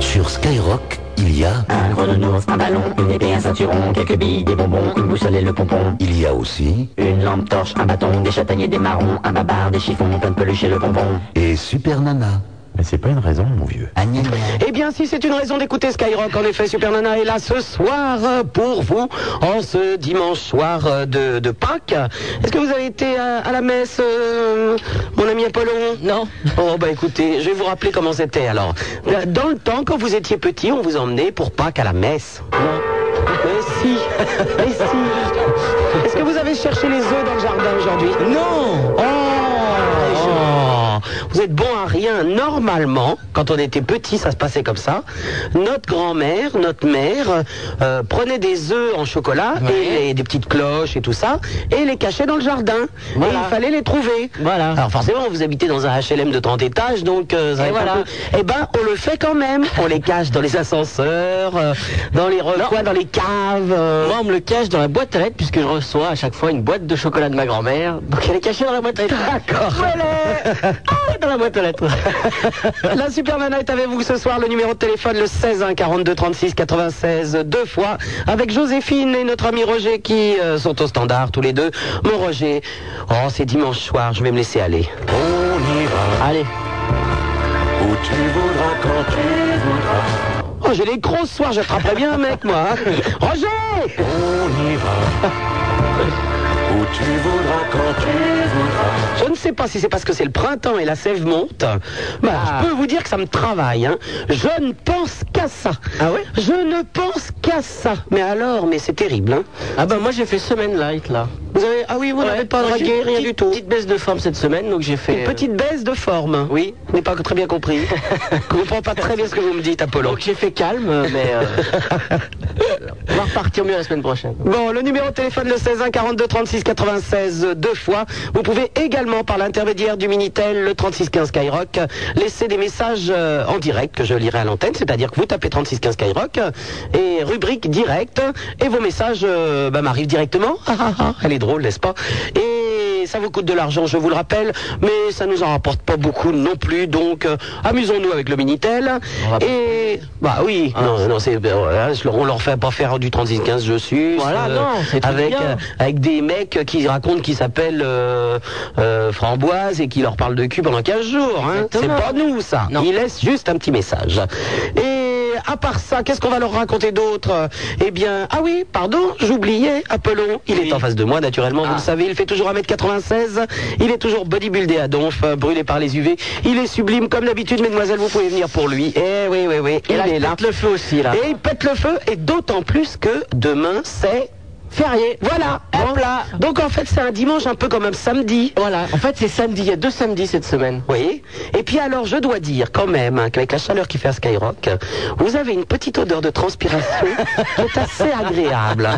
Sur Skyrock, il y a... Un grenounours, un ballon, une épée, un ceinturon, quelques billes, des bonbons, une boussole et le pompon. Il y a aussi... Une lampe torche, un bâton, des châtaigniers, des marrons, un babar, des chiffons, plein de peluches et le bonbon. Et Super Nana. Mais c'est pas une raison, mon vieux. Ah, gna, gna. Eh bien, si c'est une raison d'écouter Skyrock, en effet, Super Nana est là ce soir euh, pour vous, en ce dimanche soir euh, de, de Pâques. Est-ce que vous avez été à, à la messe, euh, mon ami Apollon Non. Oh, bah écoutez, je vais vous rappeler comment c'était alors. Euh, Dans le temps, quand vous étiez petit, on vous emmenait pour Pâques à la messe. Non. Mais si, mais si. Est-ce que vous avez cherché les œufs dans le jardin aujourd'hui Non Oh Vous êtes bon à rien. Normalement, quand on était petit, ça se passait comme ça. Notre grand-mère, notre mère, euh, prenait des œufs en chocolat et, et des petites cloches et tout ça, et les cachait dans le jardin. Et il fallait les trouver. Voilà. Alors forcément, vous habitez dans un HLM de 30 étages, donc euh, ça voilà. Eh ben, on le fait quand même. On les cache dans les ascenseurs, euh, dans les recoins, dans les caves. euh. Moi, on me le cache dans la boîte à lettres puisque je reçois à chaque fois une boîte de chocolat de ma grand-mère. Donc elle est cachée dans la boîte à lettres. D'accord. Ah, dans la boîte à lettres. La Supermana est avec vous ce soir, le numéro de téléphone le 16 1 42 36 96 deux fois avec Joséphine et notre ami Roger qui euh, sont au standard tous les deux. Mon Roger, oh c'est dimanche soir, je vais me laisser aller. On ira Allez. où tu voudras, quand tu voudras. Oh j'ai les gros ce soir, j'attraperai bien un mec moi. hein. Roger On ira où tu voudras, quand tu voudras. Je ne sais pas si c'est parce que c'est le printemps et la sève monte. Bah, Ah. Je peux vous dire que ça me travaille. hein. Je ne pense qu'à ça. Ah ouais Je ne pense qu'à ça. Mais alors, mais c'est terrible. hein. Ah bah moi j'ai fait semaine light là. Vous avez... Ah oui, vous n'avez pas Moi, j'ai dragué, une rien petite- du tout. Petite baisse de forme cette semaine donc j'ai fait. Une euh, petite baisse de forme. Oui. Je n'ai pas très bien compris. Je ne comprends pas très bien ce que vous me dites, Apollo. Donc j'ai fait calme euh, mais euh, on va repartir mieux la semaine prochaine. Bon, le numéro de téléphone, le 16 1 42 36 96, euh, deux fois. Vous pouvez également, par l'intermédiaire du Minitel, le 36 15 Skyrock, euh, laisser des messages euh, en direct que je lirai à l'antenne, c'est-à-dire que vous tapez 36 15 Skyrock euh, et rubrique direct, et vos messages euh, bah, m'arrivent directement. Ah, ah, ah, Elle est drôle, n'est-ce pas Et ça vous coûte de l'argent, je vous le rappelle, mais ça nous en rapporte pas beaucoup non plus, donc euh, amusons-nous avec le Minitel. On va- Ah. Et bah oui, non, non, c'est, euh, voilà, je leur- on leur fait pas faire du 36-15 je suis. Voilà, non, c'est très avec bien. euh, avec des mecs qui racontent qu'ils s'appellent euh, euh, framboise et qui leur parlent de cul pendant 15 jours. Hein. C'est Exactement. pas nous ça. Non. Ils laissent juste un petit message. Et à part ça, qu'est-ce qu'on va leur raconter d'autre Eh bien, ah oui, pardon, j'oubliais, Apollon, il est en face de moi naturellement, vous Ah. le savez, il fait toujours 1m96, il est toujours bodybuildé à donf, euh, brûlé par les UV, il est sublime comme d'habitude, mesdemoiselles, vous pouvez venir pour lui. Eh oui, oui, oui, il là, est il là. pète le feu aussi là. Et il pète le feu, et d'autant plus que demain, c'est férié. Voilà, Hop là. Donc en fait, c'est un dimanche un peu comme un samedi. Voilà, en fait c'est samedi, il y a deux samedis cette semaine. Oui. Et puis alors, je dois dire quand même hein, qu'avec la chaleur qui fait à Skyrock, vous avez une petite odeur de transpiration qui est assez agréable.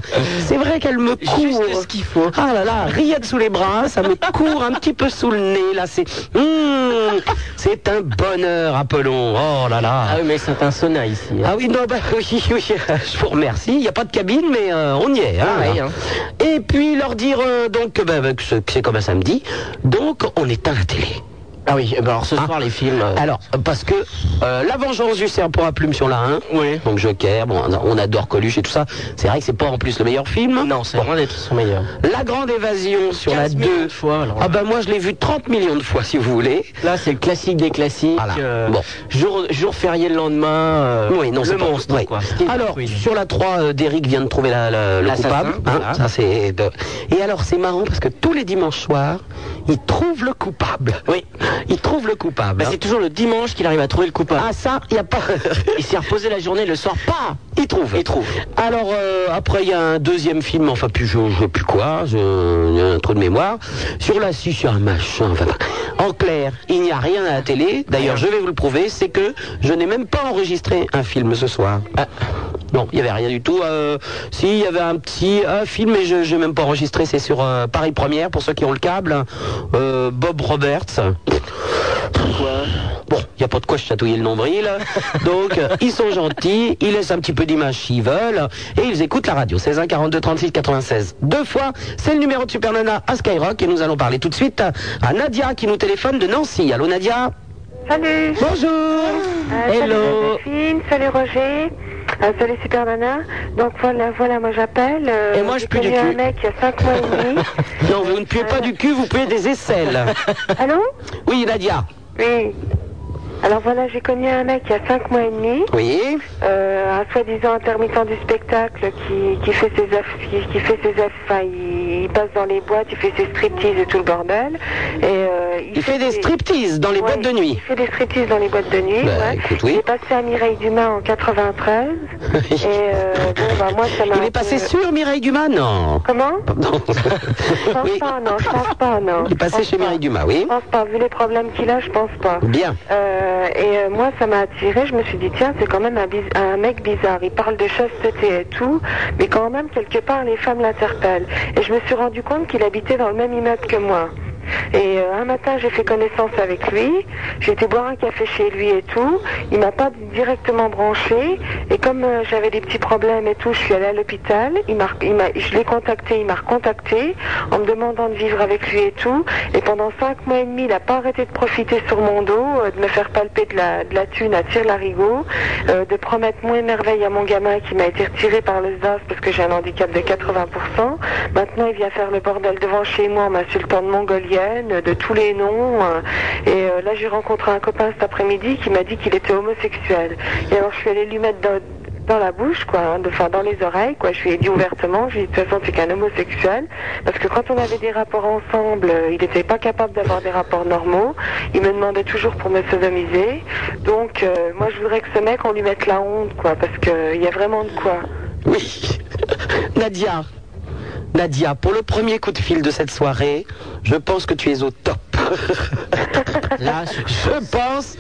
C'est vrai qu'elle me court. Juste ce qu'il faut. Ah là là, rillettes sous les bras, ça me court un petit peu sous le nez. Là, c'est. Mmh, c'est un bonheur, Apollon. Oh là là. Ah oui mais c'est un sauna ici. hein. Ah oui, non, bah oui, oui, je vous remercie. Il n'y a pas de cabine, mais euh, on y est. hein, Ah oui, là. Et puis leur dire euh, donc que, bah, que c'est- que c'est comme un samedi, donc on éteint la télé. Ah oui, eh ben, alors ce Ah. soir les films. euh, Alors, euh, parce que euh, la vengeance du serpent à plume sur la 1, Oui. donc Joker, bon, on adore Coluche et tout ça, c'est vrai que c'est pas en plus le meilleur film. Non, c'est Bon. loin d'être son meilleur. La grande évasion sur la 15 millions 2. de fois, alors là. ah ben moi je l'ai vu 30 millions de fois si vous voulez. Là, c'est le classique des classiques. Voilà. euh, Bon. jour, jour férié le lendemain. euh, Oui, non, le c'est pas- monstre. ouais. Quoi. Alors, Oui. sur la 3, euh, Derrick vient de trouver la, la- le L'assassin, coupable. hein, voilà. ça, c'est de- Et alors, c'est marrant parce que tous les dimanches soirs, il trouve le coupable. Oui. Il trouve le coupable. Bah, hein. c'est toujours le dimanche qu'il arrive à trouver le coupable. Ah, ça, il n'y a pas. il s'est reposé la journée, le soir, pas. Il trouve. Il trouve. Alors, euh, après, il y a un deuxième film, enfin, plus je ne sais plus quoi, je- il y a un trou de mémoire. Sur la suite, sur un machin. enfin, en clair, il n'y a rien à la télé. D'ailleurs, je vais vous le prouver, c'est que je n'ai même pas enregistré un film ce soir. Ah, non, il n'y avait rien du tout. Euh, si, il y avait un petit un film, mais je n'ai même pas enregistré. C'est sur euh, Paris Première, pour ceux qui ont le câble. Euh, Bob Roberts. Bon, il n'y a pas de quoi se chatouiller le nombril. Donc, euh, ils sont gentils, ils laissent un petit peu d'image s'ils veulent, et ils écoutent la radio. 16 1 42 36 96. Deux fois, c'est le numéro de Super Nana à Skyrock, et nous allons parler tout de suite à Nadia qui nous téléphone de Nancy. Allô Nadia Salut Bonjour Euh, salut, Hello Joséphine. Caroline, salut Roger, euh, salut Super Nana. Donc voilà, voilà, moi j'appelle. euh, Et moi, je j'ai pue du connu cul. un mec il y a 5 mois et demi. Non, vous ne puez pas du cul, vous puez des aisselles. Allô Oui, Nadia. Oui. Alors voilà, j'ai connu un mec il y a 5 mois et demi, Oui. euh, un soi-disant intermittent du spectacle qui, qui fait ses aff, qui, qui fait ses aff, enfin, il, il passe dans les boîtes, il fait ses striptease et tout le bordel. Et, euh, Il fait des striptease dans les Ouais, boîtes de nuit. Il fait des striptease dans les boîtes de nuit. Bah, ouais. écoute, oui. Il est passé à Mireille Dumas en 93. et euh, bon, bah, moi, ça m'a. Il un est passé peu- sur Mireille Dumas Non. Comment Pardon. Je pense Oui. pas, non, je pense pas, non. Il est passé chez Mireille Dumas, oui. Je pense pas, vu les problèmes qu'il a, je pense pas. Bien. Euh, et euh, moi, ça m'a attiré. Je me suis dit, tiens, c'est quand même un, biz- un mec bizarre. Il parle de chasteté et tout, mais quand même, quelque part, les femmes l'interpellent. Et je me suis rendu compte qu'il habitait dans le même immeuble que moi. Et euh, un matin, j'ai fait connaissance avec lui. J'ai été boire un café chez lui et tout. Il m'a pas directement branché. Et comme euh, j'avais des petits problèmes et tout, je suis allée à l'hôpital. Il m'a, il m'a- je l'ai contacté, il m'a recontacté en me demandant de vivre avec lui et tout. Et pendant cinq mois et demi, il n'a pas arrêté de profiter sur mon dos, euh, de me faire palper de la, de la thune à tir larigot, euh, de promettre moins merveille à mon gamin qui m'a été retiré par le SDAS parce que j'ai un handicap de 80%. Maintenant, il vient faire le bordel devant chez moi en m'insultant de mongolienne, de tous les noms. euh, et euh, là, j'ai rencontré un copain cet après-midi qui m'a dit qu'il était homosexuel. Et alors, je suis allée lui mettre dans, dans la bouche, quoi, hein, de- enfin dans les oreilles, quoi. Je lui ai dit ouvertement, je lui ai dit de toute façon, c'est qu'un homosexuel, parce que quand on avait des rapports ensemble, euh, il n'était pas capable d'avoir des rapports normaux. Il me demandait toujours pour me sodomiser. Donc, euh, moi, je voudrais que ce mec, on lui mette la honte, quoi, parce qu'il y a vraiment de quoi. Oui. Nadia. Nadia, pour le premier coup de fil de cette soirée, je pense que tu es au top. Là, je- Je pense.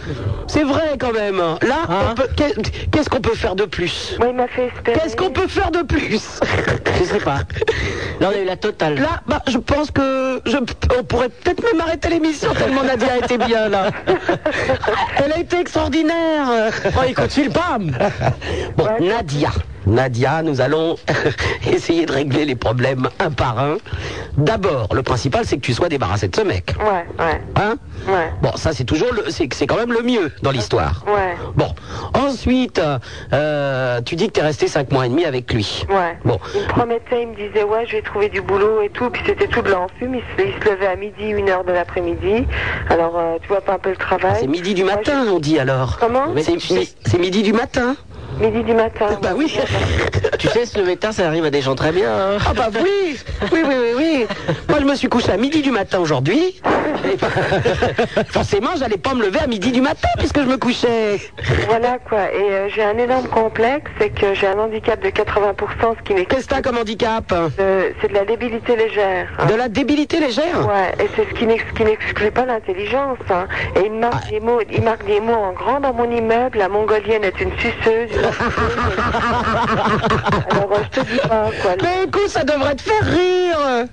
C'est vrai quand même. Là, Hein on peut- qu'est- qu'est-ce qu'on peut faire de plus Moi, il m'a fait espérer. Qu'est-ce qu'on peut faire de plus je sais pas. Là, on a eu la totale. Là, bah, je pense que je, on pourrait peut-être même arrêter l'émission tellement Nadia a été bien là. Elle a été extraordinaire. Oh, il continue, bam Bon, Bah, Nadia. Nadia, nous allons essayer de régler les problèmes un par un. D'abord, le principal, c'est que tu sois débarrassé de ce mec. Ouais, ouais, Hein ouais, Bon, ça, c'est toujours le, c'est, c'est quand même le mieux dans l'histoire. ouais, Bon, ensuite, euh, tu dis que t'es resté 5 mois et demi avec lui. ouais. Bon. Il me promettait, il me disait, ouais, je vais trouver du boulot et tout, puis c'était tout de l'enfume. Il se, il se levait à midi, une heure de l'après-midi. Alors, euh, tu vois pas un peu le travail. C'est midi du Moi, matin, on dit alors. Comment c'est, mi- c'est midi du matin. Midi du matin. Bah oui. Tu sais, se lever tard, ça arrive à des gens très bien. hein. Ah bah oui, oui, oui, oui, oui. Moi, je me suis couché à midi du matin aujourd'hui. Et ben, Forcément, j'allais pas me lever à midi du matin puisque je me couchais. Voilà quoi. Et euh, j'ai un énorme complexe, c'est que j'ai un handicap de 80%, ce qui m'explique. Qu'est-ce que t'as comme handicap euh, c'est de la débilité légère. hein. De la débilité légère Ouais, et c'est ce qui n'ex- qui n'exclut pas l'intelligence. hein. Et il marque, Ah. des mots, il marque des mots en grand dans mon immeuble. La mongolienne est une suceuse. une enfumeuse. Alors euh, je te dis pas quoi. Mais écoute, ça devrait te faire rire.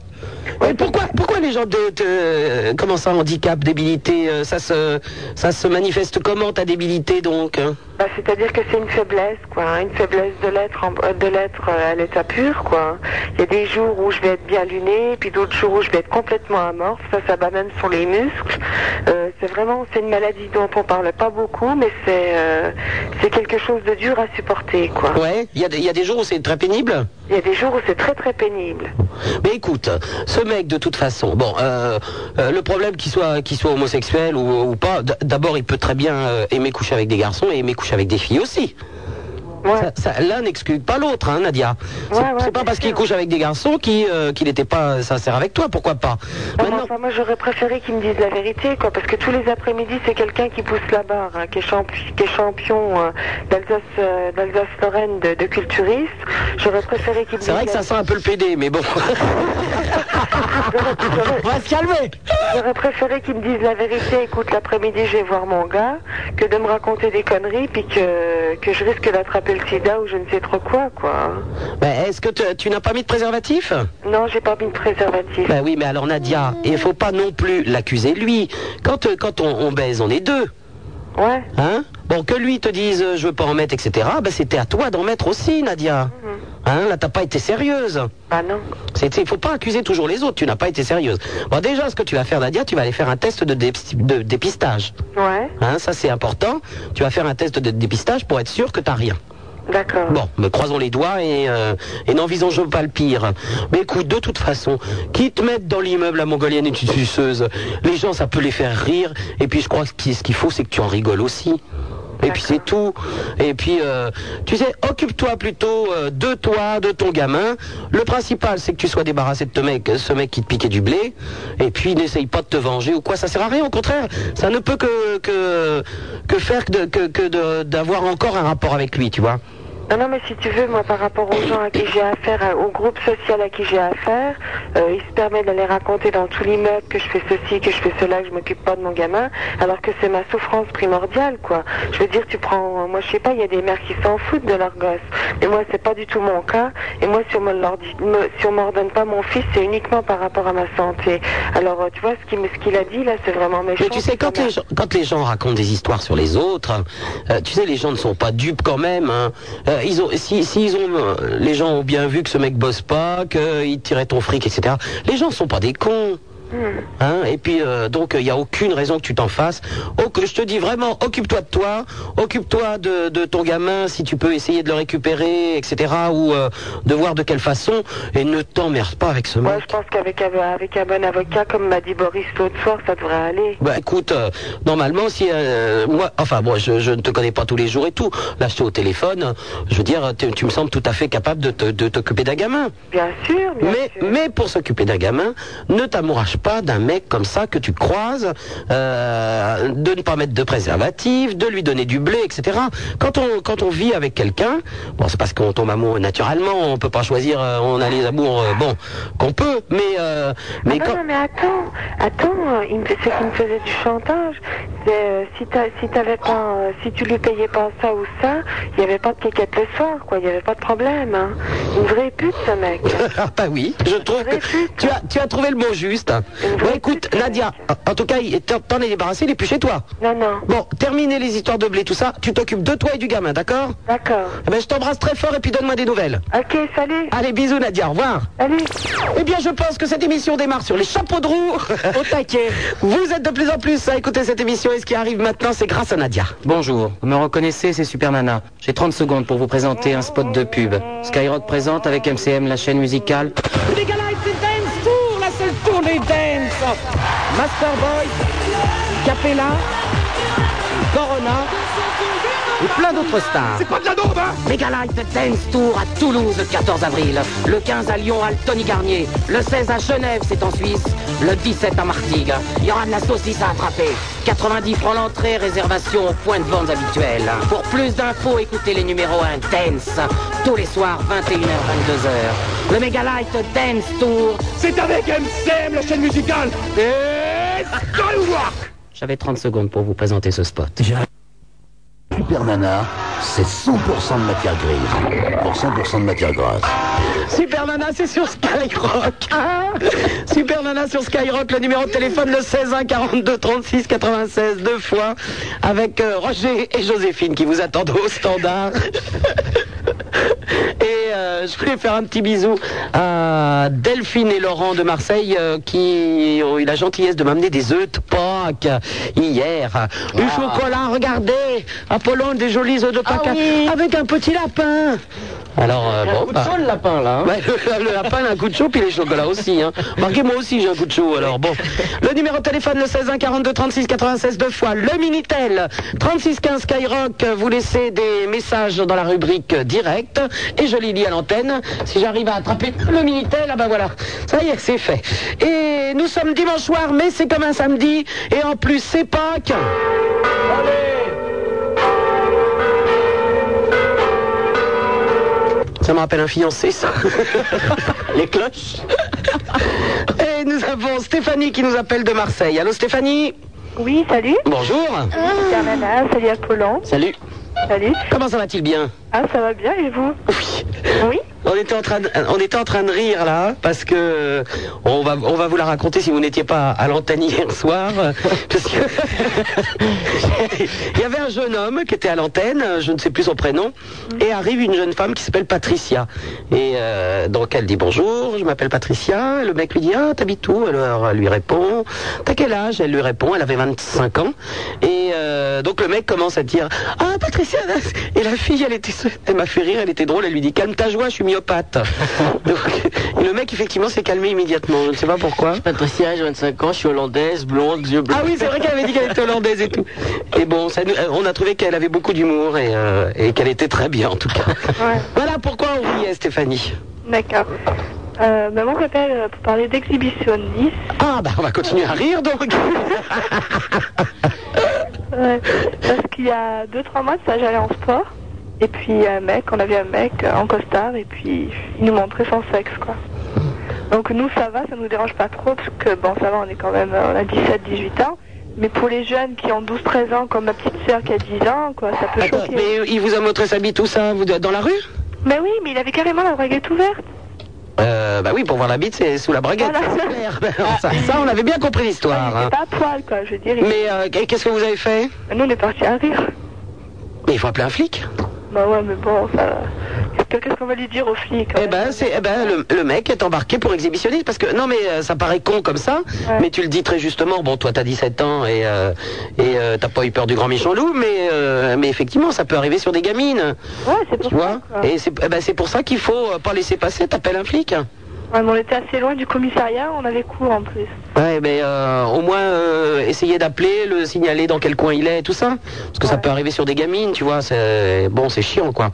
Mais pourquoi, pourquoi les gens de, de- comment ça handicap, débilité, euh, ça se, ça se manifeste comment ta débilité donc hein Bah, C'est-à-dire que c'est une faiblesse, quoi, hein, une faiblesse de l'être, en- euh, de l'être euh, à l'état pur, quoi. Il y a des jours où je vais être bien luné, puis d'autres jours où je vais être complètement amorphe. Ça, ça bat même sur les muscles. Euh, c'est vraiment, c'est une maladie dont on parle pas beaucoup, mais c'est, euh, c'est quelque chose de dur à supporter, quoi. Ouais, il y, a des- il y a des jours où c'est très pénible. Il y a des jours où c'est très très pénible. Mais écoute, ce mec de toute façon, bon, euh, euh, le problème qu'il soit, qu'il soit homosexuel ou, ou pas, d- d'abord il peut très bien euh, aimer coucher avec des garçons et aimer coucher avec des filles aussi. Ouais. Ça- ça- L'un n'exclut pas l'autre, hein, Nadia. C'est Ouais, ouais, c'est pas bien parce qu'il sûr. couche avec des garçons qu'il euh, qu'il n'était pas sincère avec toi, pourquoi pas Non, mais Maintenant- enfin, moi j'aurais préféré qu'ils me disent la vérité, quoi, parce que tous les après-midi c'est quelqu'un qui pousse la barre, hein, qui, est champi- qui est champion euh, d'Alsace, euh, d'Alsace-Lorraine de, de culturiste. J'aurais préféré qu'ils me disent. C'est vrai que ça la- sent un peu le PD, mais bon. j'aurais- On va se calmer J'aurais préféré qu'ils me disent la vérité. Écoute, l'après-midi je vais voir mon gars, que de me raconter des conneries, puis que que je risque d'attraper le sida ou je ne sais trop quoi, quoi. Ben, Est-ce que tu- tu n'as pas mis de préservatif Non, j'ai pas mis de préservatif. Ben oui, mais alors Nadia, il faut pas non plus l'accuser lui. Quand, euh, quand on- on baise, on est deux. Ouais. Hein Bon, que lui te dise euh, je veux pas en mettre, etc., ben, c'était à toi d'en mettre aussi, Nadia. Hein, là, t'as pas été sérieuse. Mhm. Bah non. C'est- Il faut pas accuser toujours les autres, tu n'as pas été sérieuse. Bon, déjà, ce que tu vas faire, Nadia, tu vas aller faire un test de, dépi- de dépistage. Ouais, Hein, ça, c'est important. Tu vas faire un test de dépistage pour être sûr que t'as rien. d'accord. Bon, mais croisons les doigts et, euh, et n'envisageons pas le pire. Mais écoute, de toute façon, qui te mettent dans l'immeuble à Mongolienne et tu suceuse, les gens, ça peut les faire rire. Et puis, je crois que ce qu'il faut, c'est que tu en rigoles aussi. Et puis c'est tout. Et puis, euh, tu sais, occupe-toi plutôt euh, de toi, de ton gamin. Le principal, c'est que tu sois débarrassé de te mec, ce mec qui te piquait du blé. Et puis, n'essaye pas de te venger ou quoi. Ça sert à rien. Au contraire, ça ne peut que, que, que faire que, de- que, que de- d'avoir encore un rapport avec lui, tu vois. Non, non, mais si tu veux, moi, par rapport aux gens à qui j'ai affaire, à- au groupe social à qui j'ai affaire, euh, il se permet d'aller raconter dans tout l'immeuble que je fais ceci, que je fais cela, que je m'occupe pas de mon gamin, alors que c'est ma souffrance primordiale, quoi. Je veux dire, tu prends, moi, je sais pas, il y a des mères qui s'en foutent de leur gosse, mais moi, c'est pas du tout mon cas. Et moi, si on me l'ordi- me- si on m'ordonne pas mon fils, c'est uniquement par rapport à ma santé. Alors, euh, tu vois, ce qu'il me- ce qu'il a dit là, c'est vraiment méchant. Mais tu sais, quand les, gens, quand les gens racontent des histoires sur les autres, euh, tu sais, les gens ne sont pas dupes quand même. hein. Euh, ils ont, si, si ils ont, euh, les gens ont bien vu que ce mec bosse pas, qu'il tirait ton fric, etc. Les gens ne sont pas des cons. Hmm. Hein, et puis euh, donc il n'y a aucune raison que tu t'en fasses. Oh, que je te dis vraiment, occupe-toi de toi, occupe-toi de, de ton gamin si tu peux essayer de le récupérer, etc. Ou euh, de voir de quelle façon. Et ne t'emmerde pas avec ce mec. Moi, je pense qu'avec un- avec un bon avocat, comme m'a dit Boris l'autre soir, ça devrait aller. Bah écoute, euh, normalement si euh, moi, enfin moi je, je ne te connais pas tous les jours et tout, là je suis au téléphone, je veux dire, tu, tu me sembles tout à fait capable de te- de t'occuper d'un gamin. Bien sûr, bien Mais, sûr. mais pour s'occuper d'un gamin, ne t'amourage pas d'un mec comme ça que tu croises, euh, de ne pas mettre de préservatif, de lui donner du blé, etc. Quand on, quand on vit avec quelqu'un, bon, c'est parce qu'on tombe amoureux naturellement, on peut pas choisir, euh, on a les amours, euh, bon, qu'on peut, mais, euh, mais Ah non, quand... non, mais attends, attends, euh, il me, ce qui me faisait du chantage, c'est euh, si, t'as- si, t'avais pas, euh, si tu lui payais pas ça ou ça, il n'y avait pas de quéquette le soir, quoi, il n'y avait pas de problème. hein. Une vraie pute, ce mec. Ah bah oui, je trouve que tu as, tu as trouvé le mot juste. Bon écoute, Nadia, en- en tout cas, il- t'en t'en es débarrassé, il est plus chez toi. Non, non, Bon, terminez les histoires de blé, tout ça, tu t'occupes de toi et du gamin, d'accord d'accord. Eh ben, je t'embrasse très fort et puis donne-moi des nouvelles. Ok, salut, Allez, bisous Nadia, au revoir. salut. Eh bien, je pense que cette émission démarre sur les chapeaux de roue. Au taquet. Vous êtes de plus en plus à écouter cette émission et ce qui arrive maintenant, c'est grâce à Nadia. Bonjour, vous me reconnaissez, c'est Super Nana. J'ai 30 secondes pour vous présenter un spot de pub. Skyrock présente avec MCM la chaîne musicale. Les galas et c'est Dance Tour, la seule tournée dance. Master Boy, Capella, Corona. et plein d'autres stars. C'est pas de la daube, hein Mega Live Dance Tour à Toulouse le 14 avril, le 15 à Lyon à le Tony Garnier, le 16 à Genève, c'est en Suisse, le 17 à Martigues. Il y aura de la saucisse à attraper. 90 francs l'entrée, réservation au point de vente habituel. Pour plus d'infos, écoutez les numéros Intense, tous les soirs 21h-22h. Le Mega Live Dance Tour, C'est avec MCM, la chaîne musicale. Et Skywalk. j'avais 30 secondes pour vous présenter ce spot. Super Nana, c'est 100% de matière grise pour 100% de matière grasse. Super Nana, c'est sur Skyrock. hein Super Nana sur Skyrock, le numéro de téléphone, le 16 1 42 36 96, deux fois, avec euh, Roger et Joséphine qui vous attendent au standard. Et euh, je voulais faire un petit bisou à Delphine et Laurent de Marseille euh, qui ont eu la gentillesse de m'amener des œufs de Pâques hier. Du chocolat, regardez, Apollon, des jolis Ah œufs de Pâques avec un petit lapin. Alors, euh, bon, bah, le lapin là Hein Ouais, le, le lapin a un coup de chaud, puis les chocolats aussi. Hein. Marquez, moi aussi j'ai un coup de chaud, alors bon. Le numéro de téléphone, le 16 1 42 36 96 deux fois. Le Minitel, 36 15 Skyrock. Vous laissez des messages dans la rubrique euh, direct, et je les lis à l'antenne. Si j'arrive à attraper le Minitel, ah ben voilà, ça y est, c'est fait. Et nous sommes dimanche soir, mais c'est comme un samedi, et en plus c'est Pâques. Ça me rappelle un fiancé, ça. Les cloches. Et nous avons Stéphanie qui nous appelle de Marseille. Allô Stéphanie Oui, salut, Bonjour. super nana, salut Apollon, Salut. salut. Comment ça va-t-il bien Hein Ah, ça va bien, et vous Oui. Oui on était en train de, on était en train de rire là parce que euh, on va on va vous la raconter si vous n'étiez pas à l'antenne hier soir euh, parce que il y avait un jeune homme qui était à l'antenne, euh, je ne sais plus son prénom, et arrive une jeune femme qui s'appelle Patricia. Et euh, donc elle dit bonjour, je m'appelle Patricia. Et le mec lui dit ah t'habites où Alors elle lui répond t'as quel âge Elle lui répond elle avait 25 ans. Et euh, donc le mec commence à dire ah Patricia et la fille elle était elle m'a fait rire, elle était drôle, elle lui dit calme ta joie, je suis myopathe. donc et le mec effectivement s'est calmé immédiatement, je ne sais pas pourquoi. Patricia, j'ai 25 ans, je suis hollandaise, blonde, yeux bleus. Ah oui, c'est vrai qu'elle avait dit qu'elle était hollandaise et tout. Et bon, ça nous- euh, on a trouvé qu'elle avait beaucoup d'humour et, euh, et qu'elle était très bien en tout cas. Voilà pourquoi on riait, Stéphanie. D'accord. Euh, ben, moi, j'appelle euh, pour parler d'exhibitionniste. Ah, bah on va continuer à rire donc. Ouais. Parce qu'il y a 2-3 mois, de ça, j'allais en sport. Et puis, un mec, on avait un mec euh, en costard, et puis il nous montrait son sexe, quoi. Donc, nous, ça va, ça nous dérange pas trop, parce que, bon, ça va, on est quand même, euh, on a 17-18 ans. Mais pour les jeunes qui ont 12-13 ans, comme ma petite sœur qui a 10 ans, quoi, ça peut Attends, choquer. Ah, mais il vous a montré sa bite tout ça vous, dans la rue Mais oui, mais il avait carrément la braguette ouverte. euh, Bah oui, pour voir la bite, c'est sous la braguette. Voilà. ça, ça, on avait bien compris l'histoire. hein. Pas à poil, quoi, je veux dire. il- Mais euh, qu'est-ce que vous avez fait Nous, on est partis à rire. Mais il faut appeler un flic. Bah ouais, mais bon, ça... Qu'est-ce qu'on va lui dire hein aux flics Eh ben, c'est, eh ben le, le mec est embarqué pour exhibitionniste parce que non mais euh, ça paraît con comme ça, mais tu le dis très justement. Bon, toi t'as 17 ans et euh, et euh, t'as pas eu peur du grand méchant loup, mais euh, mais effectivement ça peut arriver sur des gamines, Ouais, c'est pour tu vois. ça. quoi. Et c'est eh ben, c'est pour ça qu'il faut euh, pas laisser passer. T'appelles un flic. Ouais, mais on était assez loin du commissariat, on avait cours en plus. Ouais, mais euh, au moins euh, essayer d'appeler, le signaler dans quel coin il est, et tout ça, parce que ça peut arriver sur des gamines, tu vois. C'est bon, c'est chiant quoi.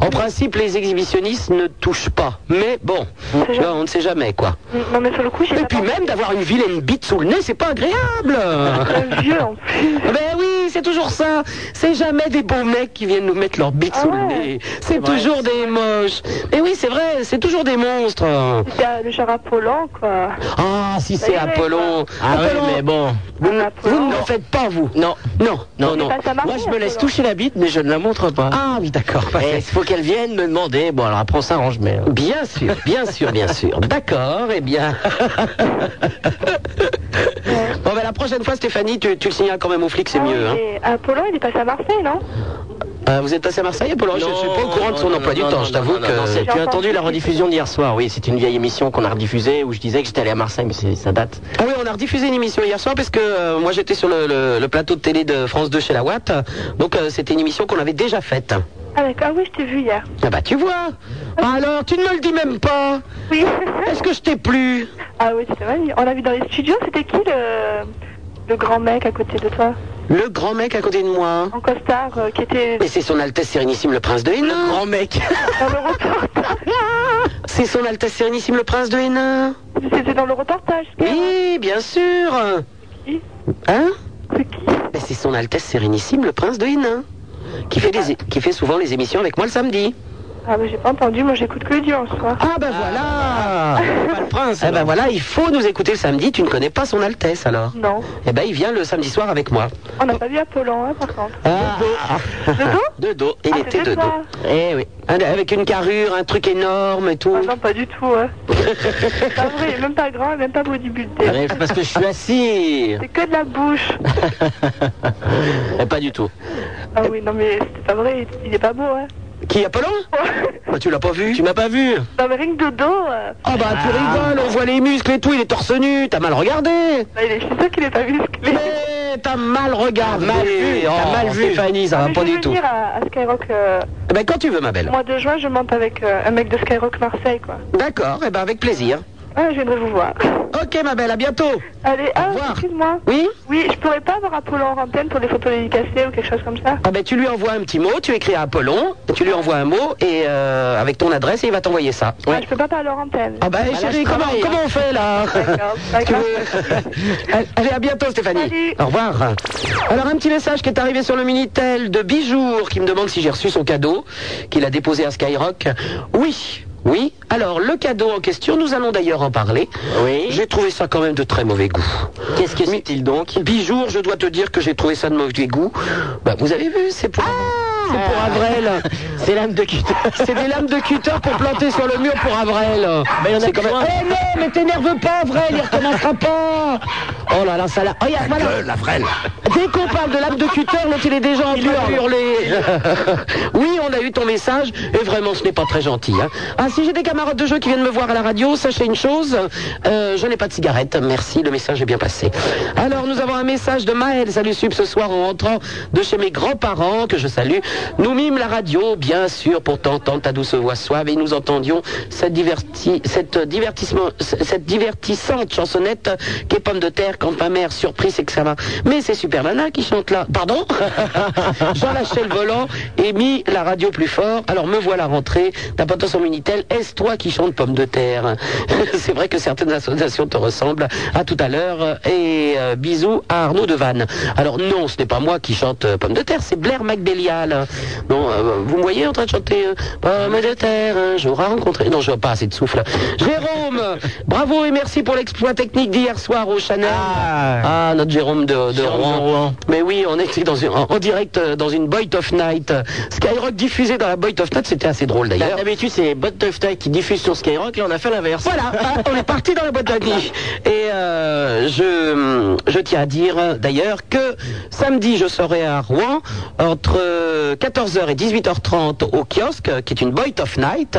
En principe, les exhibitionnistes ne touchent pas, mais bon, tu vois, on ne sait jamais quoi. Mm, Non, mais sur le coup, j'ai Et pas puis même d'avoir une vilaine bite sous le nez, c'est pas agréable. pensé vieux en plus. ben oui, c'est toujours ça. C'est jamais des beaux mecs qui viennent nous mettre leur bite Ah sous le nez. C'est toujours des moches. Mais oui, c'est vrai, c'est toujours des monstres. C'était euh, le char à Polan, quoi. Ah, si c'est y est, Apollon. Ah oui, Apollon, mais bon. vous, ne- Apollon. vous ne le faites pas, vous. Non. Non, non, non. pas ça marche, Moi, je me laisse Apollon. toucher la bite, mais je ne la montre pas. Ah oui, d'accord. Et il faut qu'elle vienne me demander. Bon, alors après, on s'arrange, mais. euh, Bien sûr, bien sûr, bien sûr. D'accord, eh bien. bon, ben la prochaine fois, Stéphanie, tu, tu le signales quand même au flic, c'est Ah, mieux. hein. oui, mais À Polan, il est passé à Marseille, non Euh, vous êtes passé à Marseille, Apollo Je ne suis pas au courant de son non, emploi non, du non, temps, non, je t'avoue non, non, non, c'est- que. Tu as entendu la rediffusion d'hier soir, oui, c'est une vieille émission qu'on a rediffusée où je disais que j'étais allé à Marseille, mais c'est- ça date. Ah oui, on a rediffusé une émission hier soir parce que euh, moi j'étais sur le, le- le plateau de télé de France 2 chez la Watt. Donc euh, c'était une émission qu'on avait déjà faite. Ah, d'accord, oui, je t'ai vu hier. Ah. Ah bah tu vois Alors, tu ne me le dis même pas Oui. Est-ce que je t'ai plu ah, oui, c'est vrai. On l'a vu dans les studios, c'était qui le. Le grand mec à côté de toi, Le grand mec à côté de moi en costard, euh, qui était Mais c'est son Altesse Sérénissime le Prince de Hénin Grand mec dans le reportage. C'est son Altesse Sérénissime le Prince de Hénin C'était dans le reportage. c'est Oui, bien sûr qui Hein C'est qui Ben, C'est son Altesse Sérénissime le Prince de Hénin qui fait, des, qui fait souvent les émissions avec moi le samedi. Ah, mais j'ai pas entendu, moi j'écoute que Dieu en soi. Ah ben voilà Pas le prince Eh ben voilà, il faut nous écouter le samedi, tu ne connais pas son Altesse alors Non, Eh ben il vient le samedi soir avec moi. on n'a pas vu Apollon, hein, par contre. Ah, de dos De dos, il Ah, était de c'était dos. ça. Eh oui, Un- avec une carrure, un truc énorme et tout. Ah non, pas du tout, hein. C'est pas vrai, il est même pas grand, il est même pas bodybuildé. Eh, Ouais, Parce que je suis assis C'est que de la bouche. Eh, Pas du tout. Ah oui, non mais c'est pas vrai, il- il est pas beau, hein. Qui, Apollon Bah, Tu l'as pas vu Tu m'as pas vu Non mais rien que de dos, euh, Ah bah tu rigoles, on voit les muscles et tout, il est torse nu, t'as mal regardé bah, il est- je suis sûre qu'il est pas musclé. Mais t'as mal regardé T'as mal vu, Ah, T'as oh, mal vu, Ah, Fanny, ça va Mais pas je du vais tout. venir à, à Skyrock, euh, Eh ben quand tu veux ma belle. au mois de juin, je monte avec euh, un mec de Skyrock Marseille, quoi. D'accord, eh ben avec plaisir. Ah, j'aimerais vous voir. Ok ma belle, à bientôt Allez, ah, revoir. excuse-moi. Oui Oui, je pourrais pas avoir Apollon en antenne pour des photos dédicacées ou quelque chose comme ça. Ah ben tu lui envoies un petit mot, tu écris à Apollon, tu lui envoies un mot et euh, avec ton adresse et il va t'envoyer ça. Ah, je peux pas parler en antenne. Ah Bah, ben chérie, comment, comment hein. on fait là D'accord, Tu d'accord. veux- Allez, à bientôt Stéphanie. Salut. Au revoir. Alors un petit message qui est arrivé sur le Minitel de Bijour qui me demande si j'ai reçu son cadeau qu'il a déposé à Skyrock. Oui. Oui, alors le cadeau en question, nous allons d'ailleurs en parler. Oui. J'ai trouvé ça quand même de très mauvais goût. Qu'est-ce que c'est-il donc Ah, Bijour, je dois te dire que j'ai trouvé ça de mauvais goût. Bah, vous avez vu, c'est pour... C'est pour Avrel. C'est lames de cutter. C'est des lames de cutter pour planter sur le mur pour Avrel. Mais il y en a quand même. Oh non, mais t'énerve pas, Avrel, il recommencera pas. Oh là là, ça là. Oh, y a- voilà. Gueule, Avrel. Dès qu'on parle de l'âme de cutter, l'autre il est déjà en train de hurler. oui, on a eu ton message, et vraiment ce n'est pas très gentil. hein. Ah, si j'ai des camarades de jeu qui viennent me voir à la radio, sachez une chose, euh, je n'ai pas de cigarette. Merci, le message est bien passé. Alors, nous avons un message de Maël. Salut Sub, ce soir en rentrant de chez mes grands-parents, que je salue. Nous mîmes la radio, bien sûr, pour t'entendre ta douce voix suave, et nous entendions cette, diverti- cette, divertissement, cette divertissante chansonnette qu'est Pomme de Terre quand ma mère, surprise, c'est que ça va. Mais c'est Super Nana qui chante là. Pardon J'en lâchais le volant et mis la radio plus fort. Alors me voilà rentré, tapotant son Minitel. Est-ce toi qui chante Pomme de Terre C'est vrai que certaines associations te ressemblent. À tout à l'heure et euh, bisous à Arnaud de Vannes. Alors non, ce n'est pas moi qui chante euh, Pomme de Terre, c'est Blair McBelial. Non, euh, vous me voyez en train de chanter euh, Pomme de Terre, un jour à rencontrer. Non, je vois pas assez de souffle. Jérôme, bravo et merci pour l'exploit technique d'hier soir au Chanel. Ah, notre Jérôme de, de Rouen. Mais oui, on était dans une- en, en direct euh, dans une Boy of Night. Skyrock diffusé dans la Boy of Night, c'était assez drôle d'ailleurs. D'habitude, c'est Bot of Time qui diffuse sur Skyrock, là on a fait l'inverse. Voilà, ah, on est parti dans la boîte de nuit. Et euh, je, je tiens à dire euh, d'ailleurs que samedi, je serai à Rouen entre euh, 14h et 18h30 au kiosque, euh, qui est une Boy of Night,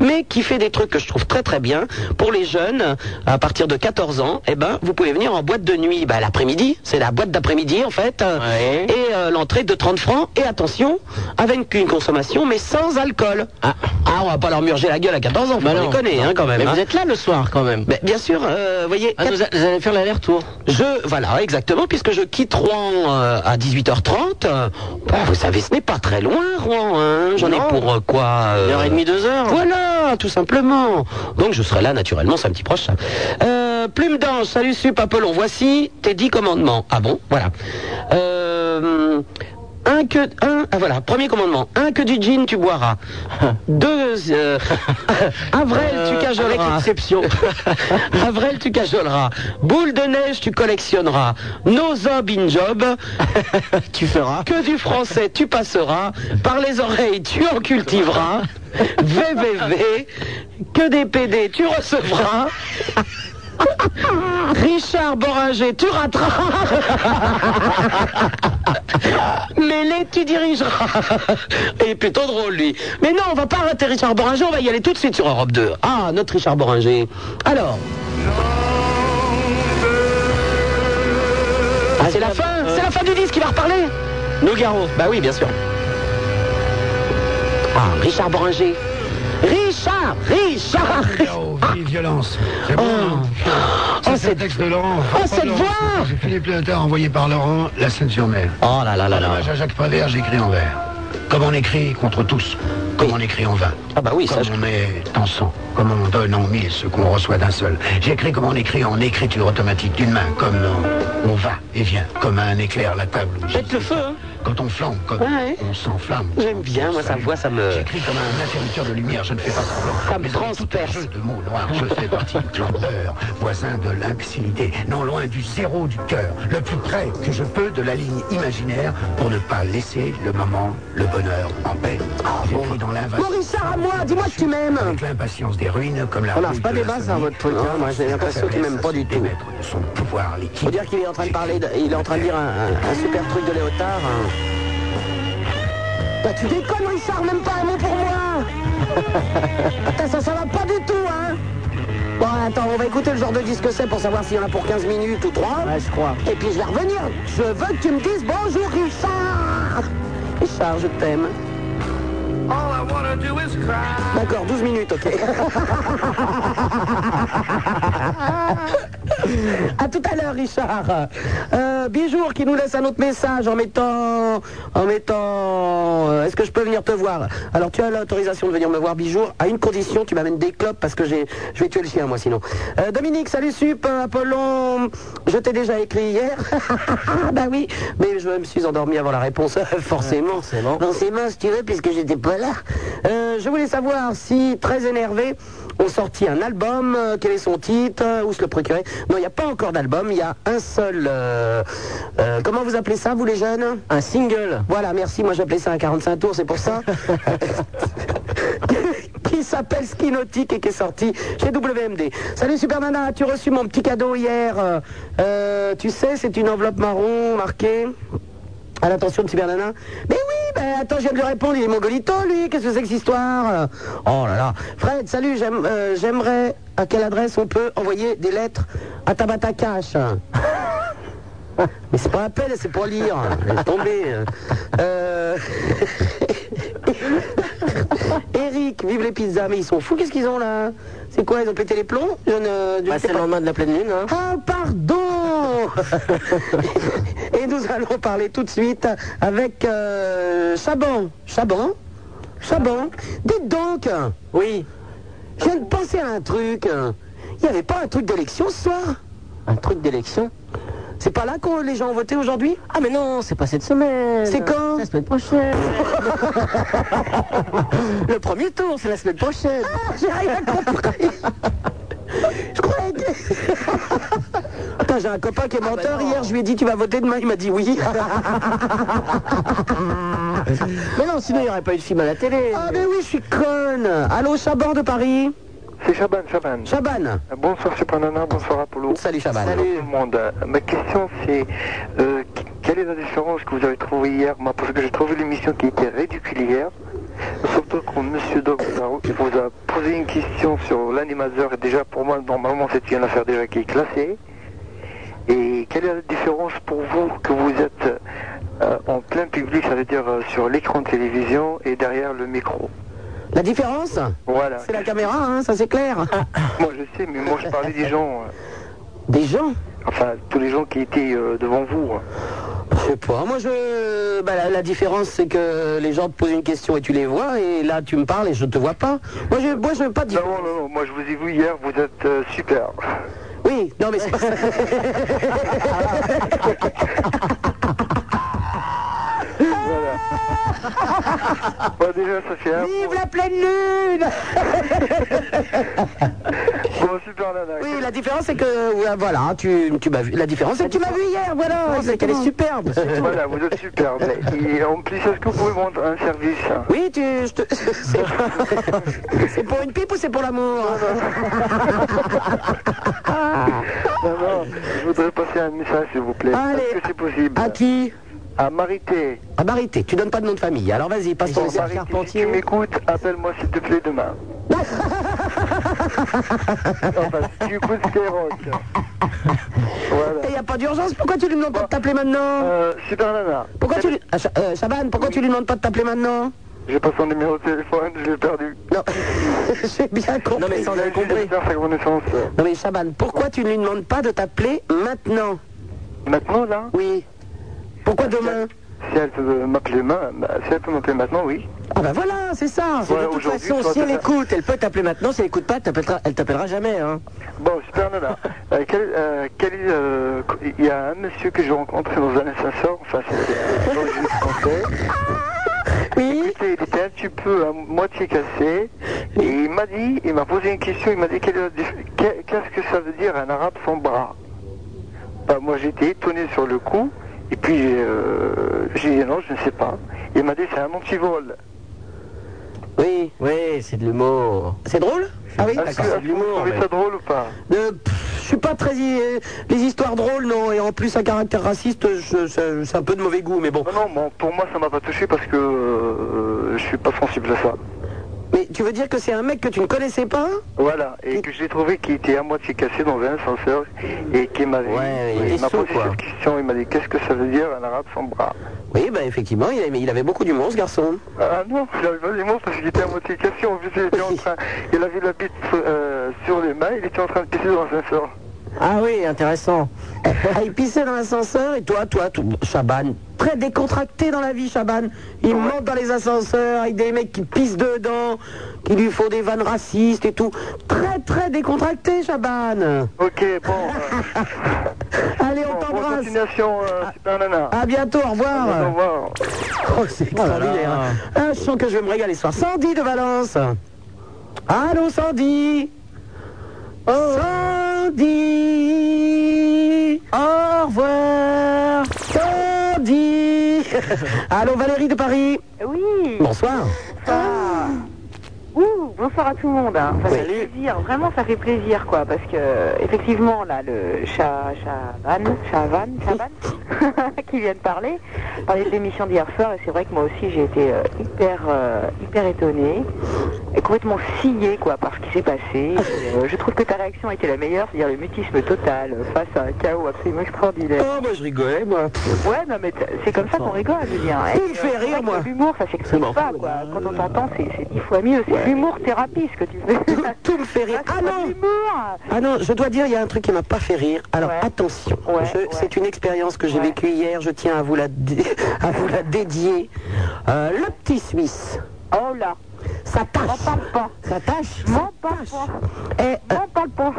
mais qui fait des trucs que je trouve très très bien. Pour les jeunes, à partir de 14 ans, eh ben, vous pouvez venir en boîte de nuit bah, l'après-midi. C'est la boîte d'après-midi en fait. Ouais. Et euh, l'entrée de 30 francs. Et attention, avec une consommation, mais sans alcool. Ah, on va pas leur murger la gueule à 14 ans, faut pas Bah non. déconner hein, quand même. Mais hein. vous êtes là le soir quand même. Ben, bien sûr, euh, voyez, Ah, quatre- nous a- vous allez faire l'aller-retour. je voilà exactement puisque je quitte Rouen euh, à 18h30. euh, bah, vous savez, ce n'est pas très loin Rouen. hein. J'en ai Non. pour euh, quoi euh, Une heure et demie, deux heures. Voilà, tout simplement. Donc je serai là naturellement samedi prochain. Euh, plume d'ange, salut Sup Apollon. Voici tes dix commandements. Ah bon, voilà. Euh, un que un ah voilà premier commandement un que du gin tu boiras deux euh, avril Euh, tu cajoleras avec exception. Avril, tu cajoleras. Boule de neige, tu collectionneras. No job in job. Tu feras. Que du français, tu passeras. Par les oreilles, tu en cultiveras. VVV. Que des PD, tu recevras. Richard Boringer, tu rateras. Mêlé, tu dirigeras. Il est plutôt drôle, lui. Mais non, on va pas rater Richard Boringer, on va y aller tout de suite sur Europe 2. Ah, notre Richard Boringer. Alors. Ah, c'est la fin C'est la fin du disque qui va reparler Nogaro Bah oui, bien sûr. Ah, Richard Boringer. Richard Richard Ah. Vive violence. C'est bon, hein Oh, C'est un cette- texte de Laurent. Oh, cette Laurent, voix C'est Philippe Léotard envoyé par Laurent, La Seine-sur-Mer. Oh là là là là Hommage à Jacques Prévert, j'écris en vers. Comme on écrit contre tous, comme on écrit en vain. Ah bah oui, ça, Comme je- on met en sang, comme on donne en mille ce qu'on reçoit d'un seul. J'écris comme on écrit en écriture automatique d'une main, comme on, on va et vient, comme un éclair la table. où Faites le feu, hein. Quand on flambe, comme Ouais. on s'enflamme. J'aime bien, moi, sa voix, ça me- J'écris comme un interrupteur de lumière, je ne fais pas semblant. Ça me Mais dans tout un transperce. jeu de mots noirs, je fais partie du clan de l'heure, voisin de l'imbécilité, non loin du zéro du cœur, le plus près que je peux de la ligne imaginaire pour ne pas laisser le moment, le bonheur en paix. J'écris dans l'invasion. Richard, à moi, dis-moi que tu m'aimes Avec l'impatience des ruines, comme la On route lance pas de des la bases, hein, famille, votre truc, hein. l'auteur Moi, j'ai l'impression qu'il m'aime pas du tout. s'appelle à se démettre de son pouvoir liquide. Faut dire qu'il est en train de parler, de- il est en train de dire un, un- un super truc de Léotard. hein. Bah tu déconnes Richard, même pas un mot pour moi Putain, ça, ça va pas du tout, hein Bon, attends, on va écouter le genre de disque que c'est pour savoir s'il y en a pour 15 minutes ou 3. Ouais, je crois. Et puis je vais revenir. Je veux que tu me dises bonjour Richard Richard, je t'aime. D'accord, 12 minutes, ok. à tout à l'heure, Richard. Euh, Bijour qui nous laisse un autre message en mettant. En mettant. euh, Est-ce que je peux venir te voir Alors, tu as l'autorisation de venir me voir, Bijour, à une condition tu m'amènes des clopes parce que j'ai, je vais tuer le chien, moi, sinon. Euh, Dominique, salut, sup. euh, Apollon, je t'ai déjà écrit hier. bah oui, mais je me suis endormi avant la réponse, forcément. forcément. si tu veux, puisque j'étais pas là. Euh, je voulais savoir si, très énervé, ont sorti un album. Euh, Quel est son titre euh, Où se le procurer Non, il n'y a pas encore d'album. Il y a un seul. euh, euh, comment vous appelez ça, vous les jeunes Un single. Voilà, merci. Moi, j'appelais ça un 45 tours, c'est pour ça. qui s'appelle Skinotic et qui est sorti chez WMD. Salut Super Nana, as-tu reçu mon petit cadeau hier Euh, Tu sais, c'est une enveloppe marron marquée à l'attention de Super Nana. Mais oui, ben attends, je viens de lui répondre, il est mongolito lui, qu'est-ce que c'est que cette histoire Euh, Oh là là. Fred, salut, j'aime- euh, j'aimerais à quelle adresse on peut envoyer des lettres à Tabata Cash mais c'est pas un appel, c'est pour lire. Laisse tomber. Euh, Eric, vive les pizzas, mais ils sont fous, qu'est-ce qu'ils ont là C'est quoi, ils ont pété les plombs Je ne- je ne sais Bah, c'est le pas. lendemain de la pleine lune. Hein. Ah, pardon Et nous allons parler tout de suite avec euh, Chaban. Chaban Chaban Dites donc Oui Je viens de penser à un truc. Il n'y avait pas un truc d'élection ce soir Un truc d'élection. C'est pas là que les gens ont voté aujourd'hui Ah mais non, c'est pas cette semaine. C'est quand La semaine prochaine. le premier tour, c'est la semaine prochaine. J'ai rien compris Je croyais que... Attends, j'ai un copain qui est menteur. Hier, je lui ai dit tu vas voter demain. Il m'a dit oui. Mais non, sinon il n'y aurait pas eu de film à la télé. ah, mais oui, je suis conne Allô, Chaban de Paris C'est Chaban, Chaban. Chaban Bonsoir Chabanana, bonsoir Apollo. Salut Chaban. Salut tout le monde. Ma question c'est euh, qu- quelle est la différence que vous avez trouvée hier Moi, parce que j'ai trouvé l'émission qui était ridicule hier. Surtout quand Monsieur Doc vous a- vous a posé une question sur l'animateur et déjà pour moi normalement c'est une affaire déjà qui est classée. Et quelle est la différence pour vous que vous êtes euh, en plein public, ça veut dire euh, sur l'écran de télévision et derrière le micro La différence Voilà. C'est la caméra, hein, ça c'est clair. Moi je sais, mais moi je parlais des gens. euh, Des gens Enfin, tous les gens qui étaient euh, devant vous. Je sais pas. Moi, je. bah, la, la différence, c'est que les gens te posent une question et tu les vois, et là, tu me parles et je te vois pas. Moi, je. Moi, je veux pas te dire. Non, non, non, moi je vous ai vu hier, vous êtes euh, super. Oui, non, mais c'est pas ça. Bon, déjà, ça fait un. Vive la pleine lune Bon, super, nana. Oui, la différence, c'est que. ouais, Voilà, tu, tu m'as vu. La différence, c'est que tu m'as vu hier, voilà. oh, c'est qu'elle est superbe. Voilà, vous êtes super. mais- Et en plus, est-ce que vous pouvez me rendre un service hein Oui, tu. je te- c'est- c'est pour une pipe ou c'est pour l'amour Non, non, Ah. je voudrais passer un message, s'il vous plaît. Allez. Est-ce que c'est possible À qui À Marité. À Marité. Tu donnes pas de nom de famille. Alors vas-y, passe ton Bon, message. Marité, si tu m'écoutes, appelle-moi s'il te plaît demain. enfin, si tu écoutes Skyrock. Voilà. Il n'y a pas d'urgence, pourquoi tu lui demandes pas de t'appeler maintenant Euh, super, nana. Pourquoi tu lui... Ah, Cha- euh, Chaban, pourquoi tu lui demandes pas de t'appeler maintenant J'ai pas son numéro de téléphone, je l'ai perdu. Non, j'ai bien compris. Non mais, Il a essayé de me faire sa connaissance. Chaban, pourquoi tu ne lui demandes pas de t'appeler maintenant Maintenant, là Oui. Pourquoi demain Si elle peut m'appeler ma- bah, si elle peut m'appeler maintenant, oui. Ah ben voilà, c'est ça. Ouais, de toute aujourd'hui, façon, toi, si elle t'as- écoute, elle peut t'appeler maintenant. Si elle écoute pas, elle t'appellera- elle t'appellera jamais. Hein. Bon, super nana. Euh, quel, euh, quel est, euh, qu- Il y a un monsieur que j'ai rencontré dans un ascenseur, enfin c'était euh, d'origine français. Oui. Écoutez, il était un petit peu à moitié cassé. Et il m'a dit, il m'a posé une question, il m'a dit quelle est la dif- que- qu'est-ce que ça veut dire un arabe sans bras bah, Moi j'étais étonné sur le coup. Et puis euh, j'ai dit non, je ne sais pas. Il m'a dit c'est un antivol. Oui. Oui, c'est de l'humour. C'est drôle Ah oui, Est-ce que d'accord. est-ce que vous trouvez ça drôle ou pas Euh, pff, je suis pas très... euh, Les histoires drôles, non, et en plus un caractère raciste, je- ça- c'est un peu de mauvais goût, mais bon. Non, non, bon, pour moi ça m'a pas touché parce que euh, je suis pas sensible à ça. Mais tu veux dire que c'est un mec que tu ne connaissais pas Voilà, et que j'ai trouvé qui était à moitié cassé dans un ascenseur et qui m'avait Ouais, il il est m'a saoul, posé quoi. cette question, il m'a dit qu'est-ce que ça veut dire un arabe sans bras Oui, bah effectivement, il avait, il avait beaucoup d'humour ce garçon. Ah non, il avait pas les mots parce qu'il était à moitié cassé, en plus il était en train, il avait la bite euh, sur les mains, il était en train de pisser dans l'ascenseur. Ah oui, intéressant. Ah, il pissait dans l'ascenseur et toi, toi, tout, Chaban, très décontracté dans la vie, Chaban. Il monte dans les ascenseurs avec des mecs qui pissent dedans, qui lui font des vannes racistes et tout. Très, très décontracté, Chaban. Ok, bon, euh, Allez, on bon, bonne t'embrasse. continuation, euh, super nana. À bientôt, au Au revoir. revoir. Oh, c'est extraordinaire. hein. Ah, je sens que je vais me régaler ce soir. Sandy de Valence. Allô, Sandy Oh. Sandy Au revoir Sandy Allô, Valérie de Paris Oui. Bonsoir Ah. Ouh, bonsoir à tout le monde. hein. Ça fait plaisir, vraiment ça fait plaisir quoi, parce que euh, effectivement là le chat Chavan, Chavan, Chavan, qui vient de parler, parlait de l'émission d'hier soir et c'est vrai que moi aussi j'ai été euh, hyper euh, hyper étonnée et complètement sciée quoi par ce qui s'est passé. Et, euh, je trouve que ta réaction a été la meilleure, c'est-à-dire le mutisme total euh, face à un chaos absolument extraordinaire. Oh, moi je rigolais, moi. Ouais, non, mais t- c'est comme ça qu'on rigole, je veux dire. hein. euh, Il me fait rire, moi. L'humour, ça s'explique pas, quoi. Quand on t'entend, c'est c'est dix fois mieux. C'est l'humour thérapie, ce que tu fais. Tout me fait rire. Ah non Ah non, je dois dire, il y a un truc qui m'a pas fait rire. Alors attention, Je- c'est une expérience que j'ai vécue hier, je tiens à vous la, dé- à vous la dédier. Euh, le petit Suisse. Oh là Ça tâche M'en parle pas Ça tâche M'en parle pas M'en parle pas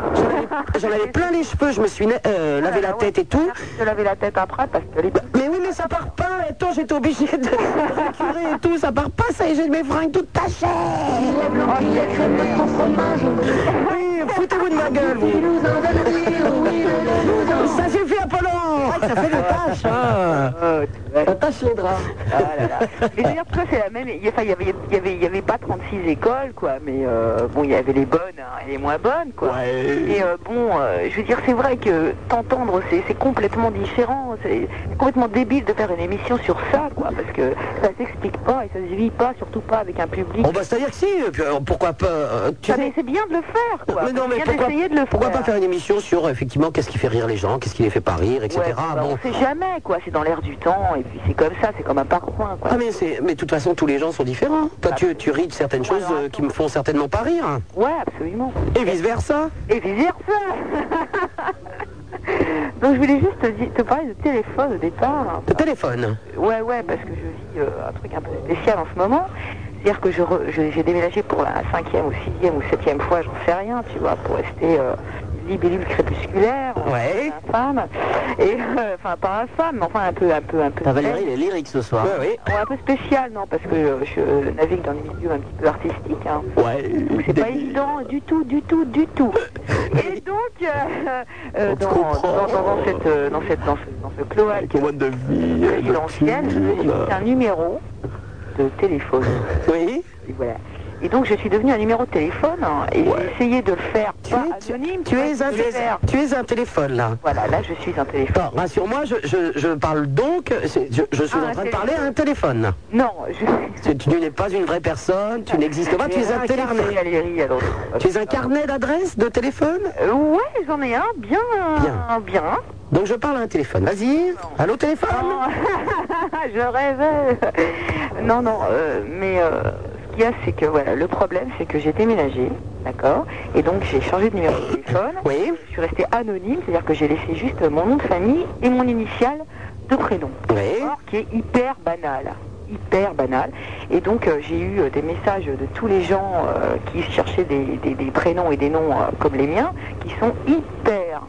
J'en avais plein les cheveux, je me suis na- Ah euh, lavé la tête et tout. Bah, Je te laver la tête après parce que les... Mais oui, mais ça part pas Attends, j'étais obligée de récurer et tout, ça part pas, ça y est, j'ai mes fringues toutes tachées Oui, foutez-vous de ma gueule, vous Ça suffit, Apollon Ah, Ça fait le tâche Ça Ah, tâche les draps. Ah là là. Mais d'ailleurs, toi, c'est la même. Il y enfin, il y avait, il y avait, il y avait pas 36 écoles, quoi. Mais euh, bon, il y avait les bonnes hein, et les moins bonnes, quoi. Et euh, bon, euh, je veux dire, c'est vrai que t'entendre, c'est c'est complètement différent. C'est c'est complètement débile de faire une émission sur ça, quoi, parce que ça s'explique pas et ça se vit pas, surtout pas avec un public. Bon, bah, c'est-à-dire que si, et puis, alors, pourquoi pas... euh, tu Ça, sais- mais c'est bien de le faire, quoi. Mais non, mais C'est bien pourquoi, d'essayer de le pourquoi faire. pas faire une émission sur, euh, effectivement, qu'est-ce qui fait rire les gens, qu'est-ce qui les fait pas rire, etc. Ouais, bah, bon. On sait jamais, quoi. C'est dans l'air du temps et puis c'est comme ça, c'est comme un parcours, quoi. Ah, mais c'est- mais de toute façon, tous les gens sont différents. Bah, Toi, tu, tu ris de certaines choses euh, qui me font certainement pas rire. Ouais, absolument. Et vice-versa Et vice-versa Donc je voulais juste te, di- te parler de téléphone au départ. Le téléphone Ouais, ouais, parce que je vis euh, un truc un peu spécial en ce moment. C'est-à-dire que je re- je- j'ai déménagé pour la cinquième ou sixième ou septième fois, j'en sais rien, tu vois, pour rester euh, libellule crépusculaire, ouais. infâme, et euh, enfin pas infâme, mais enfin un peu, un peu, un peu. Ta Valérie, elle est lyrique ce soir. Ouais, Ouais, un peu spécial, non, parce que euh, je navigue dans des milieux un petit peu artistiques. Hein. Ouais. Donc c'est pas évident du tout, du tout, du tout. Et donc, euh, euh, dans, dans, dans- dans cette, euh, dans, cette, dans, ce, dans ce cloaque euh, présidentiel, je suis un numéro de téléphone. Oui. Et voilà. Et donc je suis devenu un numéro de téléphone hein, et j'ai essayé de le faire pas anonyme. Tu vois, es, un, de le faire. tu es un téléphone, là. Voilà, là, je suis un téléphone. rassure-moi, je, je- je parle donc, c'est- je, je suis Ah, en un train de téléphone. parler à un téléphone. Non, je... Ah, C'est- Tu n'es pas une vraie personne, tu n'existes pas, tu es un téléphone. Valérie, alors. Tu es un carnet d'adresses, de téléphone Euh, ouais, j'en ai un bien, bien. Oh. Donc je parle à un téléphone. Vas-y, allô téléphone Je rêvais. Non, non, euh, mais euh, ce qu'il y a, c'est que voilà, le problème, c'est que j'ai déménagé, d'accord Et donc j'ai changé de numéro de téléphone. Oui. Je suis restée anonyme, c'est-à-dire que j'ai laissé juste mon nom de famille et mon initial de prénom. Or, qui est hyper banal. Hyper banal. Et donc euh, j'ai eu euh, des messages de tous les gens euh, qui cherchaient des, des- des prénoms et des noms euh, comme les miens, qui sont hyper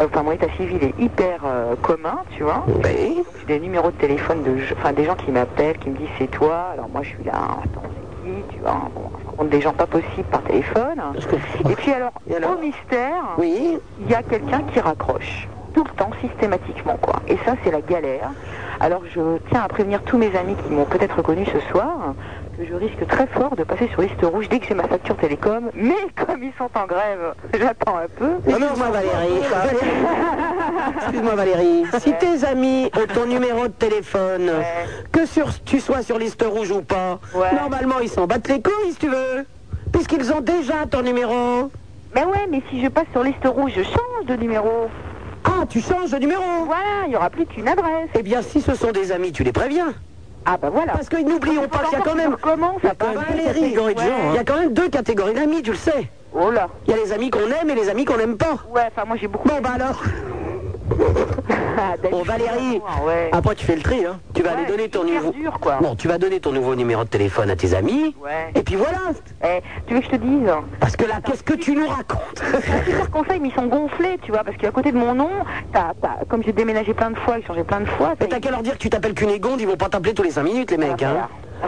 euh, enfin mon état civil est hyper euh, commun, tu vois. J'ai des numéros de téléphone de je- enfin des gens qui m'appellent, qui me disent c'est toi, alors moi je suis là, attends c'est qui, tu vois, bon, je rencontre des gens pas possibles par téléphone. Et puis alors, au mystère, il y a quelqu'un qui raccroche. Tout le temps, systématiquement, quoi. Et ça, c'est la galère. Alors, je tiens à prévenir tous mes amis qui m'ont peut-être reconnu ce soir que je risque très fort de passer sur liste rouge dès que j'ai ma facture télécom. Mais comme ils sont en grève, j'attends un peu. Excuse-moi Ah, Valérie. Excuse-moi Valérie. Si tes amis ont ton numéro de téléphone, que sur- tu sois sur liste rouge ou pas, normalement ils s'en battent les couilles si tu veux. Puisqu'ils ont déjà ton numéro. Mais Ben ouais, mais si je passe sur liste rouge, je change de numéro. Ah, tu changes de numéro Voilà, il n'y aura plus qu'une adresse. Eh bien, si ce sont des amis, tu les préviens. Ah bah voilà. Parce que n'oublions pas qu'il y a quand même. Comment ça Valérie, il y a quand même deux catégories d'amis, tu le sais. Oh là. Il y a les amis qu'on aime et les amis qu'on n'aime pas. Ouais, enfin moi j'ai beaucoup. Bon bah alors. bon Oh, Valérie, Ah, ouais. après tu fais le tri, hein. Tu vas aller donner ton nouveau. quoi. Bon, tu vas donner ton nouveau numéro de téléphone à tes amis. Ouais. Et puis voilà. Eh, tu veux que je te dise Parce que là, qu'est-ce que tu nous racontes Leurs conseils, mais ils sont gonflés, tu vois, parce qu'à côté de mon nom, t'as- t'as- comme j'ai déménagé plein de fois, j'ai changé plein de fois. Ah, Mais t'as qu'à leur dire que tu t'appelles Cunégonde, ils vont pas t'appeler tous les 5 minutes, les mecs, hein.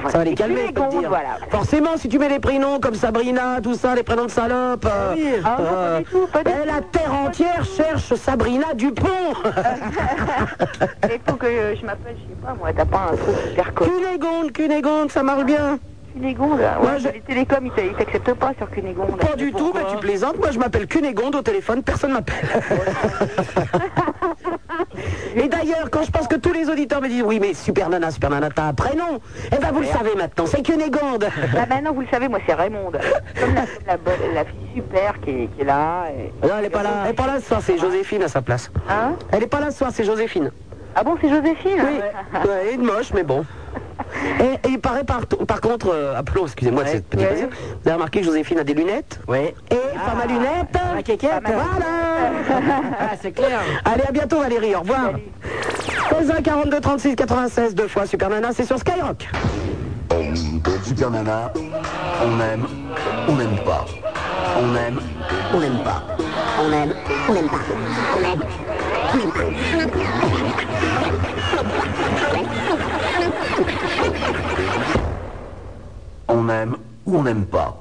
Ça va Et les puis calmer, les je peux te gonds, dire. voilà. Forcément, si tu mets les prénoms comme Sabrina, tout ça, les prénoms de salopes. Ah euh, euh, ben, la terre entière cherche Sabrina Dupont. Il faut que euh, je m'appelle, je sais pas moi, t'as pas un truc super cool. Cunégonde, Cunégonde, ça marche bien. Cunégonde, ouais, Moi, je- les télécoms, ils t'a- ils t'acceptent pas sur Cunégonde. Pas du tout, mais tu plaisantes. Moi, je m'appelle Cunégonde au téléphone, personne m'appelle. Et d'ailleurs, quand je pense que tous les auditeurs me disent oui, mais Super Nana, Super Nana, t'as un prénom, eh ben vous le savez maintenant, c'est Cunégonde. Bah maintenant, vous le savez, moi, c'est Raymonde. Comme la, la, bonne- la fille super qui est, qui est là. et- Non, elle est pas là. Elle est pas là ce soir, c'est Joséphine à sa place. Hein Elle est pas là ce soir, c'est Joséphine. Ah bon, c'est Joséphine Oui. Ouais, elle est moche, mais bon. Et, et il paraît par, par contre, euh, Aplo, excusez-moi de cette petite blague, Vous avez remarqué que Joséphine a des lunettes Ouais. Et pas ma lunette Ah, Ma Voilà C'est clair Allez, à bientôt Valérie, au revoir 16 1 42 36 96 deux fois Super Nana, c'est sur Skyrock Super Nana, on aime, on n'aime pas. On aime, on n'aime pas. On aime, on n'aime pas. On aime, on n'aime pas. On aime ou on n'aime pas.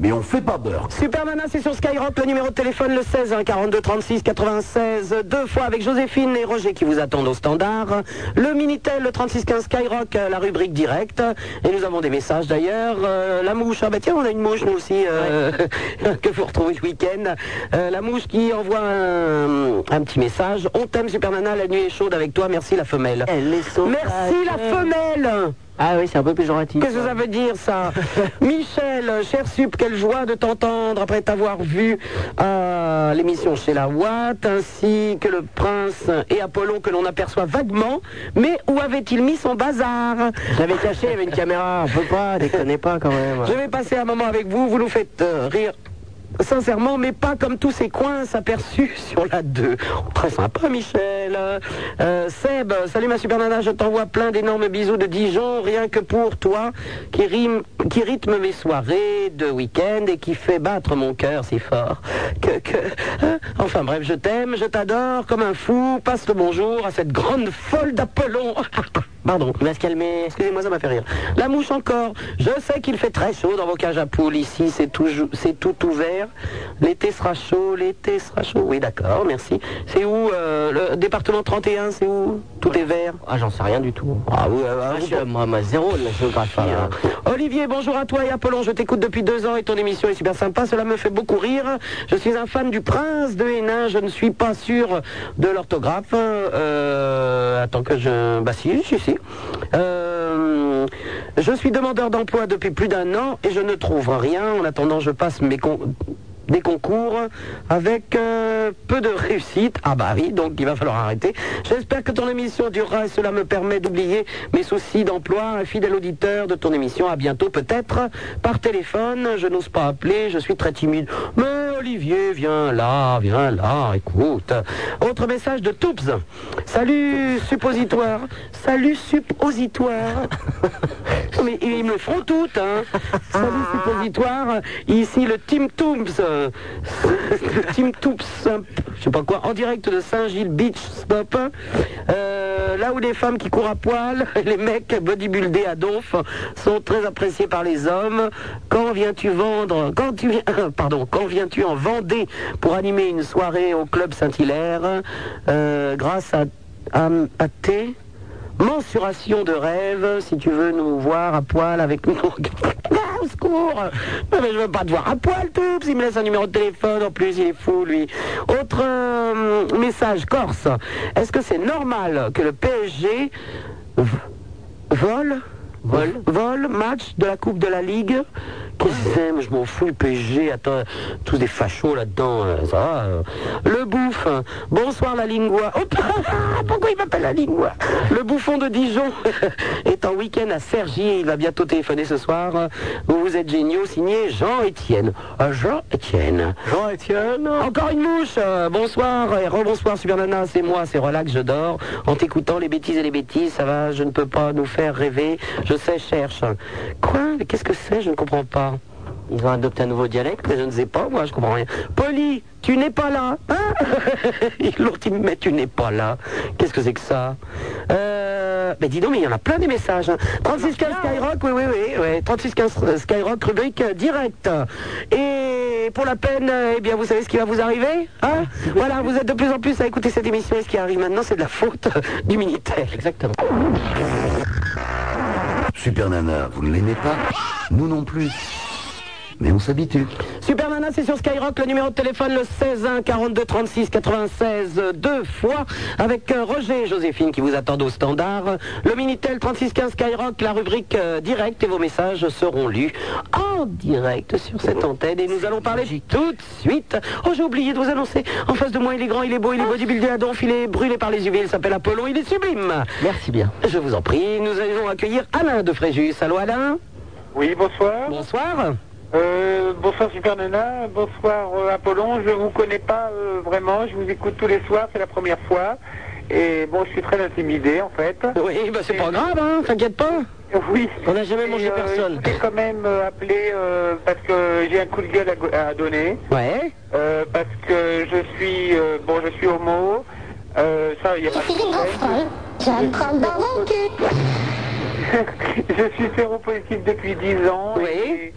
Mais on fait pas beurre. Super Nana, c'est sur Skyrock, le numéro de téléphone le 16 1 42 36 96 deux fois avec Joséphine et Roger qui vous attendent au standard. Le Minitel, le 36 15 Skyrock, euh, la rubrique directe. Et nous avons des messages d'ailleurs. Euh, la mouche, ah bah tiens, on a une mouche nous aussi euh, que vous retrouvez ce week-end. Euh, la mouche qui envoie un, un petit message. On t'aime Super Nana, la nuit est chaude avec toi, merci la femelle. Merci la femelle Ah oui, c'est un peu péjoratif. Qu'est-ce que ça veut dire ça Michel, euh, cher Sup, quelle joie de t'entendre après t'avoir vu à l'émission chez la Watt, ainsi que le prince et Apollon que l'on aperçoit vaguement, mais où avait-il mis son bazar J'avais caché, il y avait une caméra, on peut pas, déconnez pas quand même. Je vais passer un moment avec vous, vous nous faites euh, rire. Sincèrement, mais pas comme tous ces coins s'aperçus sur la 2. Très sympa, Michel. Euh, Seb, salut ma super nana, je t'envoie plein d'énormes bisous de Dijon, rien que pour toi, qui, rime, qui rythme mes soirées de week-end et qui fait battre mon cœur si fort. Que, que... hein Enfin bref, je t'aime, je t'adore comme un fou. Passe le bonjour à cette grande folle d'Apollon. Pardon, il va se calmer. Excusez-moi, ça m'a fait rire. La mouche encore. Je sais qu'il fait très chaud dans vos cages à poules. Ici, c'est tout, c'est tout ouvert. L'été sera chaud, l'été sera chaud. Oui, d'accord, merci. C'est où euh, Le département 31, c'est où Tout est vert Ah, j'en sais rien du tout. Ah oui, je suis à moi, moi, zéro de la géographie. hein. Olivier, bonjour à toi et Apollon, je t'écoute depuis deux ans et ton émission est super sympa, cela me fait beaucoup rire. Je suis un fan du prince de Hénin, je ne suis pas sûr de l'orthographe. Euh, attends que je... Bah si, si, si. Euh, je suis demandeur d'emploi depuis plus d'un an et je ne trouve rien. En attendant, je passe mes con- des concours avec euh, peu de réussite. Ah bah oui, donc il va falloir arrêter. J'espère que ton émission durera et cela me permet d'oublier mes soucis d'emploi. Un fidèle auditeur de ton émission, à bientôt peut-être. Par téléphone, je n'ose pas appeler, je suis très timide. Mais Olivier, viens là, viens là, écoute. Autre message de Toups. Salut suppositoire. Salut suppositoire. Non, Mais ils me le feront toutes, hein. Salut suppositoire. Ici le Team Toops. euh, le Team Toops, euh, je sais pas quoi, en direct de Saint-Gilles Beach Stop. Euh, là où les femmes qui courent à poil, les mecs bodybuildés à donf sont très appréciés par les hommes. Quand viens-tu vendre Quand tu viens, pardon, quand viens-tu en Vendée pour animer une soirée au club Saint-Hilaire euh, grâce à à, à tes Mensuration de rêve, si tu veux nous voir à poil avec nous. Ah, au secours Non, mais je veux pas te voir à poil, tout Il me laisse un numéro de téléphone, en plus, il est fou, lui. Autre euh, message, Corse. Est-ce que c'est normal que le PSG v- vole Vol. match de la Coupe de la Ligue. Qu'ils aiment, je m'en fous, le PSG, attends, tous des fachos là-dedans, euh, ça va, euh. Le bouffe, hein. bonsoir la lingua. Oh, pourquoi il m'appelle la lingua Le bouffon de Dijon est en week-end à Cergy, il va bientôt téléphoner ce soir. Euh, Vous vous êtes géniaux, signé Jean-Étienne. Euh, Jean-Étienne. Jean-Étienne. Encore une mouche, euh, bonsoir et rebonsoir Super Nana, c'est moi, c'est relax, je dors. En t'écoutant les bêtises et les bêtises, ça va, je ne peux pas nous faire rêver. Je sais, cherche. Quoi Mais Qu'est-ce que c'est Je ne comprends pas. Ils ont adopté un nouveau dialecte, mais je ne sais pas, moi, je comprends rien. Poli, tu n'es pas là. Hein L'autre, il me met, tu n'es pas là. Qu'est-ce que c'est que ça Euh, Euh, mais dis donc, mais il y en a plein des messages. 3615 Skyrock, oui, oui, oui. oui. 3615 Skyrock, rubrique euh, directe. Et pour la peine, euh, eh bien, vous savez ce qui va vous arriver hein Voilà, vous êtes de plus en plus à écouter cette émission et ce qui arrive maintenant, c'est de la faute du Minitel. Exactement. Super Nana, vous ne l'aimez pas Nous non plus. Mais on s'habitue. Super Nana, c'est sur Skyrock, le numéro de téléphone le 16 1 42 36 96 euh, deux fois avec euh, Roger et Joséphine qui vous attendent au standard. Le Minitel 36 15 Skyrock, la rubrique euh, directe et vos messages seront lus en direct sur cette antenne et nous allons parler tout de suite. Oh, j'ai oublié de vous annoncer. En face de moi, il est grand, il est beau, il est bodybuildé à donf, il est brûlé par les UV, il s'appelle Apollon, il est sublime. Merci bien. Je vous en prie, nous allons accueillir Alain de Fréjus. Allô Alain Oui, bonsoir. Bonsoir. Euh, bonsoir Super Nana, bonsoir euh, Apollon. Je vous connais pas euh, vraiment, je vous écoute tous les soirs, c'est la première fois. Et bon, je suis très intimidé en fait. Oui, bah c'est pas grave, hein, t'inquiète pas. Oui. euh, On n'a jamais mangé personne. Je voulais quand même euh, appeler euh, parce que j'ai un coup de gueule à go- à, donner. Ouais. Euh, parce que je suis euh, bon, je suis homo. Euh, ça, il y a pas de problème. je suis séropositif depuis 10 ans. et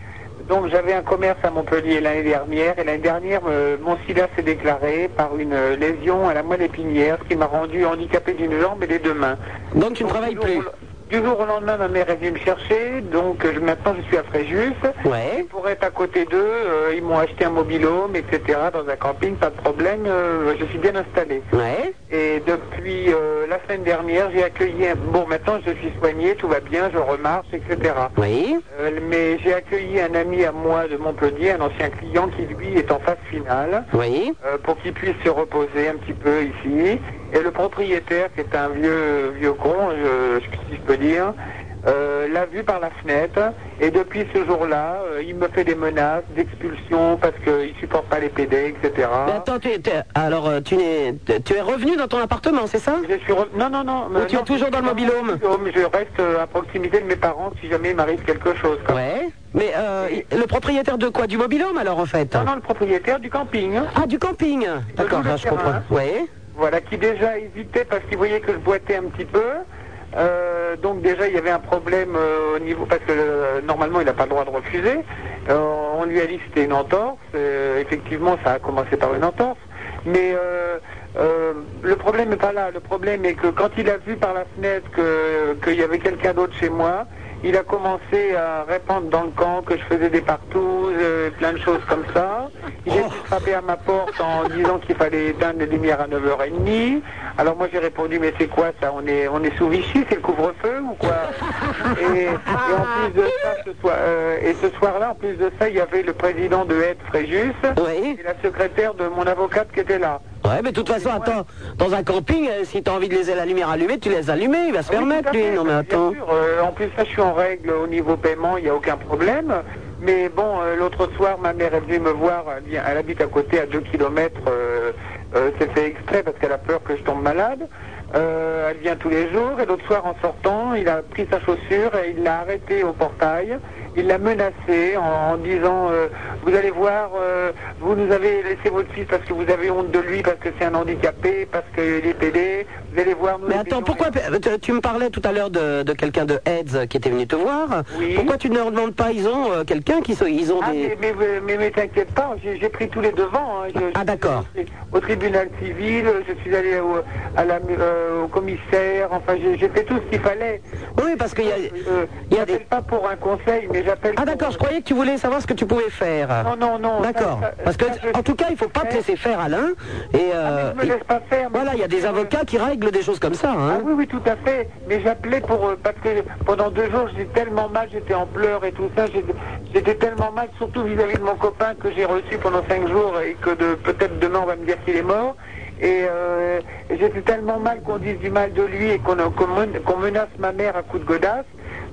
donc j'avais un commerce à Montpellier l'année dernière et l'année dernière euh, mon sida s'est déclaré par une euh, lésion à la moelle épinière ce qui m'a rendu handicapé d'une jambe et des deux mains. Donc tu ne travailles plus. Du jour au lendemain, ma mère est venue me chercher, donc euh, je- maintenant je suis à Fréjus. Et pour être à côté d'eux, euh, ils m'ont acheté un mobilhome, etc. dans un camping, pas de problème, euh, je suis bien installé. Et depuis euh, la semaine dernière, j'ai accueilli un... Bon, maintenant je suis soigné, tout va bien, je remarche, etc. Oui. mais j'ai accueilli un ami à moi de Montpellier, un ancien client qui lui est en phase finale. Oui. Euh, pour qu'il puisse se reposer un petit peu ici. Et le propriétaire, qui est un vieux, vieux con, je, je- si je peux dire, euh, l'a vu par la fenêtre. Et depuis ce jour-là, euh, il me fait des menaces d'expulsion parce qu'il ne supporte pas les PD, etc. Mais attends, tu es, t'es- alors euh, tu, n'es- t'es- tu es revenu dans ton appartement, c'est ça Je suis Non, non, non. Ou tu es toujours dans le mobilhome Je reste euh, à proximité de mes parents si jamais il m'arrive quelque chose. quoi. Mais euh, il- le propriétaire de quoi Du mobilhome alors en fait Non, non, le propriétaire du camping. Ah, du camping D'accord, loue le là, je comprends. terrain. Oui. Voilà, qui déjà hésitait parce qu'il voyait que je boitais un petit peu. Euh, donc déjà il y avait un problème euh, au niveau parce que euh, normalement il n'a pas le droit de refuser. Euh, on lui a dit que c'était une entorse. Euh, effectivement, ça a commencé par une entorse. Mais euh, euh, le problème n'est pas là. Le problème est que quand il a vu par la fenêtre que- qu'il y avait quelqu'un d'autre chez moi, il a commencé à répandre dans le camp que je faisais des partous, euh, plein de choses comme ça. Il a essayé de frapper à ma porte en disant qu'il fallait éteindre les lumières à 9h30. Alors moi j'ai répondu mais c'est quoi ça On est on est sous Vichy, c'est le couvre-feu ou quoi et, et en plus de ça, ce soir, euh, et ce soir-là, en plus de ça, il y avait le président de Aide Fréjus et la secrétaire de mon avocate qui était là. Ouais, mais de toute façon, attends, dans un camping, euh, si t'as envie de laisser la lumière allumée, tu laisses allumer, il va se Ah oui, faire tout mettre à lui. fait, Non mais bien attends. sûr, euh, en plus, ça, je suis en règle au niveau paiement, il n'y a aucun problème. Mais bon, euh, l'autre soir, ma mère est venue me voir, elle, vient- elle habite à côté, à 2 km, euh, c'est fait exprès parce qu'elle a peur que je tombe malade. Euh, elle vient tous les jours, et l'autre soir, en sortant, il a pris sa chaussure et il l'a arrêtée au portail. Il l'a menacée en, en disant euh, Vous allez voir, euh, vous nous avez laissé votre fils parce que vous avez honte de lui, parce que c'est un handicapé, parce qu'il est pédé. Vous allez voir, nous Mais attends, pourquoi euh, tu- tu me parlais tout à l'heure de, de quelqu'un de Heads qui était venu te voir Pourquoi tu ne leur demandes pas Ils ont euh, quelqu'un qui se- ils ont Ah, des. mais, mais, mais, mais- mais t'inquiète pas, j'ai j'ai pris tous les devants. hein. Je- je- Ah d'accord. Au tribunal civil, je suis allé au, à la, euh, au commissaire, enfin j'ai j'ai fait tout ce qu'il fallait. Oui, parce qu'il y a. j'appelle pas pour un conseil, mais j'appelle. Ah d'accord, je croyais que tu voulais savoir ce que tu pouvais faire. Non, non, non. D'accord. ça- ça- Parce que, en tout cas, il faut pas te laisser faire, Alain. Et, euh, je me laisse pas faire. Voilà, il y a des avocats qui règlent des choses comme ça. Hein. Ah oui, oui, tout à fait. Mais j'appelais pour. euh, parce que pendant deux jours, j'étais tellement mal, j'étais en pleurs et tout ça. j'étais- J'étais tellement mal, surtout vis-à-vis de mon copain que j'ai reçu pendant cinq jours et que de, peut-être demain, on va me dire qu'il est mort. Et euh, j'étais tellement mal qu'on dise du mal de lui et qu'on qu'on men- qu'on menace ma mère à coups de godasse.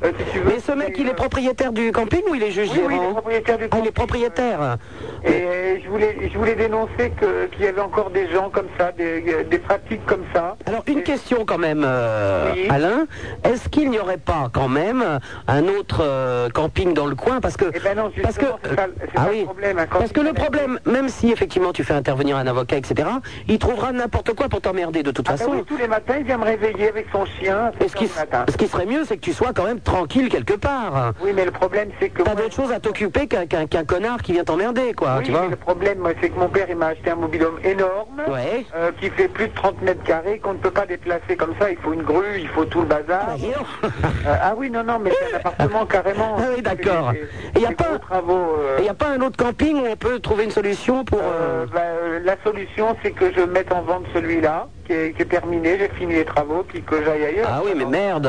euh, si tu veux. Mais ce mec, il est propriétaire du camping ou il est juste Oui, oui, il est gérant propriétaire du Ah, il est propriétaire. Et euh, je voulais, je voulais dénoncer que- qu'il y avait encore des gens comme ça, des, euh, des pratiques comme ça. Alors une question quand même, euh, Alain. Est-ce qu'il n'y aurait pas quand même un autre euh, camping dans le coin Parce que Eh ben parce que ah oui, parce que le problème, même si effectivement tu fais intervenir un avocat, etc., il trouvera n'importe quoi pour t'emmerder de toute Ah ben façon. oui, tous les matins, il vient me réveiller avec son chien. Et ce qui, ce qui serait mieux, c'est que tu sois quand même tranquille quelque part. Oui, mais le problème, c'est que. T'as d'autres choses à t'occuper qu'un qu'un- qu'un connard qui vient t'emmerder, quoi, Oui, tu vois. mais le problème, moi, c'est que mon père, il m'a acheté un mobilhome énorme, euh, qui fait plus de 30 mètres carrés, qu'on ne peut pas déplacer comme ça. Il faut une grue, il faut tout le bazar. Euh, ah oui, non, non, mais c'est un appartement carrément. Ah oui, d'accord. Il n'y a pas. Travaux, Il n'y a pas un autre camping où on peut trouver une solution pour. euh, bah, euh, la solution, c'est que je mette en vente celui-là, qui est, qui est terminé, j'ai fini les travaux, puis que j'aille ailleurs. Ah oui, mais merde.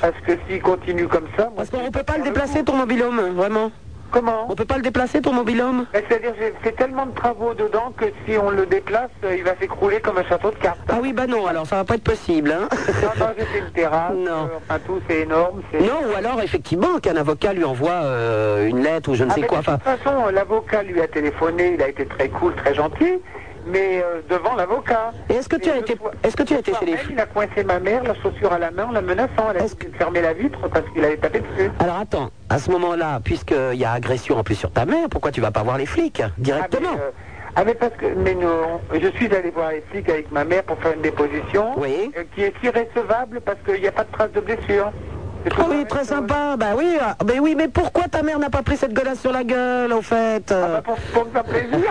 Parce que s'il continue comme ça, moi, Parce qu'on peut pas le déplacer ton mobilhome, vraiment. Comment On peut pas le déplacer ton mobilhome. Bah, C'est-à-dire, j'ai fait tellement de travaux dedans que si on le déplace, euh, il va s'écrouler comme un château de cartes. Ah oui, bah non, alors ça va pas être possible. Hein. Non, non, j'ai fait une terrasse. euh, enfin, tout, c'est énorme. c'est- Non, ou alors effectivement qu'un avocat lui envoie euh, une lettre ou je ne Ah, sais mais quoi. De toute façon, euh, l'avocat lui a téléphoné, il a été très cool, très gentil, mais euh, devant l'avocat. Est-ce que tu as été, est-ce que tu as été chez les Il a coincé ma mère, la chaussure à la main, en la menaçant. Elle a essayé de fermer la vitre parce qu'il avait tapé dessus. Alors attends, à ce moment-là, puisqu'il y a agression en plus sur ta mère, pourquoi tu vas pas voir les flics directement Ah, mais, euh, ah, mais parce que mais non, je suis allé voir les flics avec ma mère pour faire une déposition euh, qui est irrécevable parce qu'il n'y a pas de trace de blessure. Ah oui, très sympa. Bah oui, ah, mais oui, mais pourquoi ta mère n'a pas pris cette gueulasse sur la gueule, en fait euh Ah, bah, Pour me faire plaisir.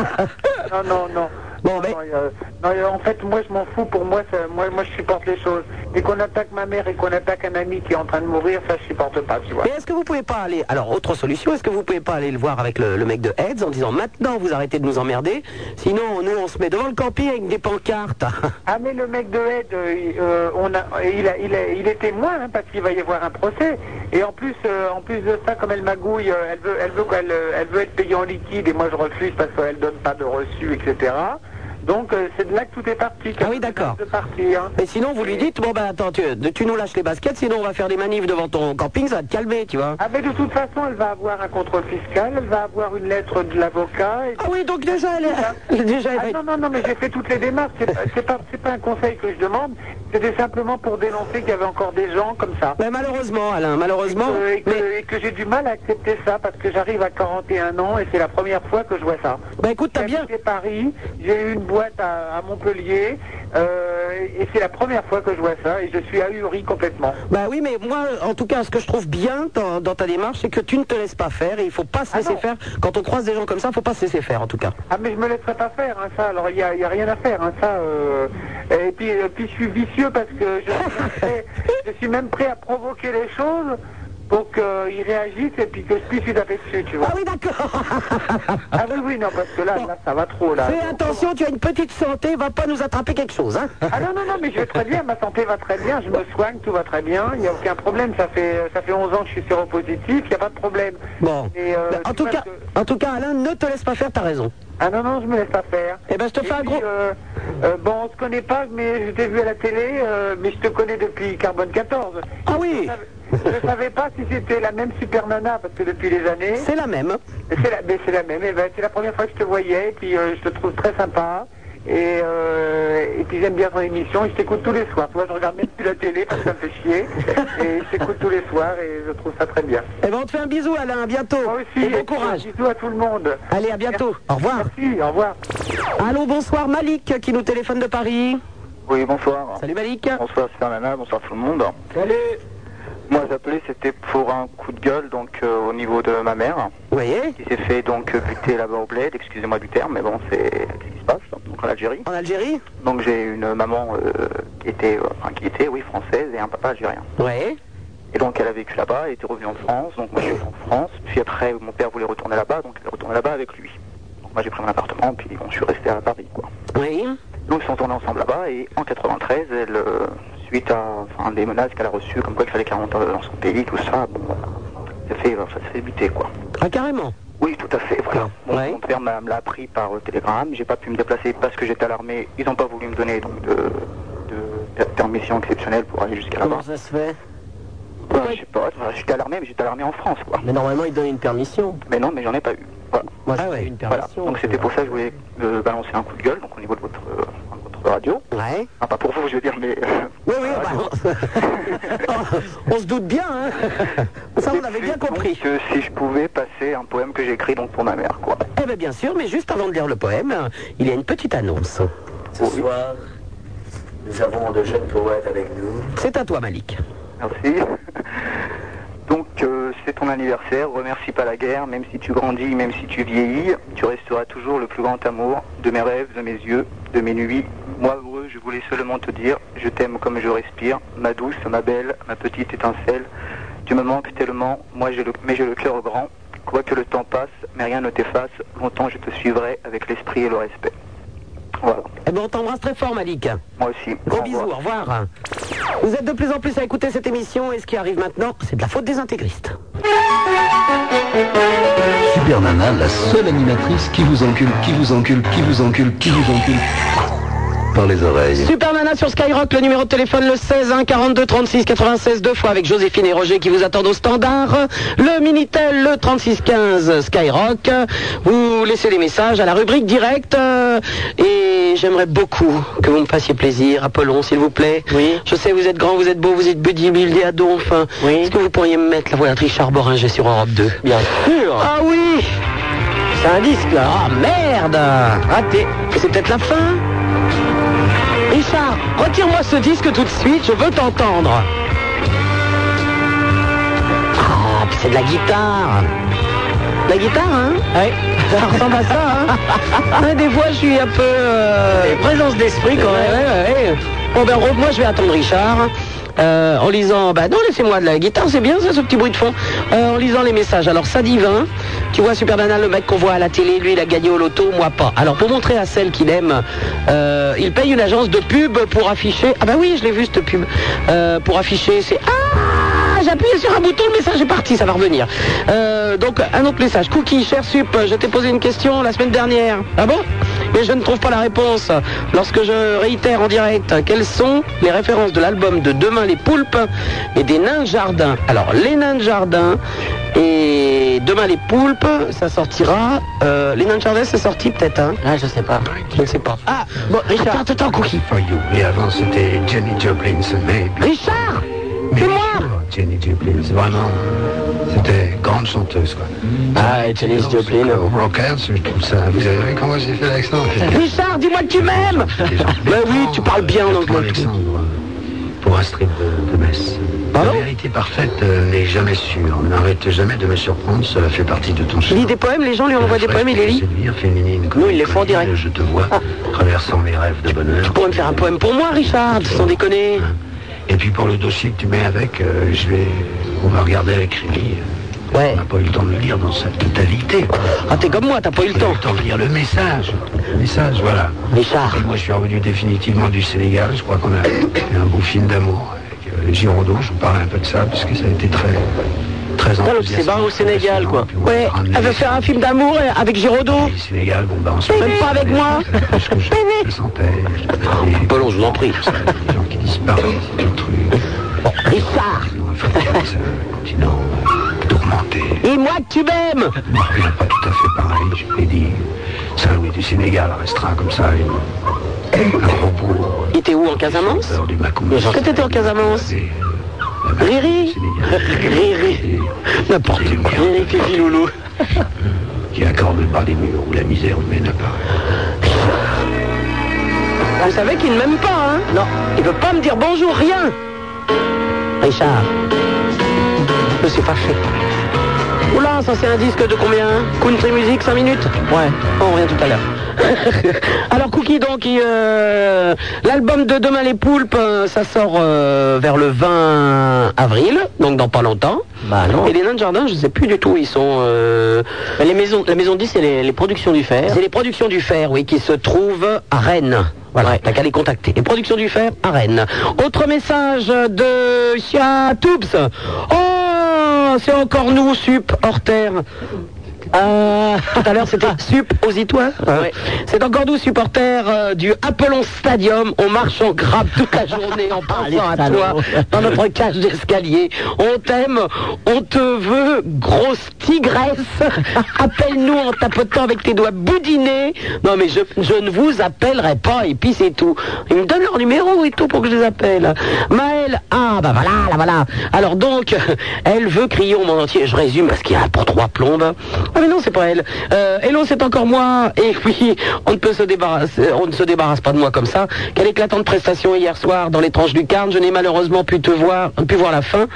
non, non, non. Bon, non, euh, non, euh, en fait, moi, je m'en fous. Pour moi, ça- moi, moi, je supporte les choses. Et qu'on attaque ma mère et qu'on attaque un ami qui est en train de mourir, ça, je supporte pas, tu vois. Mais est-ce que vous pouvez pas aller Alors, autre solution, est-ce que vous pouvez pas aller le voir avec le, le mec de Heads en disant maintenant vous arrêtez de nous emmerder, sinon nous on se met devant le camping avec des pancartes. Ah mais le mec de Head, euh, il- euh, on a, il, a- il, a- il est témoin hein, parce qu'il va y avoir un procès. Et en plus, euh, en plus de ça, comme elle magouille, euh, elle veut, elle veut, qu'elle, euh, elle, veut être payée en liquide et moi je refuse parce qu'elle donne pas de reçu, etc. Donc euh, c'est de là que tout est hein. parti. Ah oui d'accord. De partir. Et sinon vous lui dites bon ben attends tu, tu nous lâches les baskets, sinon on va faire des manifs devant ton camping, ça va te calmer, tu vois. Ah mais de toute façon, elle va avoir un contrôle fiscal, elle va avoir une lettre de l'avocat. Ah oui, donc déjà elle est... déjà ah non, non, non, mais j'ai fait toutes les démarches. C'est pas, c'est pas, c'est pas un conseil que je demande. C'était simplement pour dénoncer qu'il y avait encore des gens comme ça. Mais Bah, malheureusement, Alain, malheureusement. Et que, et que- et que j'ai du mal à accepter ça parce que j'arrive à 41 ans et c'est la première fois que je vois ça. Bah écoute, t'as bien. J'ai Paris, j'ai eu une boîte à, à Montpellier euh, et c'est la première fois que je vois ça et je suis ahuri complètement. Bah oui, mais moi, en tout cas, ce que je trouve bien dans, dans ta démarche, c'est que tu ne te laisses pas faire et il faut pas se laisser faire. Quand on croise des gens comme ça, faut pas se laisser faire, en tout cas. Ah mais je me laisserai pas faire hein, ça, alors il n'y a, il y a rien à faire hein, ça. euh, Et puis, euh, puis je suis vicieux parce que je suis, même prêt, je suis même prêt à provoquer les choses pour qu'ils réagissent et puis que je puisse lui taper dessus, tu vois. Ah oui d'accord Ah oui oui non parce que là, là ça va trop là. Fais attention, tu as une petite santé, va pas nous attraper quelque chose, hein. Ah non, non, non, mais je vais très bien, ma santé va très bien, je me soigne, tout va très bien, il n'y a aucun problème, ça fait, ça fait 11 ans que je suis séropositif, il n'y a pas de problème. Bon. Bah, Et, euh, En c'est tout pas cas, que- en tout cas, Alain, ne te laisse pas faire, t'as raison. Ah non, non, je me laisse pas faire. Eh ben, je te fais un gros... euh, bon, on se connaît pas, mais je t'ai vu à la télé, euh, mais je te connais depuis Carbone 14. Ah oui Je ne savais pas si c'était la même super nana, parce que depuis les années... C'est la même. C'est la, mais c'est la même, Eh ben, c'est la première fois que je te voyais, et puis euh, je te trouve très sympa. Et, euh, et puis j'aime bien ton émission, et je t'écoute tous les soirs. Toi, je regarde même plus la télé parce que ça me fait chier. Et je t'écoute tous les soirs et je trouve ça très bien. Eh ben, on te fait un bisou, Alain, à bientôt. Si, et bon et puis, courage. Bisous à tout le monde. Allez, à bientôt. Au revoir. Merci, au revoir. Allô, bonsoir, Malik, qui nous téléphone de Paris. Oui, bonsoir. Salut Malik. Bonsoir Super Nana, bonsoir tout le monde. Salut. Moi j'appelais, c'était pour un coup de gueule donc euh, au niveau de ma mère. Oui. Qui s'est fait donc euh, buter là-bas au bled, excusez-moi du terme, mais bon c'est ce qui se passe, donc en Algérie. En Algérie Donc j'ai une maman euh, qui était, euh, enfin, qui était, oui, française et un papa algérien. Ouais. Et donc elle a vécu là-bas, elle était revenue en France, donc moi je suis en France, puis après mon père voulait retourner là-bas, donc elle est retournée là-bas avec lui. Donc moi j'ai pris mon appartement, puis bon, je suis resté à Paris quoi. Oui. Donc ils sont tournés ensemble là-bas et en 93, elle, euh, suite à enfin, des menaces qu'elle a reçues, comme quoi qu'il fallait qu'elle rentre dans son pays, tout ça, bon, voilà. ça fait, ça s'est buté quoi. Ah, carrément. Oui, tout à fait, voilà. Bon, Mon père m'a- me l'a appris par euh, télégramme, j'ai pas pu me déplacer parce que j'étais à l'armée, ils n'ont pas voulu me donner donc de, de- de permission exceptionnelle pour aller jusqu'à là-bas. Comment ça se fait Ouais, Ben, Je sais pas, enfin, j'étais à l'armée, mais j'étais à l'armée en France, quoi. Mais normalement, il donne une permission. Mais non, mais j'en ai pas eu. Voilà. Moi, ah ouais, une Voilà. permission. Donc c'était pour ça que je voulais euh, balancer un coup de gueule, donc au niveau de votre, euh, votre radio. Ouais. Ah, pas pour vous, je veux dire, mais... euh, Oui, bah, oui, Oh, on se doute bien, hein Ça, on avait bien compris. que euh, si je pouvais passer un poème que j'ai écrit donc pour ma mère, quoi. Eh bien, bien sûr, mais juste avant de lire le poème, euh, il y a une petite annonce. Ce soir, nous avons de jeunes poètes avec nous. C'est à toi, Malik. Merci. Donc euh, c'est ton anniversaire, remercie pas la guerre, même si tu grandis, même si tu vieillis, tu resteras toujours le plus grand amour de mes rêves, de mes yeux, de mes nuits. Moi heureux, je voulais seulement te dire, je t'aime comme je respire, ma douce, ma belle, ma petite étincelle. Tu me manques tellement, moi j'ai le, mais j'ai le cœur grand. Quoi que le temps passe, mais rien ne t'efface, longtemps je te suivrai avec l'esprit et le respect. Eh bien, on t'embrasse très fort, Malik. Moi aussi. Gros bisous, au revoir. Vous êtes de plus en plus à écouter cette émission et ce qui arrive maintenant, c'est de la faute des intégristes. Super Nana, la seule animatrice qui vous encule, qui vous encule, qui vous encule, qui vous encule. Par les oreilles. Super Nana sur Skyrock, le numéro de téléphone le 16 1 42 36 96 deux fois avec Joséphine et Roger qui vous attendent au standard. Le Minitel le 36 15 Skyrock. Vous laissez les messages à la rubrique directe euh, et j'aimerais beaucoup que vous me fassiez plaisir. Apollon, s'il vous plaît. Oui. Je sais, vous êtes grand, vous êtes beau, vous êtes bodybuildé à donf. Oui. Est-ce que vous pourriez me mettre la voix de Richard Boringer sur Europe 2 Bien sûr. Ah oui C'est un disque là. Ah merde Raté. C'est peut-être la fin Richard, retire-moi ce disque tout de suite, je veux t'entendre. Ah, puis c'est de la guitare. La guitare, hein Oui. Ça ressemble à ça, hein Ouais, Des fois, je suis un peu... euh, Présence d'esprit, quand même. Bon, ben, en gros, moi, je vais attendre Richard. euh, en lisant, bah non, laissez-moi de la guitare, c'est bien ça, ce petit bruit de fond. Euh, en lisant les messages. Alors, ça divin, tu vois, super banal, le mec qu'on voit à la télé, lui, il a gagné au loto, moi pas. Alors, pour montrer à celle qu'il aime, euh, il paye une agence de pub pour afficher. Ah, bah oui, je l'ai vu, cette pub. Euh, pour afficher, c'est. Ah, j'ai appuyé sur un bouton, le message est parti, ça va revenir. Euh, donc un autre message. Cookie, cher Sup, je t'ai posé une question la semaine dernière. Ah bon Mais je ne trouve pas la réponse. Lorsque je réitère en direct, quelles sont les références de l'album de Demain les Poulpes et des Nains de Jardin Alors les Nains de Jardin et Demain les Poulpes, ça sortira. euh, les Nains de Jardin, c'est sorti peut-être. Hein ah, je sais pas. Je ne sais pas. Ah, bon, Richard. Attends, attends, Cookie. Et avant, c'était Jenny Joplin, mais... Richard C'est Oh, moi Jenny Joplin, c'est vraiment... C'était grande chanteuse, quoi. Ah, et Jenny Joplin. Rockers, je trouve ça... Vous avez vu comment j'ai fait l'accent Richard, dis-moi que tu m'aimes Ben oui, tu Ah parles bien en anglais. euh, Pour un strip de, de messe. La vérité parfaite euh, n'est jamais sûre. N'arrête jamais de me surprendre, cela fait partie de ton Il lit des poèmes, les gens lui envoient des poèmes, il les lit. féminine. Nous, il les font en direct. Je te vois traversant mes rêves de bonheur. Tu pourrais me faire un poème pour moi, Richard, sans déconner. Et puis pour le dossier que tu mets avec, euh, je vais, on va regarder avec Rémi. On n'a pas eu le temps de le lire dans sa totalité. Ah, t'es comme moi, t'as pas eu le temps. de lire le message. Le message, voilà. Richard. moi, je suis revenu définitivement du Sénégal. Je crois qu'on a fait un beau film d'amour avec euh, Girondeau. Je vous parlais un peu de ça, parce que ça a été très, très Putain, le enthousiasmant. petit bar au Sénégal, quoi. Ouais, elle veut faire un film d'amour euh, avec Giraudot. Sénégal, bon, ben, on se Même pas avec moi. Pas long, je vous en prie. Les gens qui disparaissent, c'est le truc. Richard C'est un continent euh, tourmenté. Et moi que tu m'aimes Bon, je suis pas tout à fait pareil, je l'ai dit. Saint-Louis du Sénégal restera comme ça une- un repos. Il était où, en Casamance Est-ce que t'étais en Casamance Riri Riri N'importe quoi. Riri qui dit loulou. Qui accorde par les murs où la misère humaine apparaît. Vous savez qu'il ne m'aime pas, hein Non. Il veut pas me dire bonjour, rien. Richard, je suis fâché. Oula, ça c'est un disque de combien hein Country Music, 5 minutes Ouais, on revient tout à l'heure. Alors Cookie, donc, il, euh, l'album de Demain les Poulpes, euh, ça sort euh, vers le 20 avril, donc dans pas longtemps. Bah non. Et les Nains de Jardin, je sais plus du tout où ils sont. euh, Mais les maisons, la maison 10, c'est les, les productions du fer. c'est les productions du fer, oui, qui se trouvent à Rennes. Voilà, t'as qu'à les contacter. Les productions du fer à Rennes. Autre message de Chia Toups. Oh, c'est encore nous, Sup, hors terre. Euh, tout à l'heure, c'était suppositoire. C'est encore nous, supporters euh, du Apollon Stadium. On marche, on grappe toute la journée en pensant à toi dans notre cage d'escalier. On t'aime, on te veut, grosse tigresse. Appelle-nous en tapotant avec tes doigts boudinés. Non, mais je, je ne vous appellerai pas et puis c'est tout. Ils me donnent leur numéro et tout pour que je les appelle. Maëlle, ah, bah voilà, là, voilà. Alors donc, elle veut crier au monde entier. Je résume parce qu'il y a un pour trois plombes. Ah mais non, c'est pas elle. Euh, hello, c'est encore moi. Et oui, on ne peut se débarrasser, on ne se débarrasse pas de moi comme ça. Quelle éclatante prestation hier soir dans les tranches du Carne. Je n'ai malheureusement pu te voir, pu voir la fin.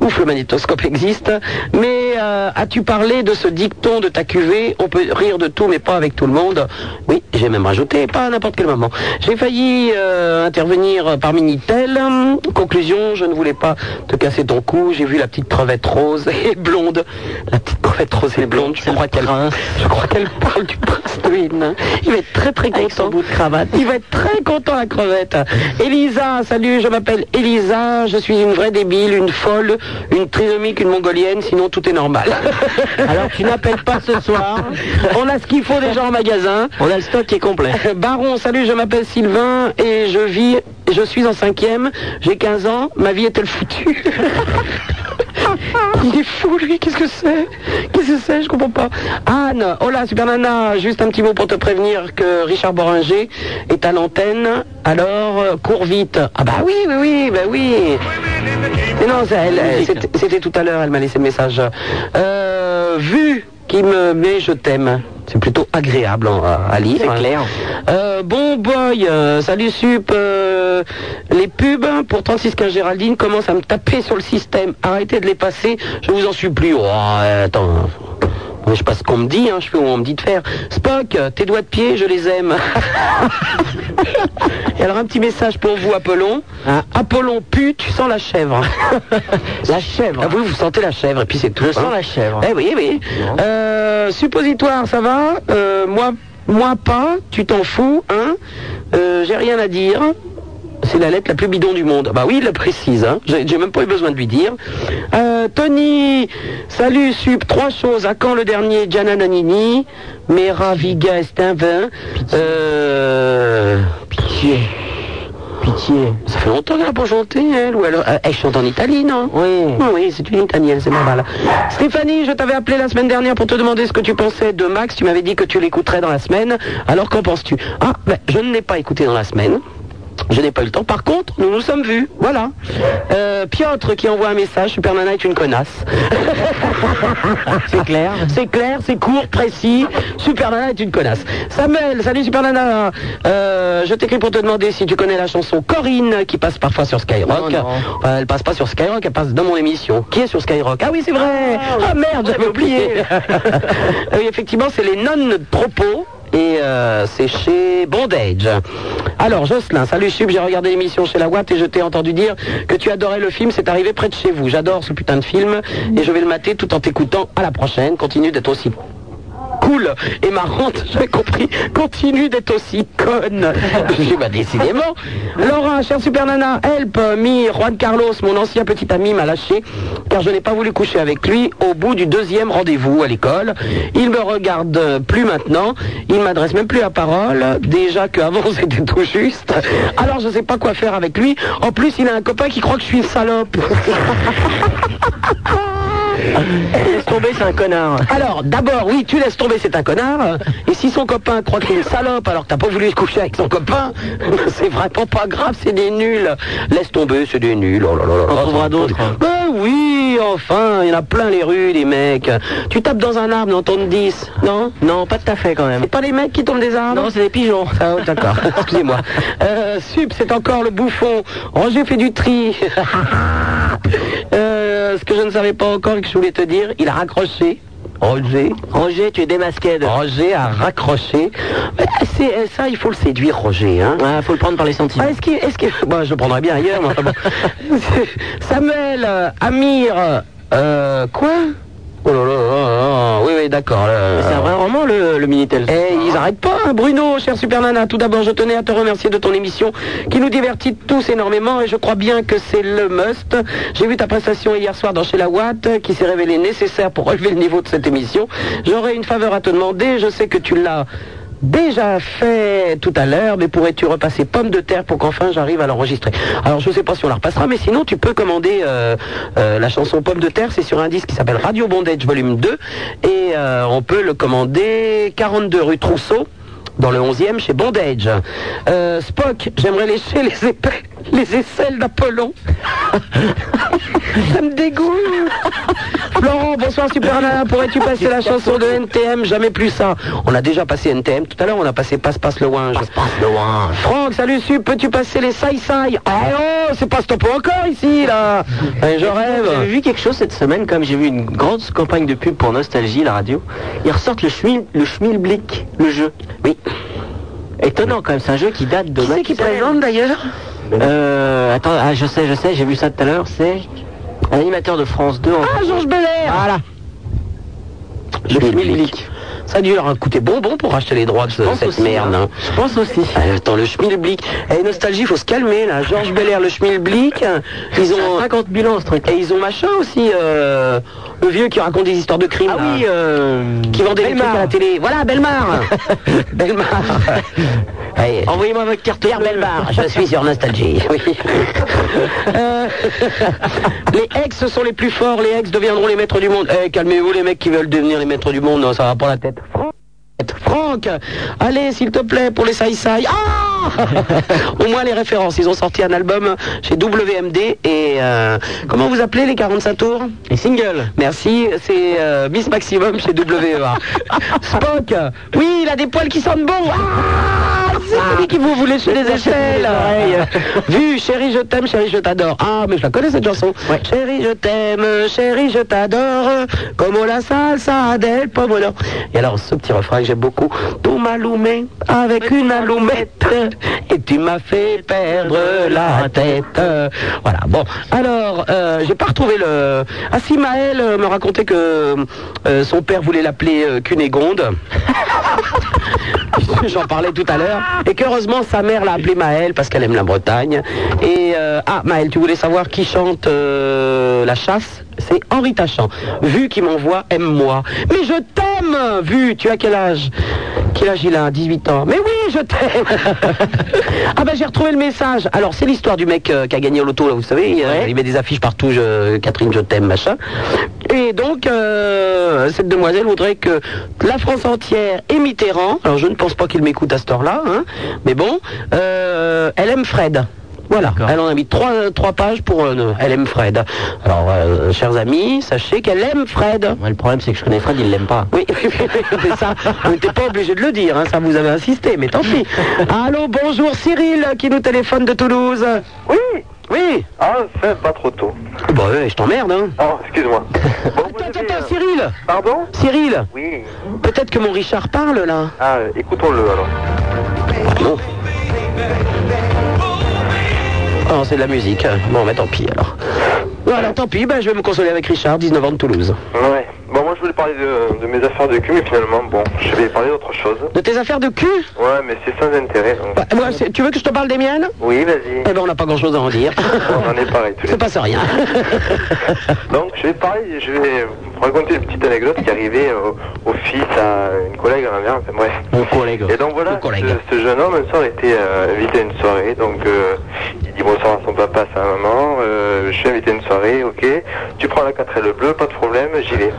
Ouf, le magnétoscope existe. Mais euh, as-tu parlé de ce dicton de ta cuvée On peut rire de tout, mais pas avec tout le monde. Oui, j'ai même rajouté, pas à n'importe quel moment. J'ai failli euh, intervenir par Minitel. Hum, Conclusion, je ne voulais pas te casser ton cou. J'ai vu la petite crevette rose et blonde. La petite crevette rose et blonde. Je crois qu'elle Hein je crois qu'elle parle du prince de Hénin. Il va être très très content. bout de cravate. Il va être très content la crevette. Elisa, salut, je m'appelle Elisa, je suis une vraie débile, une folle, une trisomique, une mongolienne, sinon tout est normal. Alors tu n'appelles pas ce soir. On a ce qu'il faut déjà en magasin. On a le stock qui est complet. Baron, salut, je m'appelle Sylvain et je vis, je suis en cinquième, j'ai 15 ans, ma vie est-elle foutue Il est fou lui, qu'est-ce que c'est Qu'est-ce que c'est Je comprends pas. Anne, hola Super Nana, juste un petit mot pour te prévenir que Richard Boringer est à l'antenne, alors euh, cours vite. Ah bah oui, oui, oui, bah oui. Mais non, ça, elle, elle, c'était- c'était tout à l'heure, elle m'a laissé le message. Euh, vu qui me met je t'aime. C'est plutôt agréable hein, à- à lire. C'est clair. bon boy, euh, salut sup. euh, les pubs pour 3615 Géraldine commencent à me taper sur le système. Arrêtez de les passer, je vous en supplie. Oh, euh, attends. Je sais pas ce qu'on me dit, hein, je fais où on me dit de faire. Spock, tes doigts de pied, je les aime. Et alors un petit message pour vous, Apollon. Apollon pue, tu sens la chèvre. la chèvre. Ah, vous, vous sentez la chèvre, et puis c'est tout. Je sens la chèvre. Eh oui, oui. Euh, suppositoire, ça va Euh, Moi, moi pas. Tu t'en fous, hein Euh, J'ai rien à dire. C'est la lettre la plus bidon du monde. Bah oui, il le précise. Hein. J'ai j'ai même pas eu besoin de lui dire. Euh, Tony, salut Sup. Trois choses. À quand le dernier Gianna Nannini Mera Viga Estinvin. Euh... Pitié. Pitié. Ça fait longtemps qu'elle n'a pas chanté, elle. Ou alors, euh, elle chante en Italie, non Oui. Oui, c'est une Italienne, c'est normal. Stéphanie, je t'avais appelé la semaine dernière pour te demander ce que tu pensais de Max. Tu m'avais dit que tu l'écouterais dans la semaine. Alors, qu'en penses-tu Ah, ben, je ne l'ai pas écouté dans la semaine. Je n'ai pas eu le temps. Par contre, nous nous sommes vus. Voilà. Euh, Piotr qui envoie un message. Super Nana est une connasse. c'est clair. C'est clair, c'est court, précis. Super Nana est une connasse. Samuel, salut Super Nana. Euh, je t'écris pour te demander si tu connais la chanson Corinne qui passe parfois sur Skyrock. Enfin, elle passe pas sur Skyrock, elle passe dans mon émission. Qui est sur Skyrock Ah oui, c'est vrai. Ah merde, j'avais oublié. Euh, oui, effectivement, c'est les non-propos. Et euh, c'est chez Bondage. Alors, Jocelyn, salut Sub, j'ai regardé l'émission chez la Watt et je t'ai entendu dire que tu adorais le film, c'est arrivé près de chez vous. J'adore ce putain de film et je vais le mater tout en t'écoutant. À la prochaine, continue d'être aussi cool et marrante, j'ai compris, continue d'être aussi conne. Je dis, bah, décidément. Laura, chère super nana, help me, Juan Carlos, mon ancien petit ami, m'a lâché, car je n'ai pas voulu coucher avec lui au bout du deuxième rendez-vous à l'école. Il me regarde euh, plus maintenant, il m'adresse même plus la parole, déjà qu'avant c'était tout juste. Alors je sais pas quoi faire avec lui. En plus, il a un copain qui croit que je suis une salope. Laisse tomber, c'est un connard. Alors, d'abord, oui, tu laisses tomber, c'est un connard. Et si son copain croit qu'il est une salope alors que t'as pas voulu se coucher avec son copain, c'est vraiment pas grave, c'est des nuls. Laisse tomber, c'est des nuls. Oh là là là là, On trouvera d'autres. Ben oui, enfin, il y en a plein les rues, les mecs. Tu tapes dans un arbre, on tombe 10, non Non, pas tout à fait quand même. C'est pas les mecs qui tombent des arbres Non, c'est des pigeons. Ah, oh, d'accord, excusez-moi. Euh, Sup, c'est encore le bouffon. Roger fait du tri. Euh, ce que je ne savais pas encore et que je voulais te dire, il a raccroché. Roger. Roger, tu es démasqué. Roger a raccroché. Mais c'est- euh, ça, il faut le séduire, Roger. Hein. faut le prendre par les sentiments. est-ce qu'il, est-ce qu'il- bon, je le prendrais bien ailleurs, mais enfin bon. Samuel, euh, Amir, euh, quoi Oh là là là là, oui, oui, oui, d'accord. là. C'est un vrai roman, le, le Minitel. Ah. Eh, ils n'arrêtent pas, hein, Bruno, cher Super Nana. Tout d'abord, je tenais à te remercier de ton émission qui nous divertit tous énormément et je crois bien que c'est le must. J'ai vu ta prestation hier soir dans Chez la Watt qui s'est révélée nécessaire pour relever le niveau de cette émission. J'aurais une faveur à te demander. Je sais que tu l'as déjà fait tout à l'heure, mais pourrais-tu repasser Pomme de terre pour qu'enfin j'arrive à l'enregistrer Alors je sais pas si on la repassera, mais sinon tu peux commander euh, euh, la chanson Pomme de terre, c'est sur un disque qui s'appelle Radio Bondage Volume 2, et euh, on peut le commander 42 rue Trousseau. Dans le 11e, chez Bondage. Euh, Spock, j'aimerais lécher les, épais, les aisselles d'Apollon. Ça me dégoûte. Florent, bonsoir Super Nana. Pourrais-tu passer la chanson de NTM Jamais plus ça. On a déjà passé NTM tout à l'heure. On a passé Passe Passe le Winge. Franck, salut Sup. Peux-tu passer les Sai Sai Oh, c'est pas stop encore ici là. Ouais, je rêve. J'ai vu quelque chose cette semaine, comme j'ai vu une grande campagne de pub pour Nostalgie, la radio. Ils ressortent le schmil, le schmilblick, le jeu. Oui. Étonnant quand même, c'est un jeu qui date de. Qui c'est qui présente d'ailleurs Euh, attends, ah, je sais, je sais, j'ai vu ça tout à l'heure, c'est un animateur de France 2. en- Ah, Georges Belair Voilà. Je suis public. Ça a dû leur coûter bonbon pour acheter les droits de ce- cette merde. hein. Je pense aussi. Attends, le schmilblick. Eh, nostalgie, faut se calmer là. Georges Belair, le schmilblick. Ils ont 50 000 ans ce truc. Et ils ont machin aussi. euh, le vieux qui raconte des histoires de crimes. Ah oui. qui vendait des trucs à la télé. Voilà, Belmar. Belmar. Envoyez-moi votre carte. Pierre Belmar. Je suis sur Nostalgie. Euh, les ex sont les plus forts, les ex deviendront les maîtres du monde. Eh, calmez-vous les mecs qui veulent devenir les maîtres du monde, non, ça va pas la tête. Franck, Franck, allez s'il te plaît pour les saïsaï. Ah Au moins les références, ils ont sorti un album chez WMD et euh, comment vous appelez les 45 tours Les singles. Merci, c'est euh, Miss Maximum chez WEA. Spock, oui, il a des poils qui sentent bon. Ah c'est celui qui vous voulait chez les échelles. Vu, chérie, je t'aime, chérie, je t'adore. Ah, mais je la connais cette chanson. Chérie, je t'aime, chérie, je t'adore. Como la salsa del pomodoro. Et alors, ce petit refrain que j'aime beaucoup. Tu m'as allumé avec une allumette et tu m'as fait perdre la tête. Voilà, bon. Alors, euh, j'ai pas retrouvé le. Ah, si Maël euh, me racontait que euh, son père voulait l'appeler euh, Cunégonde. J'en parlais tout à l'heure. Et qu'heureusement, sa mère l'a appelée Maëlle parce qu'elle aime la Bretagne. Et euh, ah, Maëlle, tu voulais savoir qui chante euh, La Chasse C'est Henri Tachant. Vu qu'il m'envoie, aime-moi. Mais je t'aime Vu, tu as quel âge Quel âge il a 18 ans. Mais oui, je t'aime Ah ben j'ai retrouvé le message. Alors c'est l'histoire du mec euh, qui a gagné au loto, là, vous savez. Il, euh, il met des affiches partout, je- Catherine, je t'aime, machin. Et donc, euh, cette demoiselle voudrait que la France entière et Mitterrand, alors je ne pense pas qu'il m'écoute à cette heure-là, hein, mais bon, euh, elle aime Fred. Voilà, elle en a mis trois, trois pages pour euh, ne- Elle aime Fred. Alors, euh, chers amis, sachez qu'elle aime Fred. le problème, c'est que je connais Fred, il l'aime pas. Oui, mais ça, on n'était pas obligé de le dire, hein, ça vous avez insisté, mais tant pis. Allô, bonjour Cyril, qui nous téléphone de Toulouse. Oui Oui Ah, c'est pas trop tôt. Bah ouais, je t'emmerde, hein. Oh, excuse-moi. Attends, attends, Cyril euh, Pardon Cyril Oui. Peut-être que mon Richard parle, là. Ah, euh, écoutons-le alors. Oh, c'est de la musique. Bon, bah tant pis, alors. Voilà, tant pis, bah, je vais me consoler avec Richard, 19 ans de Toulouse. Ouais. Bon, moi je voulais parler de, de mes affaires de cul, mais finalement, bon, je vais parler d'autre chose. De tes affaires de cul Ouais, mais c'est sans intérêt. donc. Bah, moi, c'est- Tu veux que je te parle des miennes Oui, vas-y. Eh ben, on n'a pas grand-chose à en dire. On en est pareil tous les C'est pas ça, rien. Donc je vais parler, je vais vous raconter une petite anecdote qui arrivait au, au fils à une collègue à ma mère, enfin, bref. Mon collègue. Et donc voilà, ce, ce jeune homme un soir était euh, invité à une soirée, donc euh, il dit bonsoir à son papa, à sa maman, euh, je suis invité à une soirée, ok, tu prends la 4L bleue, pas de problème, j'y vais.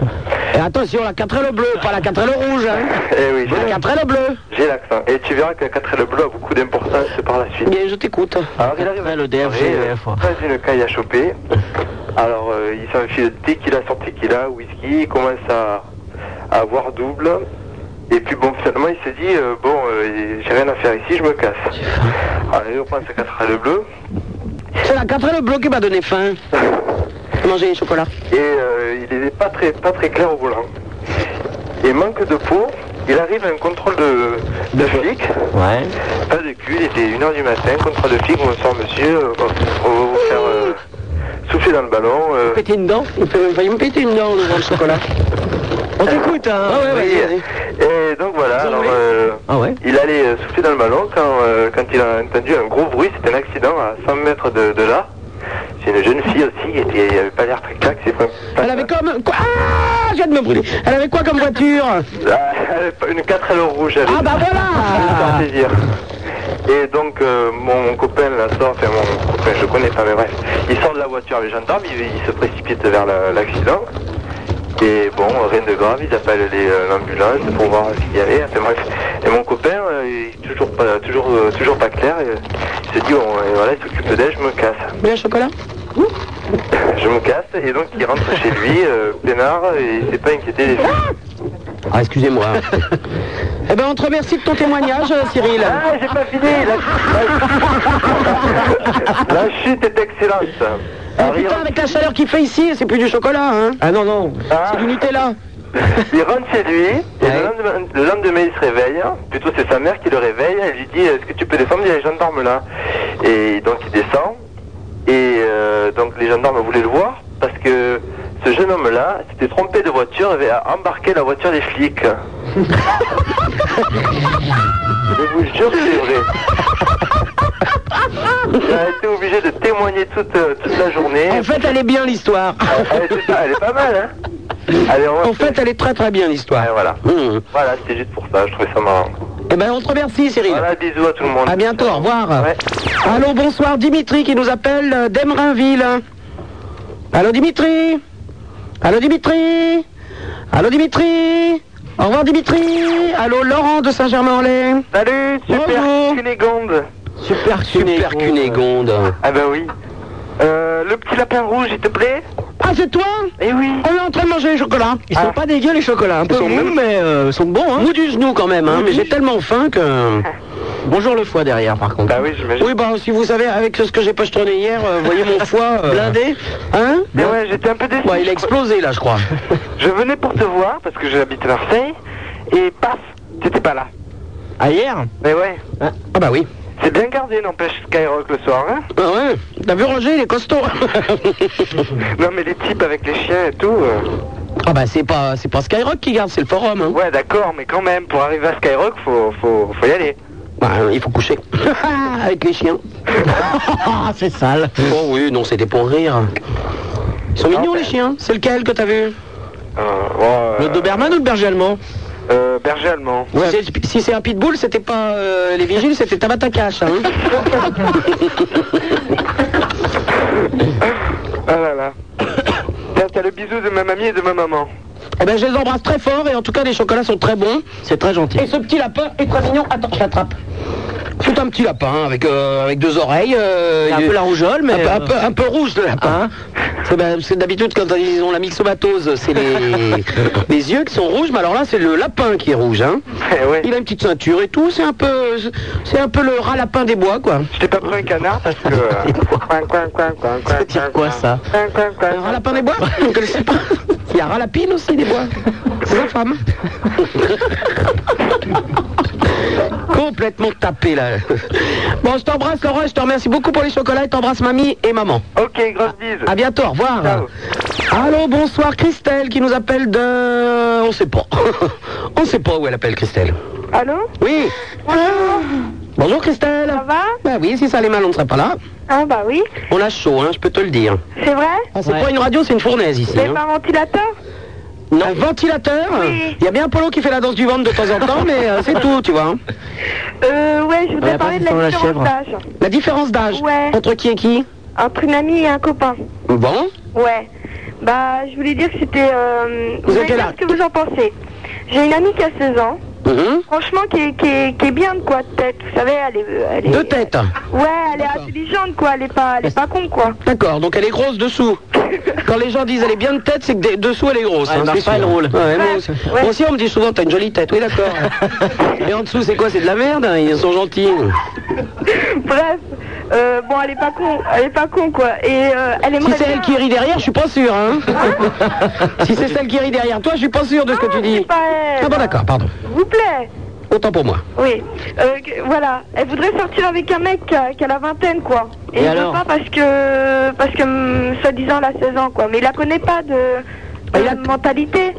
Et attention, la 4L bleue, pas la 4L rouge, hein. Eh oui, j'ai- La 4L bleue. j'ai l'accent. Et tu verras que la 4L bleue a beaucoup d'importance par la suite. Bien, je t'écoute. Alors il arrive à le Pas une caille à choper. Alors euh, il s'enfile tequila sur tequila, whisky, il commence à, à avoir double. Et puis bon, finalement il se dit, euh, bon, euh, j'ai rien à faire ici, je me casse. Alors il reprend sa 4 le bleu. C'est la 4L bleue qui m'a donné faim. Manger les chocolats. et euh, il n'était pas très, pas très clair au volant. Et manque de peau, il arrive à un contrôle de, de flic. Ouais. Pas de cul, il était 1h du matin, contrôle de flic, bonsoir monsieur, euh, bon, on va vous faire euh, souffler dans le ballon. euh. Péter une dent. Il peut- il me péter une dent, le vent de chocolat. On t'écoute, hein Ah Ah ouais, ouais, Et donc voilà, alors euh, il allait euh, souffler dans le ballon quand, euh, quand il a entendu un gros bruit, c'était un accident à 100 mètres de, de là. C'est une jeune fille aussi, qui était- elle avait pas l'air très claque, c'est pas- Elle avait comme... Quoi Ah, je viens de me brûler. Elle avait quoi comme voiture Ah, elle avait pas- une 4 à rouge. Elle ah bah voilà plaisir. Et donc euh, mon copain la sort, enfin mon copain, je connais pas, mais bref, il sort de la voiture, les gendarmes, il, il se précipite vers la- l'accident. Et bon, rien de grave, ils appellent les, euh, l'ambulance pour voir ce qu'il y avait. Enfin, bref. Et mon copain, euh, il est toujours pas, toujours, euh, toujours pas clair, et, euh, il se dit, on, et voilà, il s'occupe d'elle, je me casse. Mais un chocolat Je me casse, et donc il rentre chez lui, euh, peinard, et il s'est pas inquiété des filles. Ah, excusez-moi. eh ben, on te remercie de ton témoignage, euh, Cyril. Ah, Eh, j'ai pas fini. La chute est excellente. Ah, putain, avec la chaleur qu'il fait ici, c'est plus du chocolat, hein Ah non, non. C'est du Nutella. Il rentre chez lui, et le, lendemain, le lendemain, il se réveille, plutôt c'est sa mère qui le réveille, elle lui dit est-ce que tu peux descendre, il y a les gendarmes là. Et donc il descend, et euh, donc les gendarmes voulaient le voir, parce que ce jeune homme là s'était trompé de voiture, avait embarqué la voiture des flics. Je vous jure que c'est vrai. Elle a été obligée de témoigner toute, euh, toute la journée. En fait, elle est bien, l'histoire. Elle, était pas- elle est pas mal, hein en fait, elle est très très bien, l'histoire. Mmh. voilà. Voilà, c'était juste pour ça, je trouvais ça marrant. Eh ben, on te remercie, Cyril. Voilà, bisous à tout le monde. À bientôt, au revoir. Allô, bonsoir, Dimitri qui nous appelle euh, d'Emerinville. Allô, Dimitri Allô, Dimitri Allô, Dimitri Au revoir, Dimitri Allô, Laurent de Saint-Germain-en-Laye Salut, super cunégonde. Super Super cunégonde. Ah ben oui. Euh, le petit lapin rouge, il te plaît Ah, c'est toi Eh oui. On est en train de manger les chocolats. Ah. Ils Ah. sont pas dégueux, les chocolats. Un peu mous, mais euh, ils sont bons. Hein. Mous du genou, quand même. Hein, mais j'ai tellement faim que... euh, Bonjour le foie derrière, par contre. Bah oui, j'imagine. Oui, bah si vous savez, avec ce que j'ai pochetronné hier, euh, voyez mon foie... euh, Blindé Hein Mais ouais, j'étais un peu déçu. Ouais, il a explosé, là, je crois. Je venais pour te voir, parce que j'habite à Marseille, et paf, t'étais pas là. Ah, hier Mais ouais. Ah, bah oui. C'est bien gardé, n'empêche, Skyrock le soir, hein Ah ouais T'as vu Roger, il est costaud Non mais les types avec les chiens et tout... euh, Ah bah c'est pas, c'est pas Skyrock qui garde, c'est le forum. Hein. Ouais, d'accord, mais quand même, pour arriver à Skyrock, faut, faut, faut y aller. Bah, euh, il faut coucher. Avec les chiens. c'est sale. Oh oui, non, c'était pour rire. Ils sont ben, mignons les chiens. C'est lequel que t'as vu Le Doberman ou le berger allemand Euh, berger allemand. Si c'est- Si c'est un pitbull, c'était pas euh, les vigiles, c'était Tabata Cash. Hein Ah là là. Tiens, t'as le bisou de ma mamie et de ma maman. Eh ben, je les embrasse très fort et en tout cas, les chocolats sont très bons. C'est très gentil. Et ce petit lapin est très mignon. Attends, je l'attrape. C'est un petit lapin avec, euh, avec deux oreilles. euh, C'est un il- peu la rougeole, mais, Un peu, un euh, peu- un peu rouge le lapin. c'est ben, c'est d'habitude quand ils ont la myxomatose, c'est les, les yeux qui sont rouges, mais alors là, c'est le lapin qui est rouge. hein. Il a une petite ceinture et tout. C'est un peu, c'est un peu le rat lapin des bois, quoi. Je t'ai pas pris un canard parce que... euh, coin, coin, coin, coin, coin, coin, Quoi ça Un rat lapin des bois Vous connaissez pas Il y a un rat lapine aussi des bois. C'est la femme. Complètement tapé là. Bon, je t'embrasse Laurent, et je te remercie beaucoup pour les chocolats et t'embrasse mamie et maman. Ok, grosse bise. À bientôt, au revoir. Allô, bonsoir Christelle qui nous appelle de... On sait pas. On sait pas où elle appelle Christelle. Allô Oui. Bonjour Christelle. Ça va Bah oui, si ça allait mal, on ne serait pas là. Ah bah oui, On a chaud, hein, je peux te le dire. c'est vrai Ah, c'est pas une radio, c'est une fournaise ici. Mais hein. pas un ventilateur Non, un ventilateur Il y a bien Polo qui fait la danse du ventre de temps en temps, mais euh, c'est tout, tu vois. hein. Euh ouais, je voudrais parler de la différence d'âge. La différence d'âge Ouais. Entre qui et qui Entre une amie et un copain. Bon Ouais. Bah je voulais dire que c'était... Euh, Vous voulez êtes dire là. ce que vous en pensez. J'ai une amie qui a 16 ans. Mm-hmm. Franchement, qui est, qui, est, qui est bien de quoi de tête, vous savez, elle est... Elle est... Deux têtes Ouais, elle est intelligente quoi, elle est pas, elle est pas con quoi. D'accord, donc elle est grosse dessous. Quand les gens disent elle est bien de tête, c'est que des- dessous elle est grosse. Ouais, elle hein, marche c'est pas, sûr. elle roule. Ouais, moi aussi. Moi aussi, on me dit souvent t'as une jolie tête, oui d'accord. Et en dessous c'est quoi C'est de la merde, hein, ils sont gentils. Bref, euh, bon, elle est pas con, elle est pas con quoi. Et euh, elle Si aimerait c'est bien- elle qui rit derrière, je suis pas sûr. Hein. si c'est celle qui rit derrière toi, je suis pas sûr de ce que tu dis. Ah bon d'accord, pardon. Vous plaît Autant pour moi. Oui, euh, que- voilà, elle voudrait sortir avec un mec qui a, qui a la vingtaine, quoi. Et Et, elle alors veut pas parce que, mm, Ah, parce que, hum, soi-disant, elle a 16 ans, quoi. Mais il la connaît pas de, de mentalité.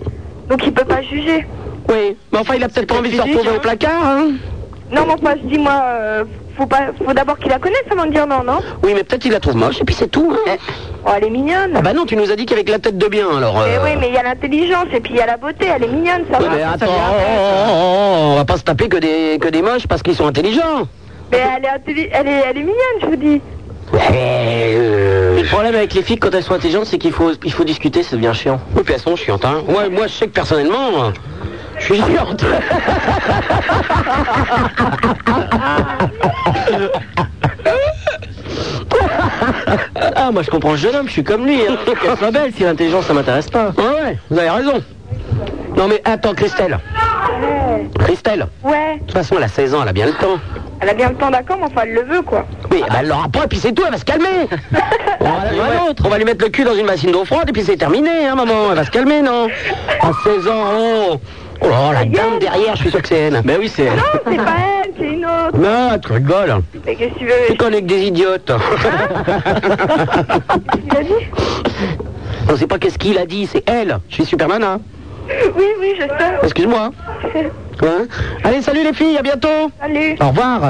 Donc il peut pas juger. Oui, mais enfin, il a peut-être pas envie de se retrouver au placard, hein Non, mais enfin, je dis, moi, euh, faut, pas, faut d'abord qu'il la connaisse hein, avant de dire non, non Oui, mais peut-être il la trouve moche et puis c'est tout. Hein. Eh, Oh, elle est mignonne. Ah bah non, tu nous as dit qu'avec la tête de bien, alors. Mais euh, eh oui, mais il y a l'intelligence et puis il y a la beauté, elle est mignonne, ça Oui, va. mais ça attends, vient oh, après. oh, oh, on va pas se taper que des, que des moches parce qu'ils sont intelligents. Mais elle est, intelli- elle, est, elle est mignonne, je vous dis. Le problème avec les filles quand elles sont intelligentes, c'est qu'il faut, il faut discuter, c'est bien chiant. Oui, puis elles sont chiantes, hein. Ouais, moi, je sais que personnellement, moi, je suis chiante. Ah, moi je comprends le jeune homme, je suis comme lui. Hein. Qu'elle soit belle, si l'intelligence ça m'intéresse pas. Ouais, ouais, vous avez raison. Non, mais attends, Christelle. Christelle. Ouais. De toute façon, elle a 16 ans, elle a bien le temps. Elle a bien le temps d'accord, mais enfin, elle le veut, quoi. Oui, bah, elle l'aura pas, et puis c'est tout, elle va se calmer. on, va la- on va lui mettre le cul dans une machine d'eau froide, et puis c'est terminé, hein, maman. Elle va se calmer, non À 16 ans, oh Oh là, la dame derrière, je suis sûr que c'est elle. Ben oui, c'est elle. Non, c'est pas elle, c'est une autre. Non, tu rigoles. Mais qu'est-ce que tu veux Tu connais que des idiotes. Il a dit On sait pas qu'est-ce qu'il a dit, c'est elle. Je suis hein. super nana. Oui, oui, je sais. Excuse-moi. Hein Allez, salut les filles, à bientôt. Salut. Au revoir.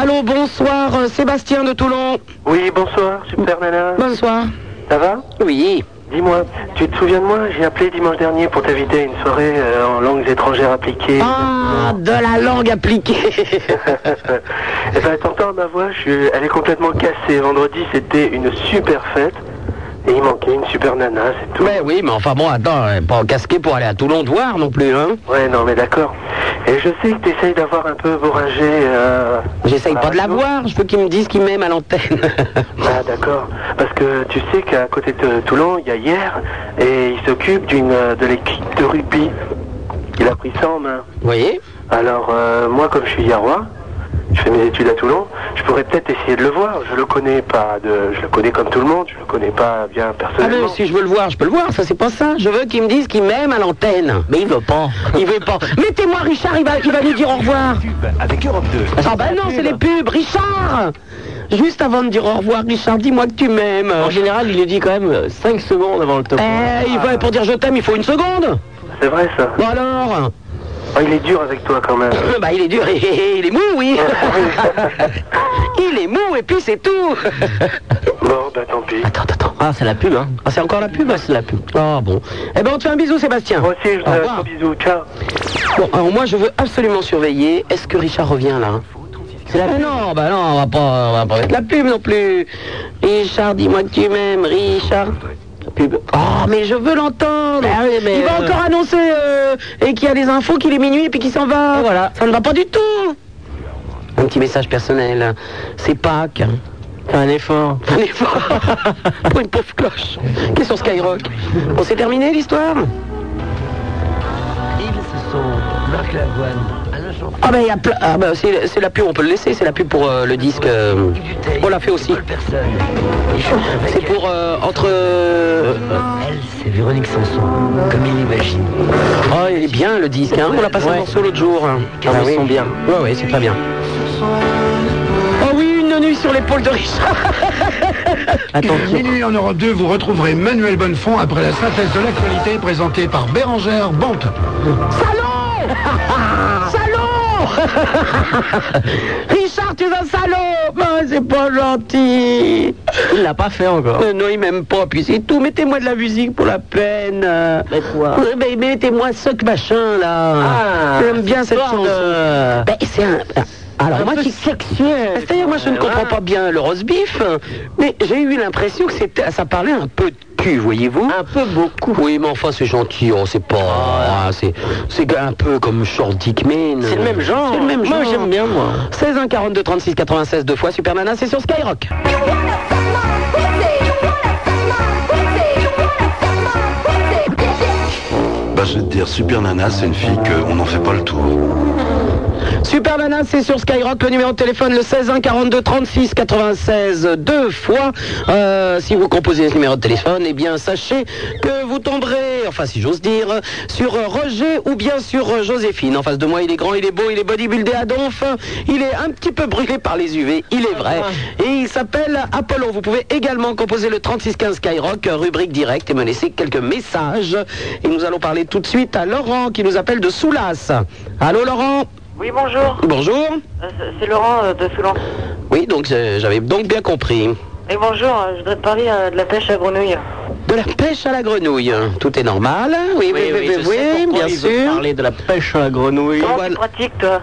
Allô, bonsoir, euh, Sébastien de Toulon. Oui, bonsoir, super nana. Bonsoir. Ça va Oui. Dis-moi, tu te souviens de moi J'ai appelé dimanche dernier pour t'inviter à une soirée euh, en langues étrangères appliquées. Ah, de la langue appliquée. Eh ben, t'entends ma voix, je suis- elle est complètement cassée. Vendredi, c'était une super fête. Et il manquait une super nana, c'est tout. Mais oui, mais enfin bon, attends, elle est pas casqué pour aller à Toulon de voir non plus, hein. Ouais, non, mais d'accord. Et je sais que t'essayes d'avoir un peu Boragé. Euh, J'essaye pas de la voir, je veux qu'il me dise qu'il m'aime à l'antenne. Ah, d'accord. Parce que tu sais qu'à côté de Toulon, il y a hier, et il s'occupe d'une euh, de l'équipe de rugby. Il a pris ça en main. Oui. Alors, euh, moi, comme je suis Yarois, je fais mes études à Toulon, je pourrais peut-être essayer de le voir. Je le connais pas, de, je le connais comme tout le monde, je le connais pas bien Ah personnellement. mais si je veux le voir, je peux le voir, ça c'est pas ça. Je veux qu'il me dise qu'il m'aime à l'antenne. Mais il veut pas. Il veut pas. Mettez-moi Richard, il va, il va lui dire au revoir. Avec Europe 2. Ah bah non, c'est les pubs, Richard Juste avant de dire au revoir, Richard, dis-moi que tu m'aimes. En général, il le dit quand même 5 secondes avant le top. Eh, il va, pour dire je t'aime, il faut une seconde C'est vrai ça Bon alors Oh, il est dur avec toi quand même. Bah il est dur, il est mou, oui Il est mou et puis c'est tout Bon, bah tant pis. Attends, attends. Ah, c'est la pub, hein Ah, c'est encore la pub Ah, c'est la pub. Ah, bon. Eh ben, on te fait un bisou, Sébastien. Moi aussi, je te fais un bisou. Ciao. Bon, alors moi, je veux absolument surveiller. Est-ce que Richard revient, là c'est la... Mais non, bah non, on va pas, on va pas mettre la pub non plus. Richard, dis-moi que tu m'aimes, Richard. La Pub. Ah Oh, mais je veux l'entendre. Il va encore annoncer euh, et qu'il y a des infos, qu'il est minuit et puis qu'il s'en va. Voilà. Ça ne va pas du tout. Un petit message personnel. C'est Pâques. Fais un effort. Un effort. Pour une pauvre cloche. Qu'est-ce sur Skyrock On s'est terminé l'histoire Marc Lavoine, Ah ben il y a plein. Ah ben c'est c'est la pub, on peut le laisser, c'est la pub pour euh, le disque. euh, on l'a fait aussi. C'est pour euh, entre. euh, Elle, c'est Véronique Sanson, comme il l'imagine. Oh il est bien le disque, hein. on l'a passé en morceau l'autre jour. hein. Ah, ils sont bien. Ouais ouais c'est très bien. Oh oui, une nuit sur l'épaule de Richard Minuit en Europe 2, vous retrouverez Manuel Bonnefond après la synthèse de l'actualité présentée par Bérangère Bonte. Salaud Richard, tu es un salaud Mais c'est pas gentil Il l'a pas fait encore. non, il m'aime pas, puis c'est tout. Mettez-moi de la musique pour Ben. la peine. Mais quoi mais, Mettez-moi ce que machin, là. Ah, J'aime bien cette chanson. Ben, c'est un... Alors, moi, c'est sexuel. C'est-à-dire, moi, je ne comprends pas bien le roast beef, mais j'ai eu l'impression que c'était, ça parlait un peu de cul, voyez-vous Un peu beaucoup. Oui, mais enfin, c'est gentil, on sait pas. Ah, c'est- c'est un peu comme Short Dickman. C'est le même genre. C'est le même Moi, genre. j'aime bien, moi. 16 1 42 36 96 deux fois Super Nana, c'est sur Skyrock. Bah, je vais te dire, Super Nana, c'est une fille qu'on n'en fait pas le tour. Super Nana, c'est sur Skyrock, le numéro de téléphone le 16 1 42 36 96 deux fois. Euh, si vous composez ce numéro de téléphone, eh bien sachez que vous tomberez, enfin si j'ose dire, sur euh, Roger ou bien sur euh, Joséphine. En face de moi, il est grand, il est beau, il est bodybuildé à donf, il est un petit peu brûlé par les UV, il est vrai. Et il s'appelle Apollo. Vous pouvez également composer le 3615 Skyrock, rubrique directe, et me laisser quelques messages. Et nous allons parler tout de suite à Laurent qui nous appelle de Soulas. Allô Laurent Oui, bonjour. Bonjour. Euh, C'est Laurent euh, de Soulan. Oui, donc euh, j'avais donc bien compris. Et bonjour, euh, je voudrais te parler euh, de la pêche à grenouille. De la pêche à la grenouille, hein. tout est normal. Oui, oui, oui, oui, oui, bien sûr. parler de la pêche à la grenouille. Comment tu pratiques, toi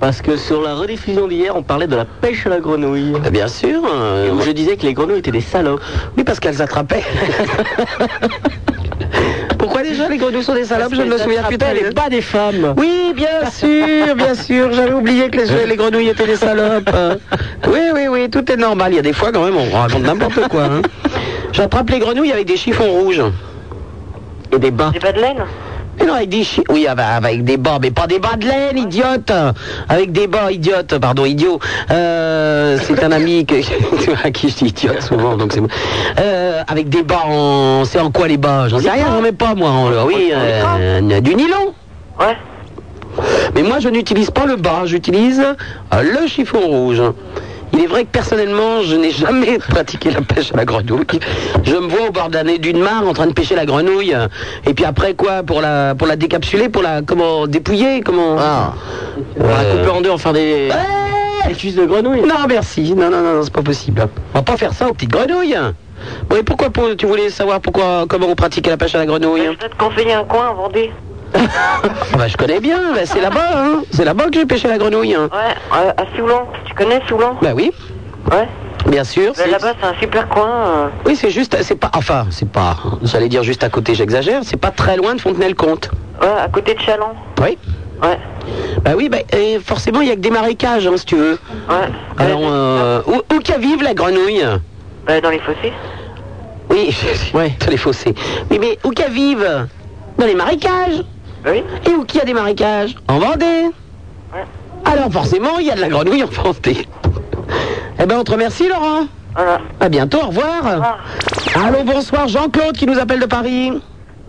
Parce que sur la rediffusion d'hier, on parlait de la pêche à la grenouille. Eh Bien sûr. euh, où je disais que les grenouilles étaient des salopes. Oui, parce qu'elles attrapaient. Pourquoi déjà les grenouilles sont des salopes Je ne me souviens plus Elle est pas des femmes. Oui, bien sûr, bien sûr. J'avais oublié que les, les grenouilles étaient des salopes. hein. Oui, oui, oui, tout est normal. Il y a des fois quand même, on raconte n'importe quoi. hein. J'attrape les grenouilles avec des chiffons rouges. Et des bas. J'ai pas de laine Mais non, avec des chi- Oui, ah bah, avec des bas, mais pas des bas de laine, idiote Avec des bas, idiote, pardon, idiot. Euh, c'est un ami que, à qui je dis idiote souvent, donc c'est bon. Euh, avec des bas en... C'est en quoi les bas J'en sais rien, j'en mets pas, moi. en- Oui, euh, du nylon Ouais. Mais moi, je n'utilise pas le bas, j'utilise euh, le chiffon rouge. Il est vrai que personnellement, je n'ai jamais pratiqué la pêche à la grenouille. Je me vois au bord de la- d'une mare en train de pêcher la grenouille. Et puis après quoi Pour la, pour la décapsuler Pour la comment dépouiller Comment On va la couper en deux, en faire des... Des cuisses de grenouille Non, merci. Non, non, non, non, c'est pas possible. On va pas faire ça aux petites grenouilles. Bon, et pourquoi pour- tu voulais savoir pourquoi comment on pratiquait la pêche à la grenouille Je vais te conseiller un coin à Vendée. Ah bah, Je connais bien, bah, c'est là-bas. hein. C'est là-bas que j'ai pêché la grenouille. hein. Ouais, euh, à Soulan. Tu connais Soulan Bah oui. Ouais. Bien sûr. Ben, Là-bas, c'est un super coin. euh, Oui, c'est juste, c'est pas, enfin, c'est pas, j'allais dire juste à côté, j'exagère, c'est pas très loin de Fontenay-le-Comte. ouais, à côté de Chaland. Oui Ouais. Bah oui, bah, et forcément, il y a que des marécages, hein, si tu veux. Ouais. Alors, euh, où, où qu'à vivre la grenouille Bah, dans les fossés. Oui, ouais. les fossés. Oui, mais où qu'à vivre Dans les marécages Bah Oui. Et où qu'il y a des marécages En Vendée Alors forcément, il y a de la grenouille en Vendée. eh ben, on te remercie, Laurent. À bientôt, au revoir. Allô, bonsoir, Jean-Claude qui nous appelle de Paris.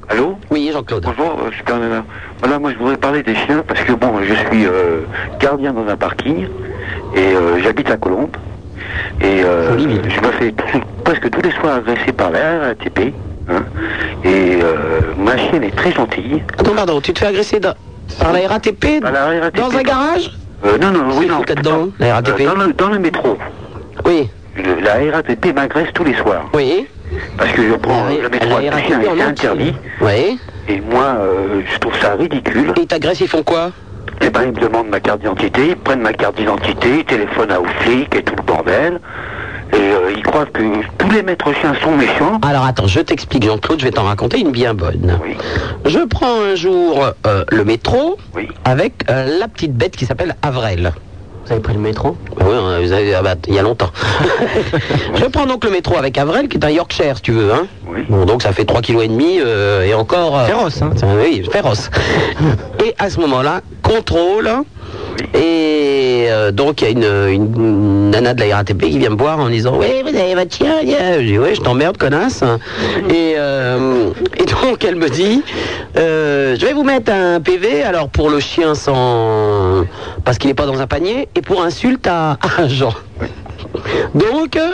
Allô Oui, Jean-Claude. Bonjour, euh, Super Nana. Voilà, moi je voudrais parler des chiens parce que bon, je suis euh, gardien dans un parking et euh, j'habite à Colombes. Et euh, je me fais tout- presque tous les soirs agresser par la RATP. hein. et euh, ma chienne est très gentille. Attends, pardon, tu te fais agresser dans- par la RATP, dans un garage Euh, non, non, oui, non. Euh, dedans, la RATP dans, le, dans le métro. Oui. la RATP m'agresse tous les soirs. Oui. Parce que je prends le métro à RATP chien et c'est en entier. interdit. Oui. Et moi, euh, je trouve ça ridicule. Et t'agresses, ils font quoi Eh ben, ils me demandent ma carte d'identité, ils prennent ma carte d'identité, ils téléphonent à aux flics et tout le bordel. Et euh, ils croient que tous les maîtres chiens sont méchants. Alors attends, je t'explique Jean-Claude, je vais t'en raconter une bien bonne. Je prends un jour euh, le métro avec euh, la petite bête qui s'appelle Avrel. Vous avez pris le métro Oui, euh, vous avez- ah bah, il y a longtemps. je prends donc le métro avec Avrel, qui est un Yorkshire, si tu veux. Hein Bon, donc ça fait 3,5 kg et demi euh, et encore... féroce, hein Oui, féroce. et à ce moment-là, contrôle... Et euh, donc il y a une, une- une nana de la RATP qui vient me voir en me disant Oui, vous avez votre chien yeah. Je dis Ouais, je t'emmerde, connasse. Et, euh, et donc elle me dit euh, Je vais vous mettre un PV, alors pour le chien sans. parce qu'il n'est pas dans un panier, et pour insulte à à un genre. Donc, euh,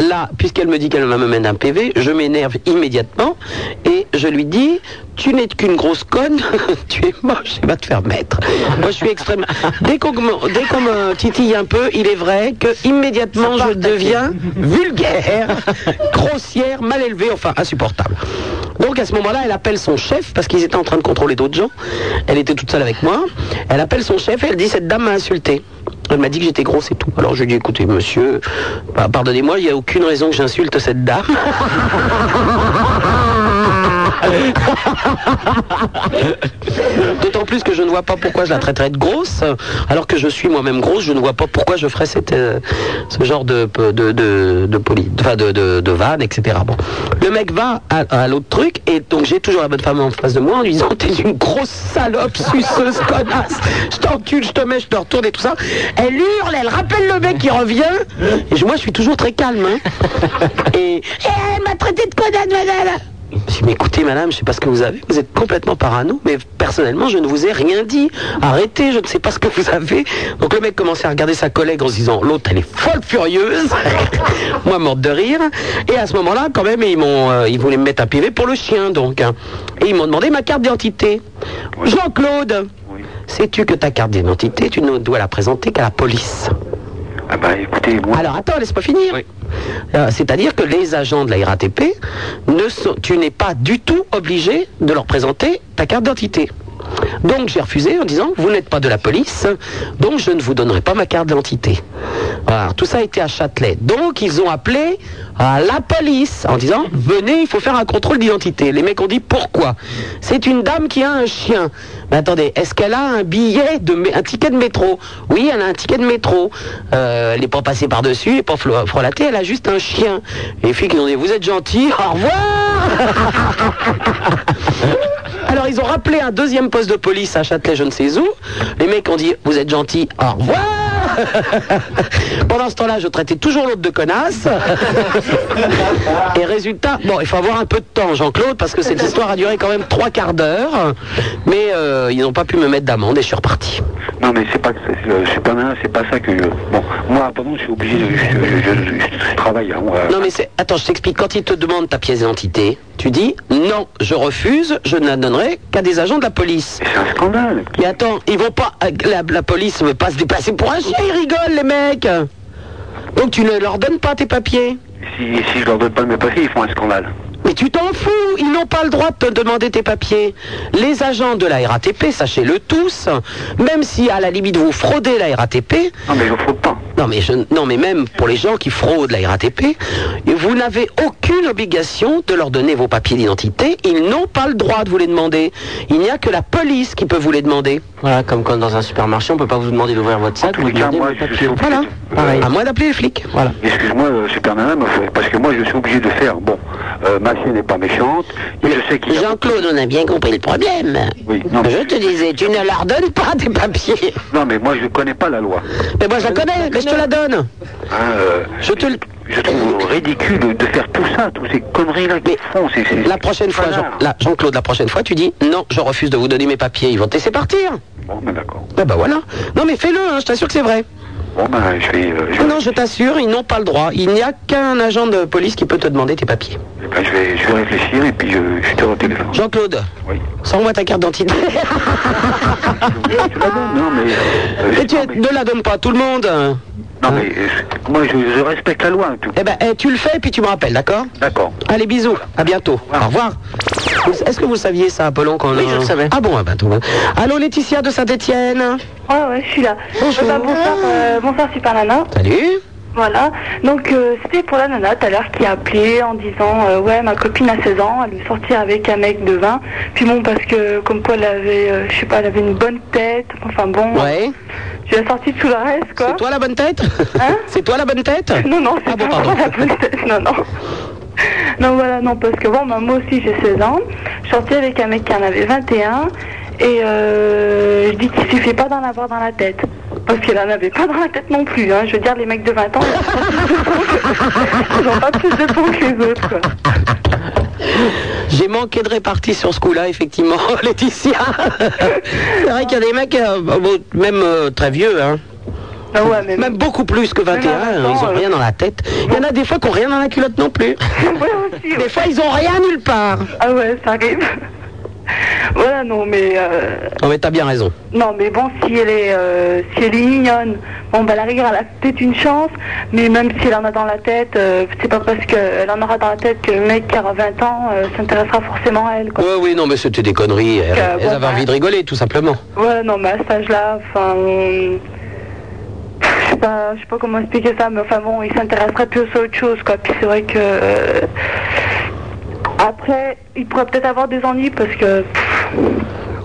là, puisqu'elle me dit qu'elle va me mettre un PV, je m'énerve immédiatement et je lui dis Tu n'es qu'une grosse conne, tu es moche, et va te faire mettre. Moi, je suis extrêmement. Dès qu'on me- dès qu'on me titille un peu, il est vrai que immédiatement je deviens vulgaire, grossière, mal élevée, enfin insupportable. Donc à ce moment-là, elle appelle son chef parce qu'ils étaient en train de contrôler d'autres gens. Elle était toute seule avec moi. Elle appelle son chef et elle dit Cette dame m'a insulté. Elle m'a dit que j'étais grosse et tout. Alors je lui ai dit Écoutez, monsieur, bah, pardonnez-moi, il n'y a aucune raison que j'insulte cette dame. euh. D'autant plus que je ne vois pas pourquoi je la traiterais de grosse, alors que je suis moi-même grosse, je ne vois pas pourquoi je ferais cette, euh, ce genre de, de, de, de, poli- enfin, de, de- de vanne, etc. Bon. Le mec va à, à l'autre truc, et donc j'ai toujours la bonne femme en face de moi en lui disant T'es une grosse salope, suceuse, connasse, je t'encule, je te mets, je te retourne et tout ça. Elle hurle, elle rappelle le mec qui revient, et je- moi je suis toujours très calme. hein. Et Eh, elle m'a traité de connasse, madame je dis, mais écoutez, madame, je sais pas ce que vous avez, vous êtes complètement parano, mais personnellement, je ne vous ai rien dit. Arrêtez, je ne sais pas ce que vous avez. Donc le mec commençait à regarder sa collègue en se disant, l'autre, elle est folle furieuse. Moi, morte de rire. Et à ce moment-là, quand même, ils m'ont, euh, ils voulaient me mettre un PV pour le chien, donc. hein. Et ils m'ont demandé ma carte d'identité. Jean-Claude, sais-tu que ta carte d'identité, tu ne dois la présenter qu'à la police Ah bah écoutez, moi... alors attends, laisse-moi finir. Euh, C'est-à-dire que les agents de la RATP, ne sont, tu n'es pas du tout obligé de leur présenter ta carte d'identité. Donc j'ai refusé en disant, vous n'êtes pas de la police, donc je ne vous donnerai pas ma carte d'identité. Alors tout ça a été à Châtelet. Donc ils ont appelé à la police en disant, venez, il faut faire un contrôle d'identité. Les mecs ont dit, pourquoi C'est une dame qui a un chien. Mais attendez, est-ce qu'elle a un billet, de, mé- un ticket de métro Oui, elle a un ticket de métro. Euh, elle n'est pas passée par-dessus, elle n'est pas flo- frelatée, elle a juste un chien. Et les filles qui ont dit, vous êtes gentils, au revoir Alors ils ont rappelé un deuxième poste de police à Châtelet, je ne sais où. Les mecs ont dit, vous êtes gentils, au revoir Pendant ce temps-là, je traitais toujours l'autre de connasse. Et résultat, bon, il faut avoir un peu de temps, Jean-Claude, parce que cette histoire a duré quand même trois quarts d'heure. Mais euh, ils n'ont pas pu me mettre d'amende et je suis reparti. Non mais c'est pas que c'est euh, c'est pas malin, c'est pas ça que je... Bon, moi pendant je suis obligé de... Je, je- je- je- je travaille, hein, moi. Non mais c'est... Attends, je t'explique. Quand ils te demandent ta pièce d'identité, tu dis non, je refuse, je ne la donnerai qu'à des agents de la police. C'est un scandale. Mais attends, ils vont pas... euh, La, la police ne veut pas se déplacer pour un chien, ils rigolent les mecs Donc tu ne leur donnes pas tes papiers Si, si je leur donne pas mes papiers, ils font un scandale. mais tu t'en fous, ils n'ont pas le droit de te demander tes papiers. Les agents de la RATP, sachez-le tous, même si à la limite vous fraudez la RATP. Non mais je fraude pas. Non mais, je- non, mais même pour les gens qui fraudent la RATP, vous n'avez aucune obligation de leur donner vos papiers d'identité. Ils n'ont pas le droit de vous les demander. Il n'y a que la police qui peut vous les demander. Voilà, comme quand dans un supermarché, on peut pas vous demander d'ouvrir votre sac. vous demandez votre papier. Voilà. À moins d'appeler les flics. Voilà. Excuse-moi, euh, super nana, mais faut- parce que moi je suis obligé de faire. Bon, euh, ma fille n'est pas méchante, mais je sais qu'il y a... Jean-Claude, on a bien compris le problème. Oui, non, mais- Je te disais, tu ne leur donnes pas tes papiers. Non mais moi je connais pas la loi. Mais moi je la connais, mais je te la donne. Hein, euh, Je te le- je trouve ridicule de faire tout ça, toutes ces conneries-là qu'ils font. c'est- c'est- La prochaine fois, Jean- la- Jean-Claude, la prochaine fois, tu dis non, je refuse de vous donner mes papiers. Ils vont te laisser partir. Bon, ben d'accord. Ah bah voilà. Non mais fais-le, hein, je t'assure que c'est vrai. Bon, ben je vais, euh, je, Non, je t'assure, ils n'ont pas le droit. Il n'y a qu'un agent de police qui peut te demander tes papiers. ben, je vais, je vais réfléchir et puis je, je te retéléphone. Jean-Claude, oui. sors-moi ta carte d'identité. Non mais... euh, Mais tu ne la donnes pas à tout le monde. Non mais euh, je- moi je, je respecte la loi. tout. Eh ben, eh, tu le fais, puis tu me rappelles, d'accord D'accord. Allez, bisous, à bientôt. Au revoir. Vous- Est-ce que vous saviez ça, Apollon quand Oui, je le savais. Ah bon, ah ben, tout va. Allô, Laetitia de Saint-Etienne Ouais, ouais, je suis là. Bonjour. bonsoir, euh, bonsoir, Super Nana. Salut. Voilà, donc euh, c'était pour la nana tout à l'heure qui a appelé en disant euh, Ouais, ma copine a 16 ans, elle veut sortir avec un mec de 20. Puis bon, parce que comme quoi elle avait, euh, je sais pas, elle avait une bonne tête, enfin bon. Ouais. Je l'ai sorti de tout le reste, quoi. C'est toi la bonne tête Hein C'est toi la bonne tête Ah Non, non, c'est pas moi la bonne tête, non, non. Non, voilà, non, parce que bon, bah, moi aussi j'ai 16 ans, je suis sortie avec un mec qui en avait 21, et euh, je dis qu'il suffit pas d'en avoir dans la tête. Parce qu'elle en avait pas dans la tête non plus, hein. je veux dire, les mecs de 20 ans, ils ont pas plus de points que les autres, quoi. J'ai manqué de répartie sur ce coup-là, effectivement, Laetitia. C'est vrai qu'il y a des mecs, euh, bon, même euh, très vieux, hein. Ah même... beaucoup plus que 21, hein, ils ont euh. rien dans la tête. Il y en a des fois qui ont rien dans la culotte non plus. Des fois, ils ont rien nulle part. Ah ouais, ça arrive. Voilà, non, mais... euh, Non, mais t'as bien raison. Non, mais bon, si elle est, euh, si elle est mignonne, bon, bah, la rigueur, elle a peut-être une chance, mais même si elle en a dans la tête, euh, c'est pas parce qu'elle en aura dans la tête que le mec qui aura 20 ans euh, s'intéressera forcément à elle, quoi. Ouais, oui, non, mais c'était des conneries. eh, Elles, Euh, elles bon, avaient envie de rigoler, tout simplement. Ouais, non, mais à cet âge-là, enfin. on- Je sais pas, je sais pas comment expliquer ça, mais enfin bon, il s'intéresserait plus à autre chose, quoi. Puis c'est vrai que. euh, Après, il pourrait peut-être avoir des ennuis parce que. pff,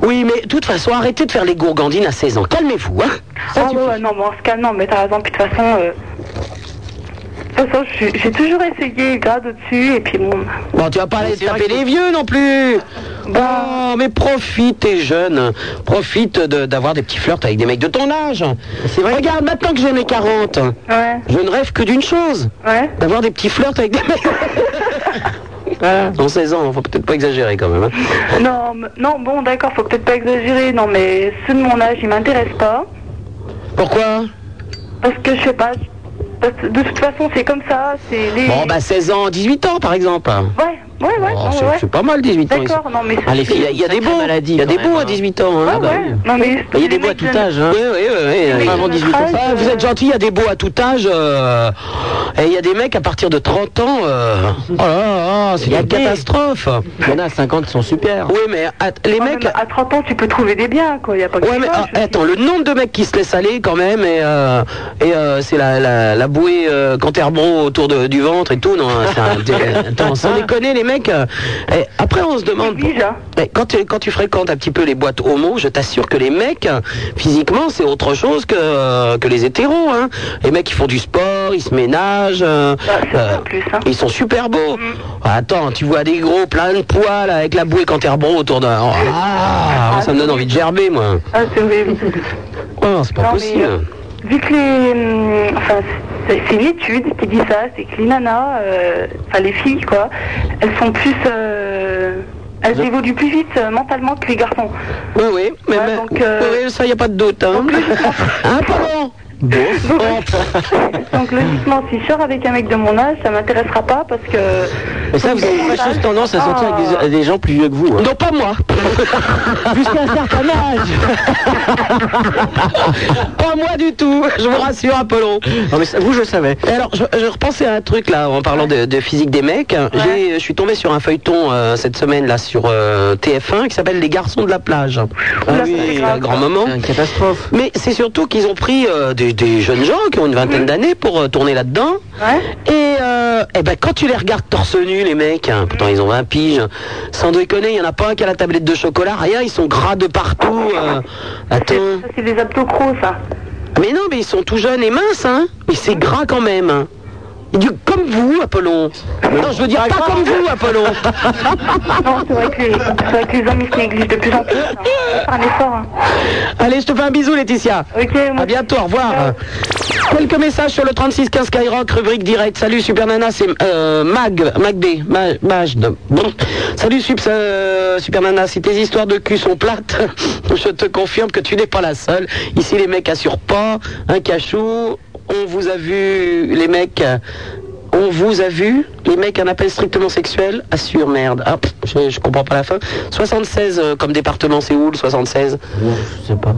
Oui, mais de toute façon, arrêtez de faire les gourgandines à 16 ans. Calmez-vous, hein ah ouais, ouais, non, mais en ce cas, non, mais t'as raison. Puis de toute façon, euh, de toute façon, je suis- j'ai toujours essayé, grade au-dessus, et puis bon. Bon, tu vas pas aller te taper les vieux non plus Bon, mais profite, t'es jeune. Profite de- d'avoir des petits flirts avec des mecs de ton âge. C'est vrai. Regarde, maintenant que j'ai mes 40, je ne rêve que d'une chose. D'avoir des petits flirts avec des mecs. voilà. En 16 ans, faut peut-être pas exagérer quand même. hein. Non, mais- non, bon, d'accord, faut peut-être pas exagérer. Non, mais ceux de mon âge, ils m'intéressent pas. Pourquoi hein? Parce que je sais pas. parce que de toute façon, c'est comme ça. C'est les. Bon, bah 16 ans, 18 ans par exemple. Ouais, ouais, ouais. Oh, non, c'est Ah, ouais. c'est pas mal 18 ans. D'accord, non, mais Ah, les filles, il y a des beaux, il y a des beaux à 18 ans. hein. Bah oui. Ah, Non, mais. Il y a des beaux à tout âge. Hein. Oui, oui, oui. oui. mecs de notre âge, Ah, vous êtes gentil, il y a des beaux à tout âge. euh, Et il y a des mecs à partir de 30 ans. euh, Oh là là, c'est une catastrophe. Il y en a à 50 qui sont super. Oui, mais at- les mecs. Oh, À 30 ans, tu peux trouver des biens, quoi. Il y a pas que Ouais, mais ah, attends, le nombre de mecs qui se laissent aller quand même, et, euh, et euh, c'est la, la, la bouée euh, Canterbro autour de- du ventre et tout, non hein, c'est un dé- Attends, sans déconner, les mecs. euh, et après, on se demande. Mais quand, tu, quand tu fréquentes un petit peu les boîtes homo, je t'assure que les mecs, euh, physiquement, c'est autre chose que, euh, que les hétéros. Hein. Les mecs, ils font du sport, ils se ménagent. euh, Ah, euh, hein. Ils sont super beaux. Mm. Attends, tu vois des gros plein de poils avec la bouée Canterbro autour d'un. Oh, ah, ça me donne envie de gerber, moi. Ah, c'est horrible. Oh, c'est pas Non, mais, possible. euh, Vu que les. hum, Enfin, c'est c'est une étude qui dit ça, c'est que les nanas, euh, enfin les filles, quoi, elles sont plus. euh, elles évoluent plus vite euh, mentalement que les garçons. Oui, oui, mais. donc, euh, Oui, ça, y a pas de doute. Hein. Hein, pardon Donc logiquement, si je sors avec un mec de mon âge, ça m'intéressera pas parce que. Ah. Mais ça, vous avez une fâcheuse tendance à sortir avec des, Oh. à des gens plus vieux que vous. Non, pas moi. Jusqu'à un certain Pas moi du tout, je vous rassure, Apollon. Non, mais ça, vous, je le savais. Et alors, je, je repensais à un truc là, en parlant de, de physique des mecs. J'ai- euh, Je suis tombé sur un feuilleton euh, cette semaine là sur euh, TF1 qui s'appelle Les garçons de la plage. Ah oui, un grand moment. catastrophe. Mais c'est surtout qu'ils ont pris euh, des, des jeunes gens qui ont une vingtaine d'années pour euh, tourner là-dedans. Et, euh, eh ben, quand tu les regardes torse nu, les mecs, hein, pourtant ils ont 20 piges, sans déconner, il n'y en a pas un qui a la tablette de chocolat, rien, ils sont gras de partout. euh, attends. C'est des abdos ça. Mais non, mais ils sont tout jeunes et minces, hein. Mais c'est gras quand même. hein. Et Du, comme vous, Apollon. Non, je veux dire pas comme vous, Apollon. non, c'est vrai, que les- c'est vrai que les hommes ils se négligent de plus en plus. hein. Faut faire un effort. hein. Allez, je te fais un bisou, Laetitia. Ok. À bientôt, au revoir. Quelques messages sur le 3615 Skyrock, rubrique direct. Salut Super Nana, c'est euh, Mag, Mag B, Ma- Majd. Bon. Salut Sup- euh, Super Nana, si tes histoires de cul sont plates, je te confirme que tu n'es pas la seule. Ici, les mecs assurent pas. Un cachot, on vous a vu, les mecs. euh, On vous a vu, les mecs, un appel strictement sexuel Assure, merde. Ah, pff, je, je comprends pas la fin. 76 euh, comme département, c'est où le 76 Je sais pas.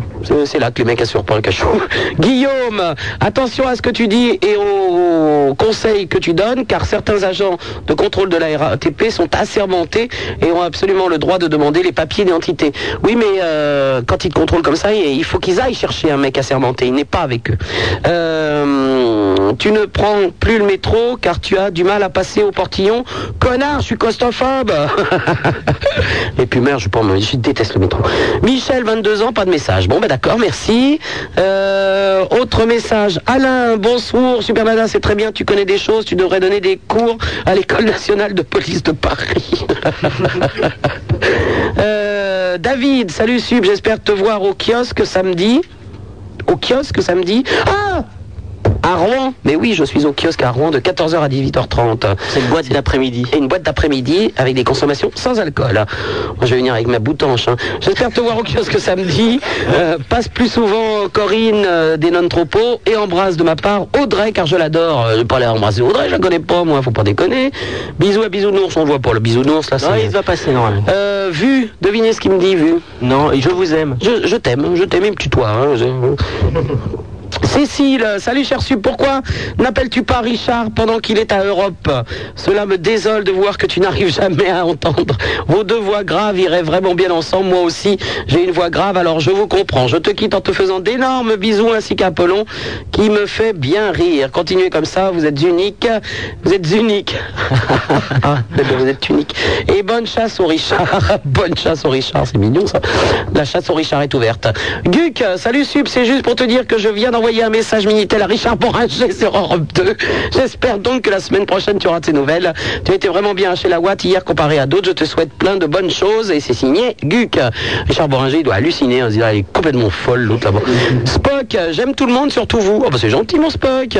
C'est là que les mecs assurent pas le cachot. Guillaume, attention à ce que tu dis et aux conseils que tu donnes, car certains agents de contrôle de la RATP sont assermentés et ont absolument le droit de demander les papiers d'identité. Oui, mais euh, quand ils te contrôlent comme ça, il il faut qu'ils aillent chercher un mec assermenté. Il n'est pas avec eux. Euh, tu ne prends plus le métro car tu as du mal à passer au portillon. Connard, je suis claustrophobe. Et puis merde, je, sais pas, moi, je déteste le métro. Michel, 22 ans, pas de message. Bon, ben d'accord, merci. Euh, autre message. Alain, bonsoir. Superman, c'est très bien, tu connais des choses, tu devrais donner des cours à l'école nationale de police de Paris. Euh, David, salut Sub, j'espère te voir au kiosque samedi. Au kiosque samedi Ah à Rouen, mais oui, je suis au kiosque à Rouen de 14h à 18h30. C'est une boîte d'après-midi. Et une boîte d'après-midi avec des consommations sans alcool. Moi, je vais venir avec ma boutanche. hein. J'espère te voir au kiosque samedi. Euh, passe plus souvent Corinne euh, des non-tropos et embrasse de ma part Audrey, car je l'adore. Euh, je vais pas aller embrasser Audrey, je la connais pas, moi, faut pas déconner. Bisous à bisounours, on le voit pas le bisounours là. Non, c'est- il va passer normalement. euh, vu, devinez ce qu'il me dit, vu. Non, je vous aime. Je, je t'aime, je t'aime, il me tutoie. hein, je- Cécile, salut cher Sub, pourquoi n'appelles-tu pas Richard pendant qu'il est à Europe Cela me désole de voir que tu n'arrives jamais à entendre. Vos deux voix graves iraient vraiment bien ensemble. Moi aussi, j'ai une voix grave, alors je vous comprends. Je te quitte en te faisant d'énormes bisous ainsi qu'Apollon qui me fait bien rire. Continuez comme ça, vous êtes unique. Vous êtes unique. Ah, eh bien, vous êtes unique. Et bonne chasse au Richard. bonne chasse au Richard, c'est mignon ça. La chasse au Richard est ouverte. Guc, salut Sub, c'est juste pour te dire que je viens d'envoyer un message Minitel à Richard Boranger sur Europe 2. J'espère donc que la semaine prochaine tu auras de ces nouvelles. Tu étais vraiment bien chez la Watt hier comparé à d'autres. Je te souhaite plein de bonnes choses et c'est signé Guc. Richard Boranger, il doit halluciner. On se dit, ah, il est complètement folle l'autre là-bas. Spock, j'aime tout le monde, surtout vous. Oh, bah, c'est gentil mon Spock.